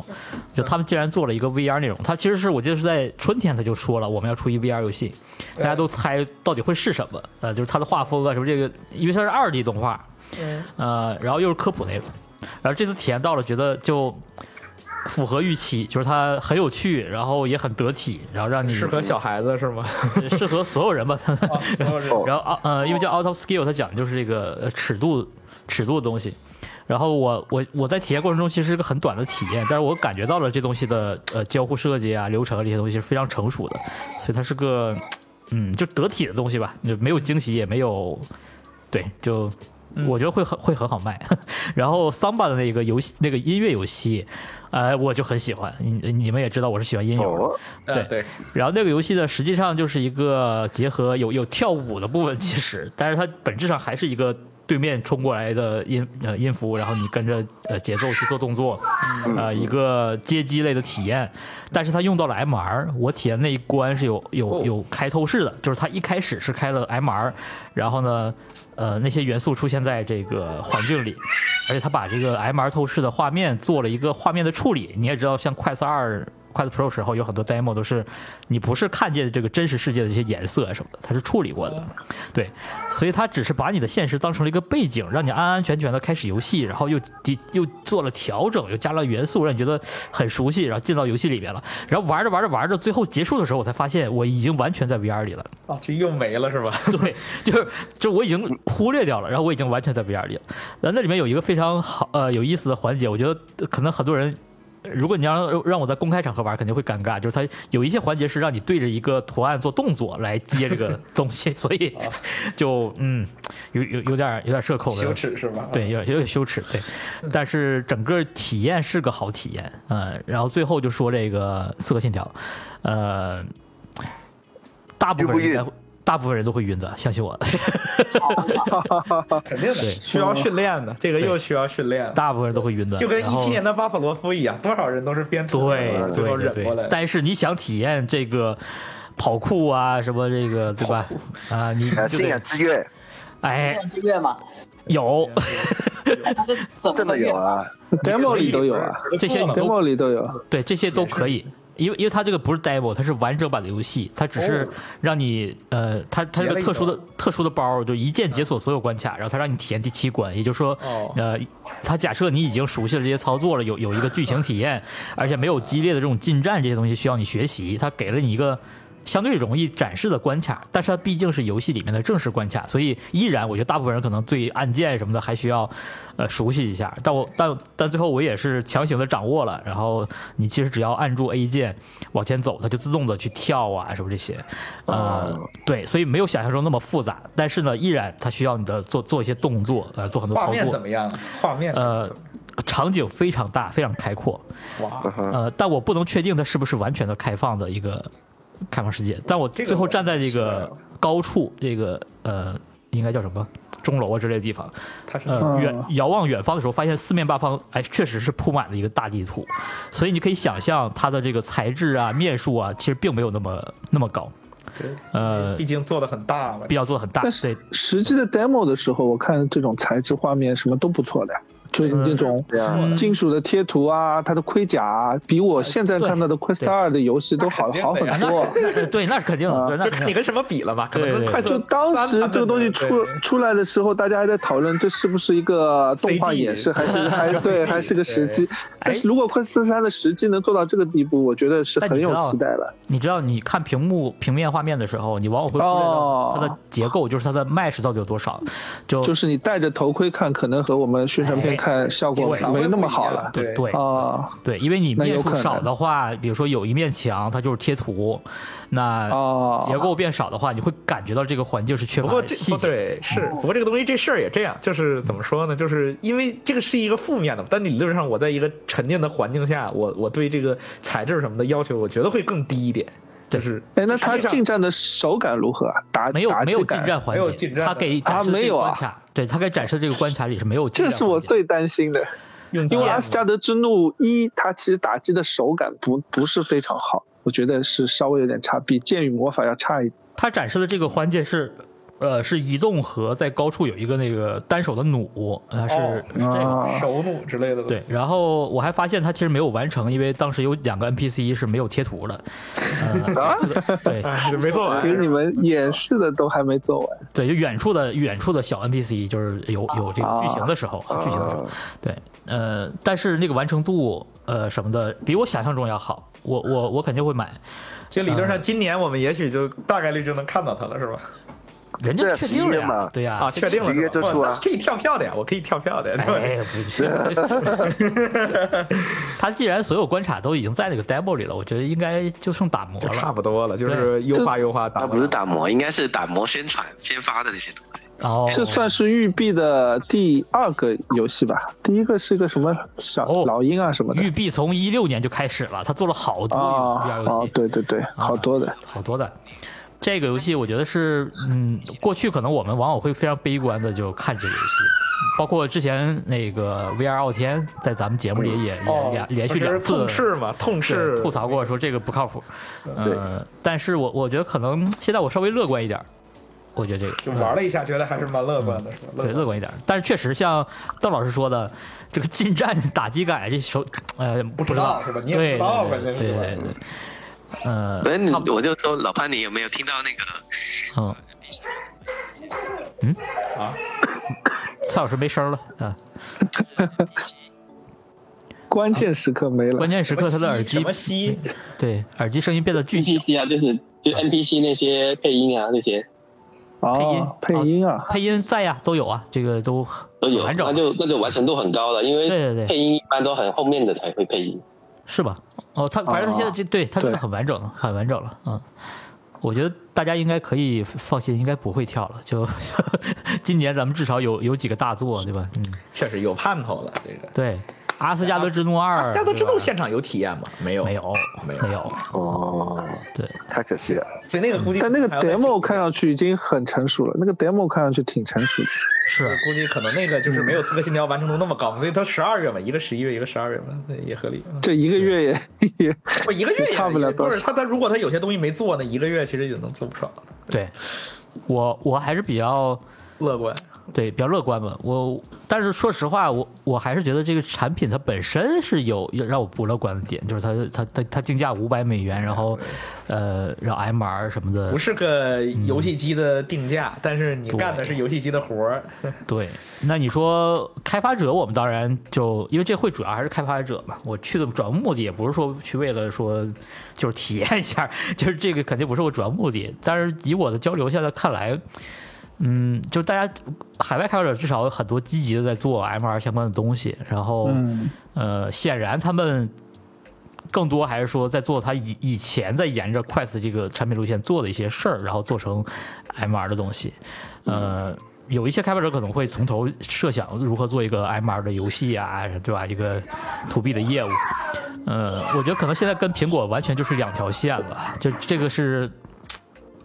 S1: 就他们竟然做了一个 VR 内容，它其实是我记得是在春天他就说了我们要出一 VR 游戏，大家都猜到底会是什么，呃，就是它的画风啊什么这个，因为它是二 D 动画，呃，然后又是科普内容，然后这次体验到了，觉得就符合预期，就是它很有趣，然后也很得体，然后让你
S4: 适合小孩子是吗？
S1: 适合所有人吧。他 们
S4: 所有人
S2: 哦
S1: 然后啊呃，因为叫 out of scale，它讲的就是这个呃尺度尺度的东西。然后我我我在体验过程中其实是个很短的体验，但是我感觉到了这东西的呃交互设计啊、流程啊这些东西是非常成熟的，所以它是个嗯就得体的东西吧，就没有惊喜也没有对，就
S4: 嗯
S1: 我觉得会很会很好卖。 然后桑巴的那个游戏那个音乐游戏，呃我就很喜欢，你你们也知道我是喜欢音乐的，
S2: 哦，
S1: 对
S4: 啊 对，
S1: 然后那个游戏呢，实际上就是一个结合有有跳舞的部分，其实，但是它本质上还是一个对面冲过来的音呃音符，然后你跟着呃节奏去做动作，呃一个街机类的体验。但是它用到了 MR，我体验那一关是有有有开透视的，就是它一开始是开了 MR，然后呢。呃，那些元素出现在这个环境里，而且它把这个 MR 透视的画面做了一个画面的处理。你也知道，像快速二、快速 Pro 时候有很多 demo 都是你不是看见这个真实世界的这些颜色什么的，它是处理过的。对，所以它只是把你的现实当成了一个背景，让你安安全全的开始游戏，然后又的又做了调整，又加了元素，让你觉得很熟悉，然后进到游戏里面了。然后玩着玩着玩着，最后结束的时候，我才发现我已经完全在 VR 里了。
S4: 啊，这又没了是吧？
S1: 对，就是就我已经忽略掉了，然后我已经完全在 VR 里了。那那里面有一个非常好呃有意思的环节，我觉得可能很多人。如果你让让我在公开场合玩，肯定会尴尬。就是它有一些环节是让你对着一个图案做动作来接这个 东西，所以就嗯，有有有点有点社恐了，
S4: 羞耻是吧？
S1: 对，有有点羞耻， 对。但是整个体验是个好体验，呃，然后最后就说这个《刺客信条》，呃，大部分人应该
S2: 晕不
S1: 会大部分人都会晕的，相信我，
S4: 肯定的，
S1: 对
S4: 需要训练的，这个又需要训练，
S1: 大部分人都会晕的，
S4: 就跟
S1: 然
S4: 一
S1: 后
S4: 七年的巴甫罗夫一样，多少人都是边走
S1: 对
S4: 边走最后
S1: 对
S4: 忍
S1: 对
S4: 过来
S1: 对，
S4: 的。
S1: 但是你想体验这个跑酷啊，什么这个对吧？啊， 你
S2: 呃，
S1: 就
S2: 信仰
S1: 得
S2: 之月
S1: 哎
S6: 这之月嘛，
S1: 有
S6: 它是怎么
S2: 真的有啊，
S5: demo 里都有啊
S1: 这些你都
S5: ，demo 里都有。
S1: 对，这些都可以，因为因为它这个不是 demo，它是完整版的游戏，它只是让你、呃，它它是
S4: 截
S1: 个
S4: 哦了一
S1: 特殊的特殊的包儿，就一键解锁所有关卡，然后它让你体验第七关，也就是说，
S4: 哦
S1: 呃，它假设你已经熟悉了这些操作了，有有一个剧情体验，而且没有激烈的这种近战这些东西需要你学习，它给了你一个。相对容易展示的关卡，但是它毕竟是游戏里面的正式关卡，所以依然我觉得大部分人可能对按键什么的还需要，呃，熟悉一下。但我但但最后我也是强行的掌握了，然后你其实只要按住 A 键往前走，它就自动的去跳啊什么这些，呃，
S4: 哦
S1: 对，所以没有想象中那么复杂，但是呢，依然它需要你的做做一些动作，呃，做很多
S4: 画
S1: 操
S4: 面
S1: 作
S4: 怎，么样？画面
S1: 呃，场景非常大，非常开阔，
S4: 哇，
S1: 呃，但我不能确定它是不是完全的开放的一个开放世界。但我
S4: 这个
S1: 最后
S4: 我
S1: 站在这
S4: 奇怪
S1: 个
S4: 了
S1: 高处，这个呃，应该叫什么钟楼啊之类的地方，
S4: 它是
S1: 呃，
S5: 嗯
S1: 远遥望远方的时候，发现四面八方，哎，确实是铺满了一个大地图，所以你可以想象它的这个材质啊、面数啊，其实并没有那么那么高，
S4: 对
S1: 呃
S4: 毕，竟做的很大嘛
S1: 必。要做的很大对
S5: 但，是实际的 demo 的时候，我看这种材质、画面什么都不错的呀。就是那种
S2: 对啊，
S1: 嗯
S5: 金属的贴图啊，它的盔甲啊，比我现在看到的 Quest 二的游戏都好
S4: 那肯定
S5: 好
S4: 的呀
S5: 很多。
S1: 呃对，那是肯
S5: 啊
S1: 定的，对，那
S4: 就
S1: 肯
S4: 看你
S1: 定。
S4: 跟什么比了嘛，可能
S1: 对
S4: 跟
S1: 对
S4: 快
S5: 就
S4: 速。
S5: 当时这个东西出出来的时候，大家还在讨论这是不是一个动画
S4: CG
S5: 演示，还是还对，还是个时机。但是如果快四三的时机能做到这个地步，我觉得是
S1: 但你
S5: 很
S1: 知
S5: 有
S1: 道啊
S5: 期待了。
S1: 你知道，你看屏幕平面画面的时候，你往往会忽略到它的
S5: 哦
S1: 结构，就是它的 mesh 到底有多少，就
S5: 就是你戴着头盔看，可能和我们宣传
S1: 哎
S5: 片看效果
S1: 对
S5: 没那么好了。
S1: 对对
S5: 哦
S1: 对，因为你
S5: 那
S1: 面
S5: 有
S1: 数
S5: 可能
S1: 少的话，比如说有一面墙，它就是贴图，那
S5: 哦，
S1: 结构变少的话，你会感觉到这个环境是缺
S4: 不
S1: 乏
S4: 过这
S1: 哎细
S4: 不
S1: 节。嗯
S4: 对是，不过这个东西这事儿也这样，就是怎么说呢？就是因为这个是一个负面的，但理论上我在一个沉淀的环境下，我我对这个材质什么的要求，我觉得会更低一点。就是
S5: 哎，那它
S4: 实际上
S5: 近战的手感如何啊？打
S1: 没有
S5: 打
S1: 没有
S5: 击
S1: 进
S5: 感
S1: 站环
S4: 没有
S1: 节，
S4: 进站
S1: 它
S4: 的
S1: 给展
S5: 啊
S1: 示的
S5: 没
S1: 这个
S5: 有
S1: 关
S5: 啊
S1: 卡，对，它给展示的这个关卡里是没有进
S5: 这
S1: 站
S5: 是
S1: 环
S5: 我
S1: 节
S5: 最担心的，
S4: 用
S5: 因为《
S4: 剑
S5: 阿斯加德之怒一》它其实打击的手感不不是非常好，我觉得是稍微有点差，比《剑与魔法》要差一点。
S1: 它展示的这个环节是，呃，是移动和在高处有一个那个单手的弩，它是、
S4: 哦
S1: 是这个。
S5: 啊
S4: 手弩之类的。
S1: 对，，然后我还发现它其实没有完成，因为当时有两个 NPC 是没有贴图的，
S2: 啊
S1: 呃，是的 对
S4: 哎，没做完
S5: 给。你们演示的都还没做完，
S1: 对，就远处的远处的小 NPC 就是有有这个剧情的时候，
S2: 啊
S1: 剧情的时候，对，呃，但是那个完成度呃什么的，比我想象中要好，我我我肯定会买，
S4: 其实理论
S1: 嗯
S4: 上今年我们也许就大概率就能看到它了，是吧？
S1: 人
S2: 对
S1: 家
S2: 啊
S1: 确
S2: 11
S1: 定了
S2: 月嘛
S1: 呀，对呀，
S4: 啊，确定了
S2: 十一月
S4: 是
S2: 就
S4: 吧
S2: 出啊
S4: 哇那可以跳票的呀，我可以跳票的呀。
S1: 哎，
S4: 对吧
S1: 不是，
S2: 啊
S1: 他既然所有关卡都已经在那个 demo 里了，我觉得应该就剩打磨
S4: 就差
S1: 了。
S4: 不多了，就是优化优化打
S3: 那
S4: 磨。
S3: 不是打磨，应该是打磨宣传宣发的那些东西。
S1: 哦，
S5: 这算是育碧的第二个游戏吧？第一个是个什么小
S1: 哦
S5: 老鹰啊什么的
S1: 育碧从一六年就开始了，他做了好多游
S5: 啊
S1: 戏
S5: 啊
S1: 游戏，，
S5: 对对对，好多的。
S1: 好多的。这个游戏我觉得是，嗯，过去可能我们往往会非常悲观的就看这个游戏，包括之前那个 VR 傲天在咱们节目里也也
S4: 哦
S1: 两，连续
S4: 就是
S1: 两次
S4: 痛斥嘛，痛
S1: 是
S4: 斥
S1: 吐槽过说这个不靠谱，呃，但是我我觉得可能现在我稍微乐观一点儿，我觉得这个
S4: 就玩了一下，觉得还是蛮乐观的，是吧？
S1: 嗯对，
S4: 观
S1: 乐观一点儿。但是确实像邓老师说的，这个近战打击感，这手呃不
S4: 知道是吧你也不
S1: 对
S4: 知道
S1: 对
S4: 关键是
S1: 对
S4: 吧
S1: 对对，呃，
S3: 所以哎你
S1: 差不多
S3: 我就说老潘，你有没有听到那个
S1: 嗯
S4: 啊，
S1: 蔡老师没声儿了啊。
S5: 关键时刻没了
S1: 关，键时刻他的耳
S4: 什
S1: 机
S4: 么吸？
S1: 对耳机声音变得巨 小，
S3: NPC 啊？就是就 NPC 那些配音啊那些
S5: 哦，
S1: 配
S5: 配
S1: 音
S5: 音啊，
S1: 配音在呀都有啊，这个都
S3: 都有，
S1: 完
S3: 那
S1: 整啊
S3: 就那就完成度很高了，因
S1: 对对对
S3: 为配音一般都很后面的才会配音。
S1: 是吧？哦，他反正他现在这对他真的
S5: 对
S1: 很完整了，很完整了，嗯。我觉得大家应该可以放心，应该不会跳了。就 今年咱们至少有有几个大作，对吧？嗯，
S4: 确实有盼头了，这个。
S1: 对，《阿斯加德之怒二》
S4: 阿
S1: 对吧，
S4: 斯加德之路现场有体验吗？没有，
S1: 没有，
S4: 没有
S1: 没有，
S2: 哦，
S1: 对，
S2: 太可惜了。
S4: 所以那个估计，
S5: 但那个 demo 看，上去已经很成熟了，那个 demo 看上去挺成熟的。
S1: 是
S4: 估计可能那个
S1: 嗯
S4: 就是没有《刺客信条》完成度那么高，所以它十二月嘛，一个十一月，一个十二月嘛，那也合理。嗯
S5: 这一个月也也
S4: 不一个月也
S5: 差不了多少
S4: 不是他他如果他有些东西没做呢，一个月其实也能做不少。
S1: 对，我我还是比较
S4: 乐观，
S1: 对比较乐观吧。我但是说实话，我我还是觉得这个产品它本身是有有让我不乐观的点，就是它它它它竞价五百美元，然后呃，然后 MR 什么的
S4: 不，是个游戏机的定价，但是你干的是游戏机的活儿，
S1: 对。那你说开发者，我们当然就因为这会主要还是开发者嘛。我去的主要目的也不是说去为了说就是体验一下， 就是这个肯定不是我主要目的。但是以我的交流现在看来，嗯，就大家海外开发者至少有很多积极的在做 MR 相关的东西，然后。
S5: 嗯，
S1: 呃，显然他们更多还是说在做他以以前在沿着 Quest 这个产品路线做的一些事儿，然后做成 MR 的东西。呃，有一些开发者可能会从头设想如何做一个 MR 的游戏啊，对吧？一个 to B 的业务。呃，我觉得可能现在跟苹果完全就是两条线了，就这个是。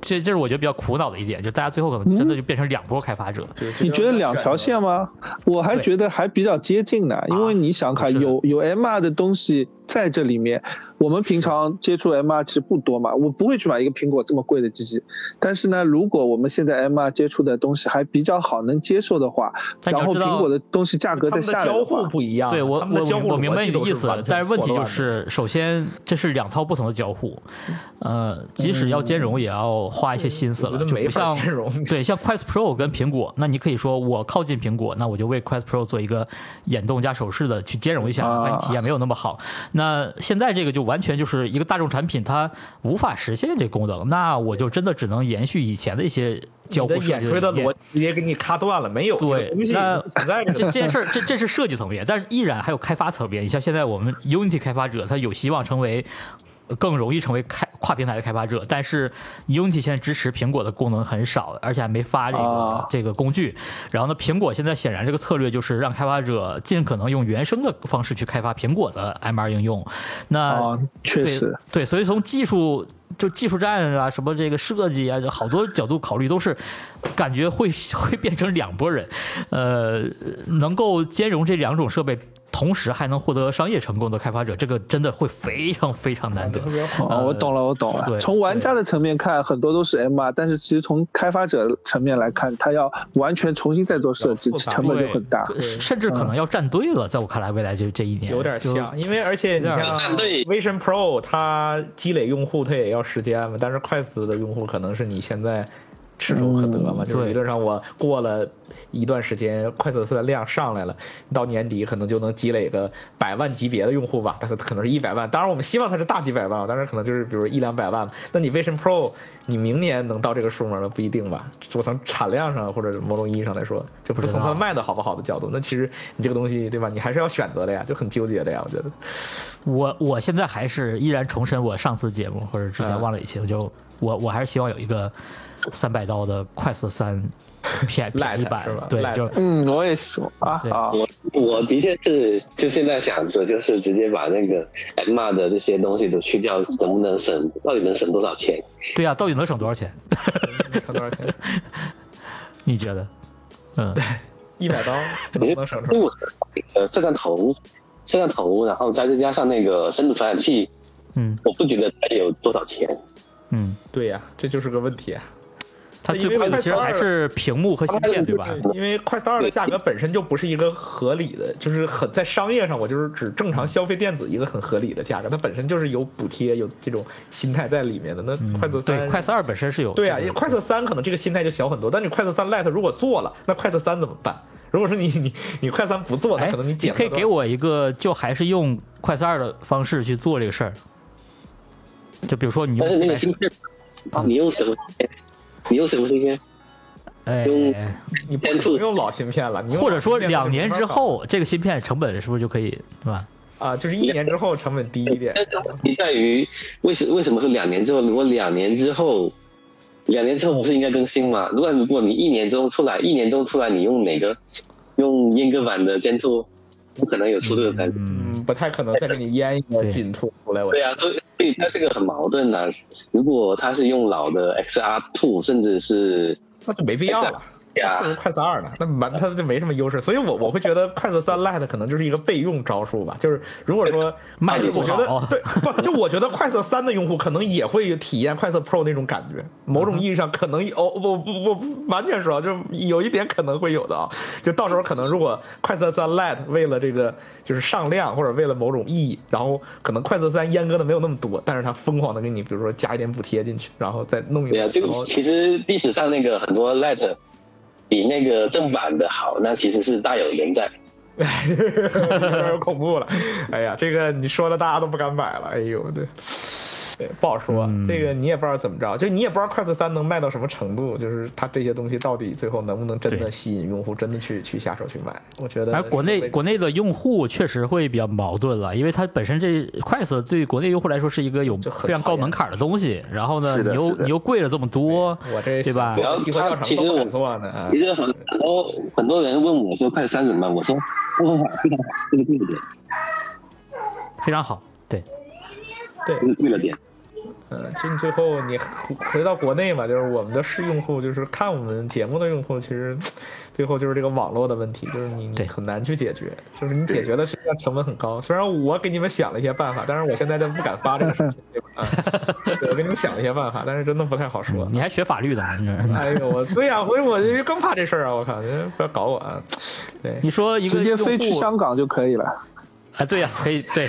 S1: 这这是我觉得比较苦恼的一点，就大家最后可能真的就变成两波开发者，
S4: 就就
S5: 你觉得两条线吗？我还觉得还比较接近呢，因为你想
S1: 啊
S5: 看
S1: 是的
S5: 有有 MR 的东西，在这里面，我们平常接触 MR 其实不多嘛，我不会去买一个苹果这么贵的机器。但是呢，如果我们现在 MR 接触的东西还比较好能接受的话，
S1: 但你
S5: 然
S1: 要
S5: 后
S1: 知道
S5: 苹果的东西价格
S4: 他
S5: 再
S4: 们的
S5: 下来的
S4: 交
S5: 话
S4: 互，不一样，
S1: 对我
S4: 他们的交
S1: 我
S4: 互
S1: 我明白
S4: 逻辑
S1: 你的
S4: 都
S1: 意思
S4: 完，全
S1: 但是问题
S4: 错
S1: 就
S4: 乱的
S1: 是，首先这是两套不同的交互，呃，即使要兼容，也要花一些心思
S4: 嗯我觉
S1: 了，
S4: 得
S1: 就
S4: 没
S1: 不
S4: 法
S1: 像
S4: 兼容。
S1: 对像 Quest Pro 跟苹果，那你可以说我靠近苹果，那我就为 Quest Pro 做一个眼动加手势的去兼容一下，
S5: 啊
S1: 但你体验没有那么好。那现在这个就完全就是一个大众产品，它无法实现这功能，那我就真的只能延续以前的一些交
S4: 你
S1: 互
S4: 的
S1: 设计
S4: 眼锥的
S1: 理念
S4: 逻辑直接给你卡断了，没有
S1: 对
S4: 这个东西
S1: 那
S4: 不存在这
S1: 这
S4: 个
S1: 这件事儿，这这是设计层面，但是依然还有开发层面。你像现在我们 Unity 开发者，他有希望成为更容易成为开跨平台的开发者，但是 Unity 现在支持苹果的功能很少，而且还没发这个、
S5: 啊
S1: 这个工具。然后呢，苹果现在显然这个策略就是让开发者尽可能用原生的方式去开发苹果的 MR 应用。那、
S5: 啊，确
S1: 对
S5: 实，
S1: 对，所以从技术就技术战啊，什么这个设计啊，就好多角度考虑，都是感觉会 会变成两拨人，呃，能够兼容这两种设备，同时还能获得商业成功的开发者，这个真的会非常非常难得。
S5: 哦，我懂了，我懂
S1: 呃对
S5: 了。从玩家的层面看，很多都是 MR，但是其实从开发者层面来看，他要完全重新再做设计，
S4: 复杂
S5: 成本就很大。
S1: 对甚至
S5: 嗯
S1: 可能要站队了。在我看来，未来这这一年
S4: 有点
S1: 就
S4: 像，因为而且你
S1: 有点
S4: 像
S3: 像
S4: Vision Pro，它积累用户它也要时间嘛，但是快速的用户可能是你现在。炙手可得嘛，就是
S1: 嗯对
S4: 理论上我过了一段时间，快速的量上来了，到年底可能就能积累个百万级别的用户吧，但是可能是一百万，当然我们希望它是大几百万啊，但是可能就是比如一两百万。那你 Vision Pro，你明年能到这个数吗？那不一定吧。我从产量上或者某种意义上来说，就不是从它
S1: 不知道
S4: 卖的好不好的角度，那其实你这个东西对吧，你还是要选择的呀，就很纠结的呀，我觉得。
S1: 我我现在还是依然重申我上次节目或者之
S4: 嗯
S1: 前忘了以前，我就我我还是希望有一个三百刀的快速三便便宜
S4: Lite
S1: 版
S4: 是吧，
S1: 对，
S4: Lite
S1: 就
S5: 嗯，我也是啊
S1: 对
S5: 啊，
S3: 我我的确是就现在想着，就是直接把那个 M R 的这些东西都去掉，能不能省？到底能省多少钱？
S1: 对呀、到底能省多少钱？
S4: 看多少钱？
S1: 你觉得？嗯，
S4: 一百刀能不能省出 来？
S3: 因为我呃摄像头，摄像头，然后再加上那个深度传感器，
S1: 嗯
S3: 我不觉得它有多少钱。
S1: 嗯，
S4: 对呀、这就是个问题啊。
S1: 它最贵的其实还是屏幕和芯片，对吧？
S4: 因为 Quest 二的价格本身就不是一个合理的，就是很在商业上，我就是指正常消费电子一个很合理的价格，它本身就是有补贴、有这种心态在里面的。那嗯快速三、
S1: 对，快速二本身是有
S4: 对啊，
S1: 这个
S4: 快速三可能这个心态就小很多，但你快速三 Lite 如果做了，那快速三怎么办？如果说你你你快三不做，那
S1: 哎，
S4: 可能你减不
S1: 可以
S4: 到
S1: 给我一个，就还是用快速二的方式去做这个事儿。就比如说你
S3: 但是那
S1: 用
S3: 个芯片，你用什么？你用什么芯片？
S1: 哎，
S3: 用
S4: 你不能用老芯片了，你用
S1: 或者
S4: 老
S1: 说
S4: 芯片
S1: 两年
S4: 没法
S1: 之
S4: 搞
S1: 后，这个芯片成本是不是就可以，对吧？
S4: 啊，就是一年之后成本低一点。
S3: 但是问题 在于，为什为什么是两年之后？如果两年之后，两年之后不是应该更新吗？如果如果你一年中出来，一年中出来，你用哪个？用阉割版的监兔，不可能有出这个版。
S1: 嗯，
S4: 嗯，不太可能再给你腌一个
S1: 对
S4: 菌吐出来。我
S3: 对啊，所以所以它这个很矛盾的、如果它是用老的 XR Two，甚至是
S4: 那就没必要了。
S3: 呀
S4: 不如快速二呢，那蛮它就没什么优势，所以我我会觉得快速三 Lite 可能就是一个备用招数吧。就是如果说
S1: 卖得
S4: 我觉
S1: 不好
S4: 得对不，就我觉得快速三的用户可能也会体验快速 Pro 那种感觉，某种意义上可能哦，我我不完全说，就有一点可能会有的啊。就到时候可能如果快速三 Lite 为了这个就是上量或者为了某种意义，然后可能快速三阉割的没有那么多，但是它疯狂的给你比如说加一点补贴进去，然后再弄一
S3: 对
S4: 个
S3: 啊，这
S4: 嗯然后
S3: 个其实历史上那个很多 Lite 比那个正版的好，那其实是大有人在。
S4: 有点恐怖了。 哎呀，这个你说的大家都不敢买了。哎呦，对，对不好说。啊
S1: 嗯
S4: 这个你也不知道怎么着，就你也不知道快速三能卖到什么程度，就是它这些东西到底最后能不能真的
S1: 对
S4: 吸引用户，真的去去下手去买？我觉得，
S1: 而哎国内国内的用户确实会比较矛盾了，因为它本身这快速对于国内用户来说是一个有
S4: 就很
S1: 非常
S4: 讨
S1: 高
S4: 厌
S1: 门槛的东西，然后呢，
S2: 是的
S1: 你又
S2: 是的
S1: 你又贵了这么多，
S4: 我这
S1: 对吧
S4: 想做机会调查
S3: 其
S4: 都
S3: 实
S4: 不
S3: 我
S4: 敢做呢。啊
S3: 其实很多很多人问我说快三怎么办，我说不方法，这个贵了点，
S1: 非常好。对，
S4: 对，
S3: 这个贵了点。
S4: 嗯，其实你最后你回回到国内嘛，就是我们的是用户，就是看我们节目的用户，其实最后就是这个网络的问题，就是你你
S1: 对
S4: 很难去解决，就是你解决的实际上成本很高。虽然我给你们想了一些办法，但是我现在都不敢发这个视频，对吧？啊，对我给你们想了一些办法，但是真的不太好说。
S1: 你还学法律的呢？你这
S4: 哎呦，我对呀、所以我就更怕这事儿啊！我靠，不要搞我啊！对，
S1: 你说一个
S5: 直接
S1: 用户
S5: 飞去香港就可以了。
S1: 啊，对呀、可以 对，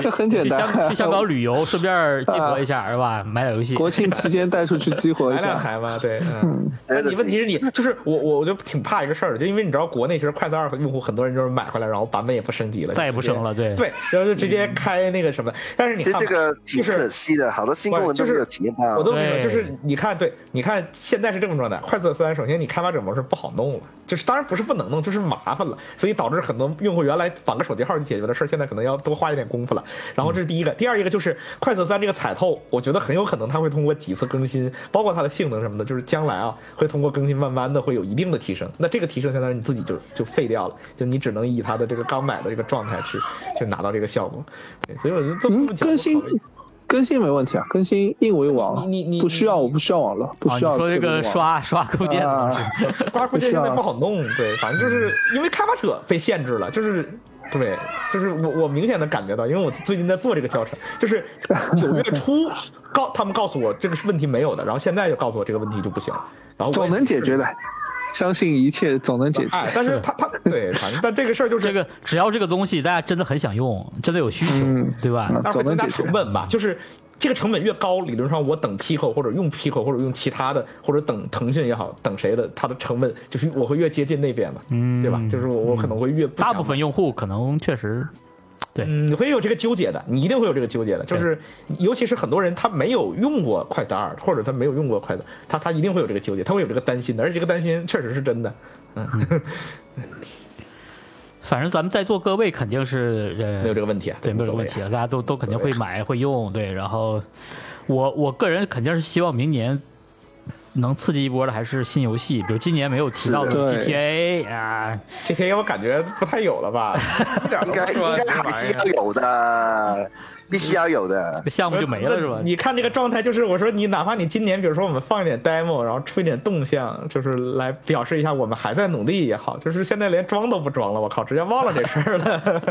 S1: 去
S5: 很简单啊
S1: 去香去香港旅 游，顺便激活一下，是吧？买点游戏，
S5: 国庆期间带出去激活 一
S1: 哎
S4: 来两
S5: 下，
S4: 台嘛，对，嗯。
S2: 哎
S4: 但你问题是你就是我，我我就挺怕一个事儿，就因为你知道国内其实快速二用户很多人就是买回来，然后版本也不升级了，
S1: 再也不
S4: 直接
S1: 升了对
S4: 对，然后就直接开那个什么，但是你
S2: 其
S4: 看
S2: 实
S4: 吧
S2: 这个挺
S4: 就是
S2: 可惜的，好多新功能都没有体验到
S5: 啊
S4: 我。都明白，
S1: 对
S4: 就是你看，对，你看现在是这种状态。快速三，首先你开发者模式不好弄了，就是当然不是不能弄，就是麻烦了，所以导致很多用户原来绑个手机号就解决的事儿，现在可能要多花一点功夫了。然后这是第一个，第二一个就是快速三这个彩透，我觉得很有可能它会通过几次更新，包括它的性能什么的，就是将来啊会通过更新慢慢的会有一定的提升。那这个提升相当于你自己就就废掉了，就你只能以它的这个刚买的这个状态去去拿到这个效果。对，所以我觉得这
S5: 嗯
S4: 么，
S5: 更新更新没问题啊，更新硬为网，
S4: 你你你
S5: 不需要，我不需要网络，不
S1: 啊，你
S5: 需要。
S1: 说这个刷刷购店的
S5: 啊
S1: 东西，，
S4: 刮胡剑现在不好弄，对，反正就是
S5: 嗯
S4: 因为开发者被限制了，就是对，就是我我明显的感觉到，因为我最近在做这个教程，就是九月 初告他们告诉我这个是问题没有的，然后现在就告诉我这个问题就不行，然后我
S5: 总
S4: 也
S5: 能解决的， 相信一切总能解决。
S4: 哎，但是他他 对，反正但这个事儿就是
S1: 这个只要这个东西大家真的很想用，真的有需求，
S5: 嗯
S1: 对吧？
S5: 嗯
S4: 但是会增
S5: 总能
S4: 加
S5: 解决
S4: 成本吧，就是。这个成本越高，理论上我等 Pico 或者用 Pico 或者用其他的，或者等腾讯也好，等谁的，它的成本就是我会越接近那边嘛，
S1: 嗯
S4: 对吧？就是我我可能会越不
S1: 大
S4: 想
S1: 部分用户可能确实
S4: 嗯，你会有这个纠结的，你一定会有这个纠结的，就是尤其是很多人他没有用过快手二，或者他没有用过快手，他他一定会有这个纠结，他会有这个担心的，而且这个担心确实是真的。
S1: 反正咱们在座各位肯定是呃
S4: 没有这个问题啊，
S1: 对，没有这个问题啊，大家都都肯定会买会用，对。然后我我个人肯定是希望明年能刺激一波的还是新游戏，比如今年没有提到的
S5: 是的
S1: GTA 啊，
S4: 这些我感觉不太有 了吧？一点儿都
S2: 应
S4: 不
S2: 该
S4: 说
S2: 应
S4: 这
S2: 该还
S4: 玩
S2: 是
S4: 意儿
S2: 要有
S4: 嗯
S2: 的，必须要有的
S1: 这。个项目就没了是吧
S4: 那？你看这个状态，就是我说你哪怕你今年，比如说我们放一点 demo，然后出一点动向，就是来表示一下我们还在努力也好，就是现在连装都不装了，我靠，直接忘了这事儿了。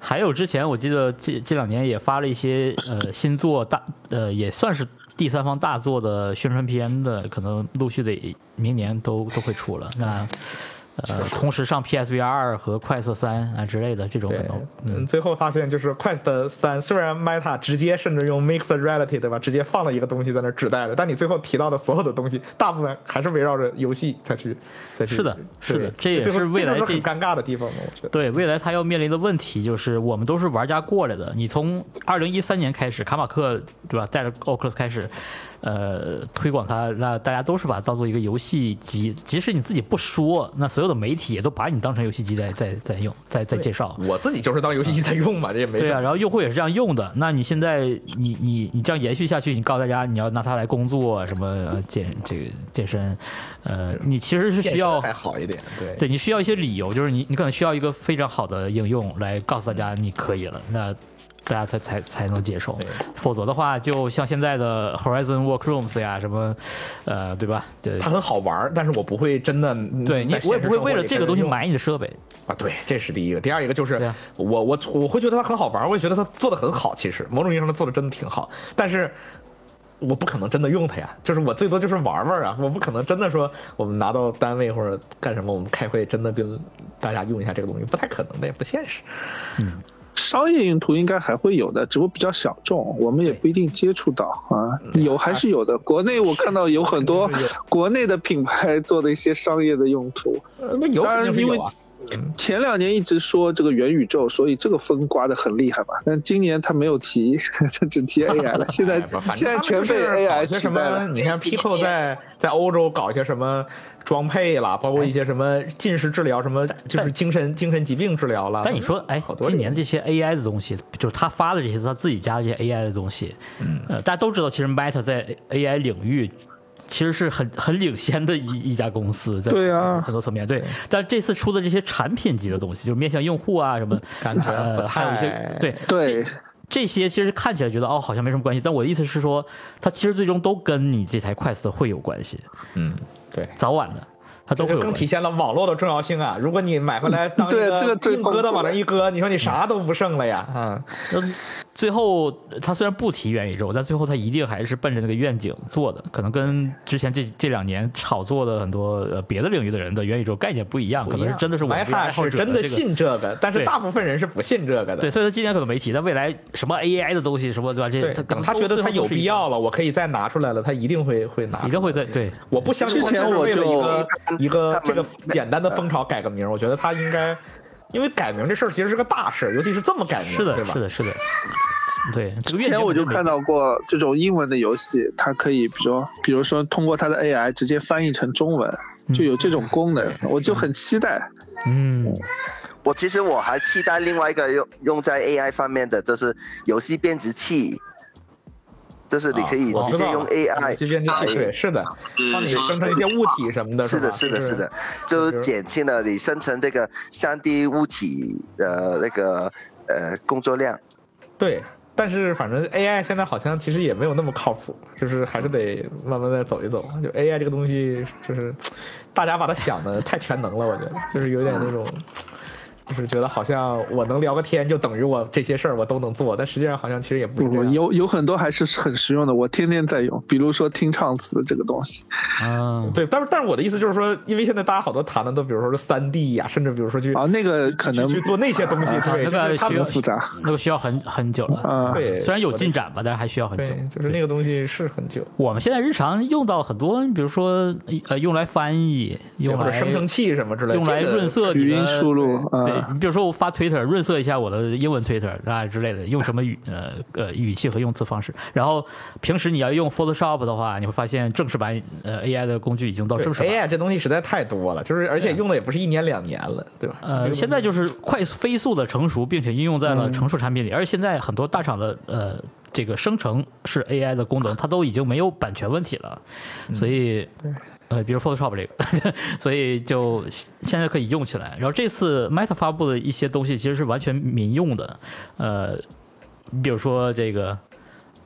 S1: 还有之前我记得这这两年也发了一些呃新作大呃也算是第三方大作的宣传片的，可能陆续得明年都都会出了。那呃同时上 PSVR 二和快色三啊之类的这种可
S4: 对
S1: 能，，
S4: 嗯，最后发现就是 Quest 三，虽然 Meta 直接甚至用 Mixed Reality 对吧，直接放了一个东西在那儿指代了，但你最后提到的所有的东西，大部分还是围绕着游戏再去再去。
S1: 是的是的
S4: 对
S1: 这也
S4: 最后
S1: 是未来
S4: 这就是
S1: 这
S4: 很尴尬的地方嘛，我觉得。
S1: 对未来他要面临的问题就是，我们都是玩家过来的。你从二零一三年开始，卡马克对吧，带着 Oculus 开始，呃，推广它，那大家都是把它当做一个游戏机，即使你自己不说，那所有的媒体也都把你当成游戏机在在在用，在在介绍。
S4: 我自己就是当游戏机在用嘛，这也没
S1: 对
S4: 啥
S1: 啊，然后用户也是这样用的。那你现在你你你这样延续下去，你告诉大家你要拿它来工作，什么呃健这个健身，呃，你其实是需要
S4: 还好一点，对
S1: 对你需要一些理由，就是你你可能需要一个非常好的应用来告诉大家你可以了，那大家才才才能接受。否则的话，就像现在的 Horizon Workrooms 呀，什么，呃，对吧？对
S4: 它，很好玩儿，但是我不会真的。
S1: 对你
S4: 在现
S1: 我也
S4: 实
S1: 不会
S4: 生活
S1: 为了
S4: 里
S1: 这
S4: 开
S1: 个
S4: 始
S1: 东西
S4: 用
S1: 买你的设备。
S4: 啊，对，这是第一个。第二一个就是、
S1: 对啊
S4: 我我我会觉得它很好玩，我也觉得它做的很好，其实某种意义上它做的真的挺好，但是。我不可能真的用它呀，就是我最多就是玩玩啊，我不可能真的说我们拿到单位或者干什么，我们开会真的跟大家用一下这个东西，不太可能的，也不现实。
S5: 商业用途应该还会有的，只不过比较小众，我们也不一定接触到啊。
S1: 嗯
S5: 有还是有的，国内我看到有很 多国内的品牌做的一些商业的用途。
S4: 呃那有
S5: 当
S4: 肯
S5: 然
S4: 定是
S5: 因为
S4: 有啊，
S5: 前两年一直说这个元宇宙，所以这个风刮得很厉害嘛。但今年他没有提， 他 只提 AI 了。现在
S4: 哎反正
S5: 现在
S4: 他们
S5: 全
S4: 就
S5: 被
S4: 是哎搞
S5: AI
S4: 一些
S5: 取
S4: 什
S5: 代
S4: 么？
S5: 了。
S4: 你看 Pico 在在欧洲搞一些什么装配啦，包括一些什么近视治疗，什么就是精神精神疾病治疗啦。
S1: 但你说，哎
S4: 好，多
S1: 今
S4: 人
S1: 年这些 AI 的东西，就是他发的这些他自己加的这些 AI 的东西，嗯，呃，大家都知道，其实 Meta 在 AI 领域其实是很很领先的一一家公司，在
S5: 对啊
S1: 很多层面对。但这次出的这些产品级的东西，就是面向用户啊什么，
S4: 嗯感觉不
S1: 呃，还有一些
S4: 太
S1: 对
S5: 对，
S1: 这些其实看起来觉得哦好像没什么关系，但我的意思是说，它其实最终都跟你这台 Quest 会有关系，
S4: 嗯，对，
S1: 早晚的，它都
S4: 这
S1: 会有
S4: 就更
S1: 关
S4: 体
S1: 系。
S4: 现了网络的重要性啊！如果你买回来当一
S5: 对这个最
S4: 硬疙瘩
S5: 痛苦
S4: 往那一搁，你说你啥都不剩了呀，嗯，
S1: 那最后它虽然不提元宇宙，但最后它一定还是奔着那个愿景做的，可能跟之前这这两年炒作的很多呃别的领域的人的元宇宙概念不一样，可能是真的是我们
S4: 埋
S1: 这个爱
S4: 塔
S1: 好
S4: 嗯是
S1: 者
S4: 真的
S1: 这个
S4: 信这个，但是
S1: 对
S4: 大部分人是不信这个的
S1: 对，。所以他今年可能没提，但未来什么 AI 的东西，什么对吧？这
S4: 对，
S1: 他
S4: 等他觉得他有必，要了，我可以再拿出来了，他一定会会拿
S1: 一。定会在对
S4: 我不相信
S5: 之
S4: 他
S5: 前
S4: 就是
S5: 我
S4: 为了一
S5: 就
S4: 个
S2: 他们
S4: 一个
S2: 他们
S4: 这个简单的风潮改个名儿，我觉得他应该，因为改名这事儿其实是个大事，尤其是这么改名，
S1: 是的，
S4: 对吧
S1: 是？的，是的，对。这个
S5: 之
S1: 愿景
S5: 前我就
S1: 肯定
S5: 看
S1: 没
S5: 到过这种英文的游戏，它可以比如比如说通过它的 AI 直接翻译成中文，
S4: 嗯
S5: 就有这种功能，我就很期待。
S1: 嗯，
S2: 我其实我还期待另外一个用用在 AI 方面的，就是游戏编辑器，就是你可以
S4: 哦我
S2: 直
S4: 知
S2: 接
S4: 道
S2: 用
S4: 了游
S2: AI
S4: 戏编辑器，对，是的，帮你生成一些物体什么的，嗯
S2: 是
S4: 吧
S2: 的，嗯是的，
S4: 就是
S2: 的，，
S4: 就
S2: 就是减轻了你生成这个三 D 物体的那个呃工作量。
S4: 对。但是反正 AI 现在好像其实也没有那么靠谱，就是还是得慢慢再走一走。就 AI 这个东西，就是大家把它想的太全能了，我觉得就是有点那种，就是觉得好像我能聊个天就等于我这些事儿我都能做，但实际上好像其实也不是这
S5: 不
S4: 样。
S5: 有有很多还是很实用的，我天天在用，比如说听唱词这个东西。
S1: 啊，
S4: 对，但是但是我的意思就是说，因为现在大家好多谈的都，比如说是三 D 呀、甚至比如说去、
S5: 啊，那个可能
S4: 去去做那些东西，
S5: 啊
S1: 那
S4: 对，就是
S1: 个
S4: 他
S1: 需
S4: 们
S1: 要
S5: 复杂
S1: 那个需要很很久了。
S5: 啊，
S4: 对，
S1: 虽然有
S4: 我的
S1: 进展吧，但是还需要很久
S4: 对，。就是那个东西是很久，
S1: 我们现在日常用到很多，比如说呃，用来翻译，
S4: 对
S1: 用
S4: 或者
S1: 来
S4: 生成器什么之类的，
S1: 用来
S4: 这个
S1: 润色你
S5: 语
S1: 的
S5: 音输入
S1: 对
S5: 啊，
S1: 你比如说我发 Twitter 润色一下我的英文 Twitter 啊之类的，用什么语呃呃语气和用词方式。然后平时你要用 Photoshop 的话，你会发现正式版呃 AI 的工具已经到
S4: 对
S1: 正式版。
S4: AI 这东西实在太多了，就是而且
S1: 啊
S4: 用的也不是一年两年了，对吧？
S1: 呃，现在就是快速飞速的成熟，并且应用在了成熟产品里。而且现在很多大厂的呃这个生成式 AI 的功能，它都已经没有版权问题了，所以呃，比如 Photoshop 这个， 所以就现在可以用起来。然后这次 Meta 发布的一些东西其实是完全民用的，呃，你比如说这个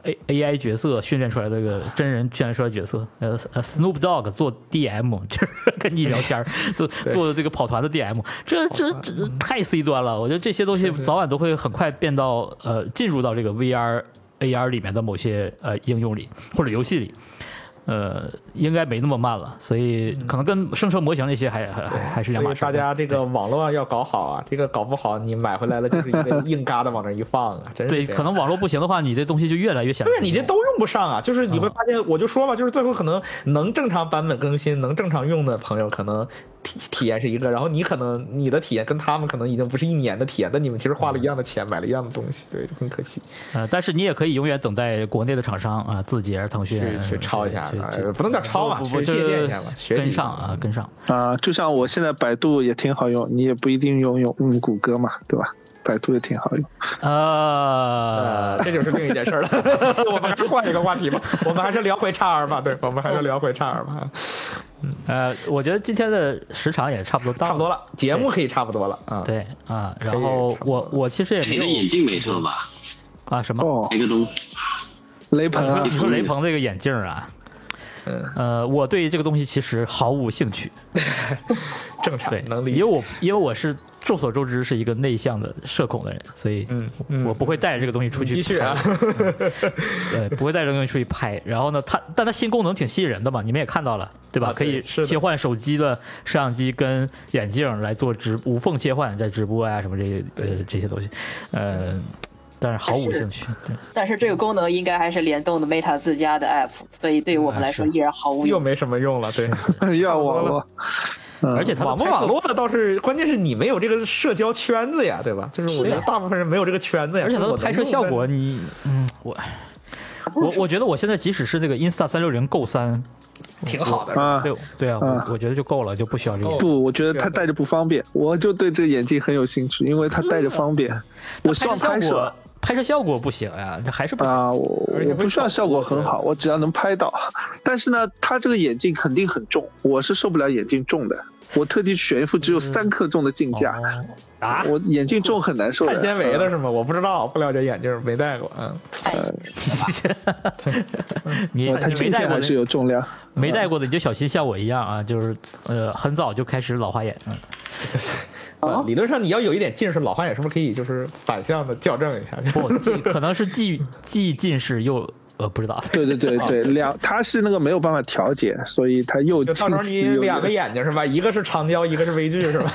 S1: A A I 角色训练出来的这个真人训练出来的角色，呃呃，Snoop Dogg 做 D M 就是跟你聊天儿，做做这个跑团的 D M，这这这这太 C 端了。我觉得这些东西早晚都会很快变到呃进入到这个 V R A R 里面的某些呃应用里或者游戏里。呃，应该没那么慢了，所以可能跟生成模型那些还还还还是两
S4: 嗯所
S1: 码
S4: 以
S1: 事儿。
S4: 大家这个网络要搞好啊，这个搞不好你买回来了就是一 个硬疙瘩往那儿一放啊，真是
S1: 对，
S4: 这样
S1: 可能网络不行的话，你这东西就越来越显得
S4: 对你这都用不上啊，就是你会
S1: 嗯
S4: 发现，我就说吧，就是最后可能能正常版本更新、能正常用的朋友，可能体体验是一个，然后你可能你的体验跟他们可能已经不是一年的体验，但你们其实花了一样的钱，买了一样的东西，对，就很可惜。
S1: 呃，但是你也可以永远等待国内的厂商啊、字节、腾讯
S4: 去去抄一下
S1: 去
S4: 吧
S1: 去
S4: 呃不能叫抄吧
S1: 不不
S4: 去
S1: 就是
S4: 借鉴一下吧嗯学习
S1: 跟上啊，跟 上。
S5: 啊，就像我现在百度也挺好用，你也不一定用用嗯谷歌嘛，对吧？百度也挺好用。
S1: 呃
S4: 呃，，这就是另一件事儿了。 我们还是换一个话题吧，我们还是聊回叉 R 吧。对，我们还是聊回叉 R 吧。
S1: 呃，我觉得今天的时长也差不多到
S4: 差不多。了，节目可以差不多了啊。
S1: 对啊，
S4: 可
S1: 然
S4: 以
S1: 后
S4: 差不多
S1: 我我其实也
S3: 你的
S1: 没
S3: 眼
S1: 有
S3: 镜没错吧？
S1: 啊什么。
S5: 哦，
S3: 那个东
S5: 雷
S1: 你
S5: 鹏
S1: 说
S5: 啊
S1: 你，说雷鹏这个眼镜儿啊，
S4: 哦嗯，
S1: 呃，我对这个东西其实毫无兴趣。
S4: 正常
S1: 对，，
S4: 啊能理
S1: 因为
S4: 解。
S1: 我因为我是众所周知是一个内向的社恐的人，所以
S4: 嗯嗯
S1: 我不会带着这个东西出去
S4: 继续
S1: 拍
S4: 啊，
S1: 对，不会带着这个东西出去拍。然后呢，它但它新功能挺吸引人的嘛，你们也看到了，对吧？
S4: 啊
S1: 可
S4: 对
S1: 以
S4: 是的
S1: 切换手机的摄像机跟眼镜来做直无缝切换，在直播啊什么这些呃这些东西，呃，但是毫无
S6: 但是
S1: 兴趣。对，
S6: 但是这个功能应该还是联动的 Meta 自家的 app，所以对于我们来说
S1: 啊是
S6: 依然毫无
S4: 又
S6: 用。
S4: 没什么用了。对，
S5: 要网络，嗯
S1: 而且它的
S4: 网不
S1: 拍摄
S4: 网络的倒是，关键是你没有这个社交圈子呀，对吧？就是我觉得大部分人没有这个圈子呀，
S1: 而且它
S4: 所以
S1: 的
S4: 我能
S1: 拍摄
S4: 用
S1: 效
S4: 在
S1: 果，你嗯，我我我觉得我现在即使是那个 Insta 三六零 Go 三，
S4: 挺好的。
S5: 啊，
S1: 对对啊，
S5: 啊
S1: 我我觉得就够了，就不需要这个眼镜。
S5: 不，我觉得他戴着不方便，我就对这眼镜很有兴趣，因为他戴着方便。
S1: 嗯
S5: 我希望
S1: 拍
S5: 拍
S1: 摄效
S5: 摄
S1: 果，拍摄效果不行呀、这还是不行。
S5: 啊，我
S4: 而且
S5: 我
S4: 会
S5: 不需要
S4: 效
S5: 效
S4: 果
S5: 果很好，我只要能拍到。但是呢，他这个眼镜肯定很重，我是受不了眼镜重的。我特地选一副只有三克重的镜架，
S1: 嗯啊，
S5: 我眼镜重很难受的。
S4: 碳纤维的是吗？我不知道，不了解眼镜，没戴过。嗯，
S1: 你
S4: 哦
S5: 呃，它
S1: 你没
S5: 镜
S1: 戴
S5: 片
S1: 过
S5: 还是
S1: 的，
S5: 有重量。
S1: 没戴过的你就小心像我一样啊，就是呃很早就开始老花眼，嗯
S4: 啊理论上你要有一点近视，老花眼是不是可以就是反向的校正一下？
S1: 不，既可能是既既近视又呃不知 道，
S5: 对对对对，两它是那个没有办法调节，所以它又
S4: 就到时
S5: 近
S4: 候
S5: 视
S4: 你
S5: 又
S4: 两个眼，睛是吧？一个是长焦，一个是微距是 吧？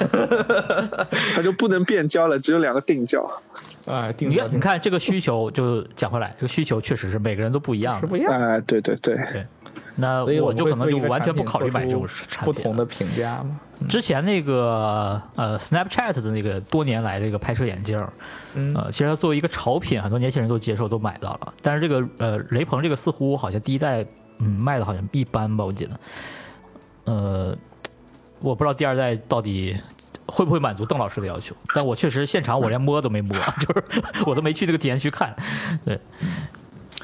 S5: 它就不能变焦了，只有两个定焦。
S4: 啊，定
S1: 你
S4: 焦
S1: 看你看这个需求就讲回来，这个需求确实是每个人都不一样
S4: 是
S1: 的，
S4: 不一样。
S5: 啊，对对对，
S1: 那
S4: 所以
S1: 我
S4: 们
S1: 就
S4: 会
S1: 可能
S4: 对
S1: 就
S4: 一个
S1: 完全
S4: 产
S1: 不
S4: 品
S1: 考虑买这
S4: 做
S1: 种
S4: 出
S1: 产
S4: 不
S1: 品
S4: 同
S1: 了
S4: 的评价嘛。
S1: 之前那个呃 Snapchat 的那个多年来这个拍摄眼镜儿，
S4: 嗯
S1: 呃，其实它作为一个潮品，很多年轻人都接受都买到了。但是这个呃雷朋这个似乎好像第一代嗯卖的好像一般吧，我记得。呃，我不知道第二代到底会不会满足邓老师的要求，但我确实现场我连摸都没 摸，就是我都没去那个体验区看。对，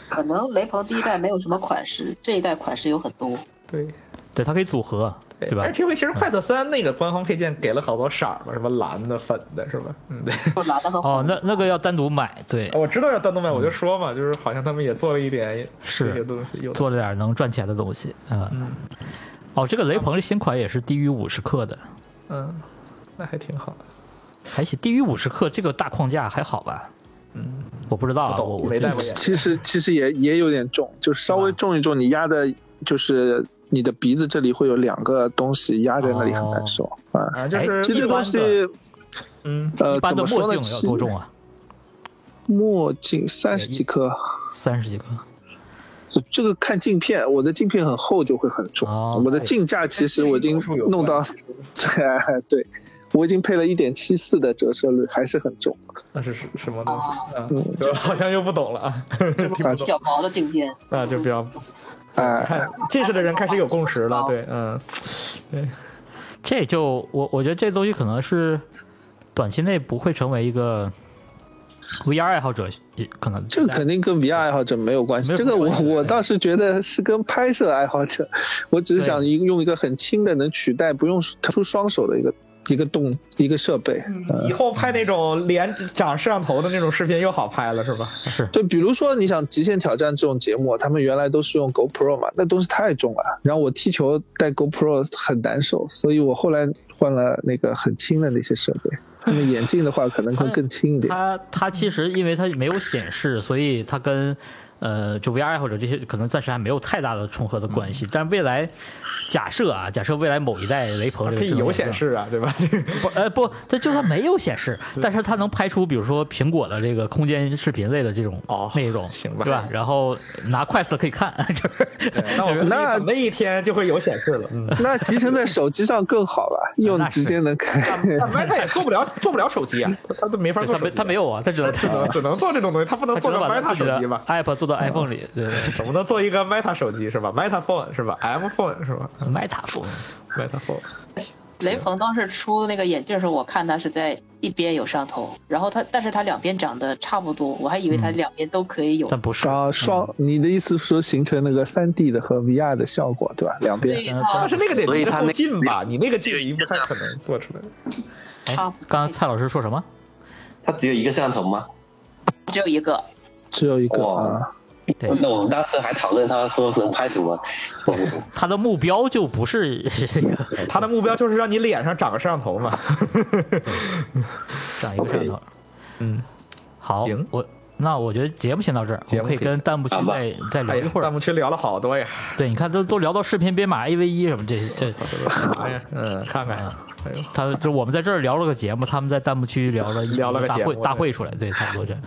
S6: 可能雷朋第一代没有什么款式，这一代款式有很多。
S4: 对。
S1: 对，它可以组合，对吧
S4: 而？这回其实
S1: 嗯
S4: 快色三那个官方配件给了好多色儿嘛，什么蓝的、粉的，是吧？嗯，对。
S6: 就蓝的和
S1: 哦
S6: 红，的。
S1: 那那个要单独买，对，
S4: 我知道要单独卖，我就说嘛，就是好像他们也做了一点
S1: 是
S4: 这些东西，有的
S1: 做了点能赚钱的东西，嗯。哦，这个雷朋这新款也是低于五十克的，
S4: 嗯，那还挺好的。
S1: 还行，低于五十克这个大框架还好吧？嗯，我不知道啊，
S4: 不懂
S1: 我我
S4: 没戴过眼
S5: 其实其实也也有点重，就稍
S4: 嗯
S5: 微重一重，你压的就是你的鼻子这里会有两个东西压在那里，很难受啊。
S4: 啊，就
S1: 哎
S4: 是
S5: 其实这东西，
S4: 嗯，
S5: 呃，
S1: 一般
S5: 怎
S1: 的
S5: 么说
S1: 墨
S5: 呢？
S1: 镜要多重啊？
S5: 墨镜三十几克，
S1: 三十几克。
S5: 这这个看镜片，我的镜片很厚就会很重。
S1: 哦
S5: 我的镜架其实我已经弄到，对 对，我已经配了一点七四的折射率，还是很重。
S4: 那是什什么东西？啊，就好像又不懂了啊，
S6: 比较薄的镜片，
S4: 那就比较
S5: 哎、
S4: 看近视的人开始有共识了，对，嗯，
S1: 这就我我觉得这东西可能是短期内不会成为一个 VR 爱好者也可能
S5: 这个肯定跟 VR 爱好者没有关系
S1: 没，有
S5: 这个我
S1: 关系
S5: 我
S1: 对
S5: 倒是觉得是跟拍摄爱好者，我只是想一用一个很轻的能取代不用腾出双手的一个一个动一个设备。
S4: 以后拍那种连长摄像头的那种视频又好拍了，是吧？
S1: 是
S5: 对，比如说你想《极限挑战》这种节目，他们原来都是用 GoPro 嘛，那东西太重了。然后我踢球带 GoPro 很难受，所以我后来换了那个很轻的那些设备。那么眼镜的话，可能会更轻一点。
S1: 它它其实因为它没有显示，所以它跟呃就 VR 爱好者这些可能暂时还没有太大的重合的关
S4: 嗯
S1: 系。但未来假设啊，假设未来某一代雷朋这个
S4: 可以
S1: 智能手
S4: 有
S1: 机啊
S4: 显示啊，对吧？这 个
S1: 不，呃，不，它就算没有显 示，但是它能拍出，比如说苹果的这个空间视频类的这种
S4: 哦
S1: 内容，
S4: 行吧
S1: 对吧？然后拿快速可以看， 就是
S4: 那我那那一天就会有显示了，嗯。
S5: 那集成在手机上更好 吧，用
S1: 那是
S5: 直接能看。
S4: 但 Meta 也做不了做不了手机啊，他他都没法
S1: 对
S4: 做
S1: 它
S4: 手
S1: 没
S4: 机，
S1: 它没有啊，它只能
S4: 只 能只能做这种东西，他不能
S1: 它只
S4: 做
S1: 能
S4: 成
S1: 把它
S4: Meta
S1: 自己
S4: 手
S1: 的
S4: 机吧？
S1: app 做到 iPhone 里， 对对
S4: 总不能做一个 Meta 手机是吧？Meta Phone 是吧？M Phone 是吧
S1: ，Meta Phone，
S4: ？Meta Phone
S6: 雷朋当时出那个眼镜的时候，我看他是在一边有摄像头，然后他但是他两边长得差不多，我还以为他两边都可以有。
S1: 但不是，
S5: 啊，双，
S1: 嗯
S5: 你的意思是说形成那个三 D 的和 VR 的效果，对吧？两
S6: 对
S5: 边。
S6: 它
S4: 但是那个得
S2: 所以
S4: 离
S2: 它
S4: 得
S2: 那
S4: 够近吧？你那个距离不太可能做出来。
S1: 哎
S6: 差不多，
S1: 刚刚蔡老师说什么？
S3: 它只有一个摄像头吗？
S6: 只有一个，
S5: 只有一个
S3: 哇
S5: 啊，
S1: 对，
S3: 那我们当时还讨论，他说能拍什么？我们
S1: 它的目标就不 是这个
S4: 他的目标就是让你脸上长个摄像头嘛。
S1: 这样一个摄像头。
S4: 嗯，
S1: 好
S4: 行，
S1: 我那我觉得节目先到这儿，我
S4: 节
S1: 们
S4: 目
S1: 可以
S4: 可以
S1: 跟弹幕区
S3: 好吧
S1: 再再聊 嗯
S4: 哎
S1: 一
S4: 呀，
S1: 会
S4: 弹
S1: 儿。
S4: 幕区聊了好多呀，
S1: 对，你看都都聊到视频编码 A V 一什么这这。
S4: 哎呀，嗯，看看，哎呦，
S1: 啊他就我们在这儿聊了个节目，他们在弹幕区聊了一
S4: 聊了个
S1: 大
S4: 节
S1: 会
S4: 目
S1: 大
S4: 对
S1: 会出来，对，差不多这样。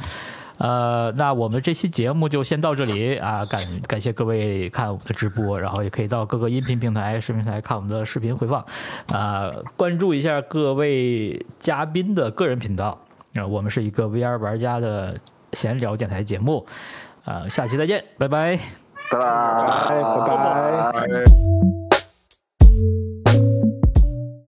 S1: 呃，那我们这期节目就先到这里啊，感感谢各位看我们的直播，然后也可以到各个音频平台、视频平台看我们的视频回放，啊、关注一下各位嘉宾的个人频道。啊、我们是一个 VR 玩家的闲聊电台节目，啊、下期再见，拜拜。
S2: 拜拜
S4: 嗯
S5: 哎，拜拜。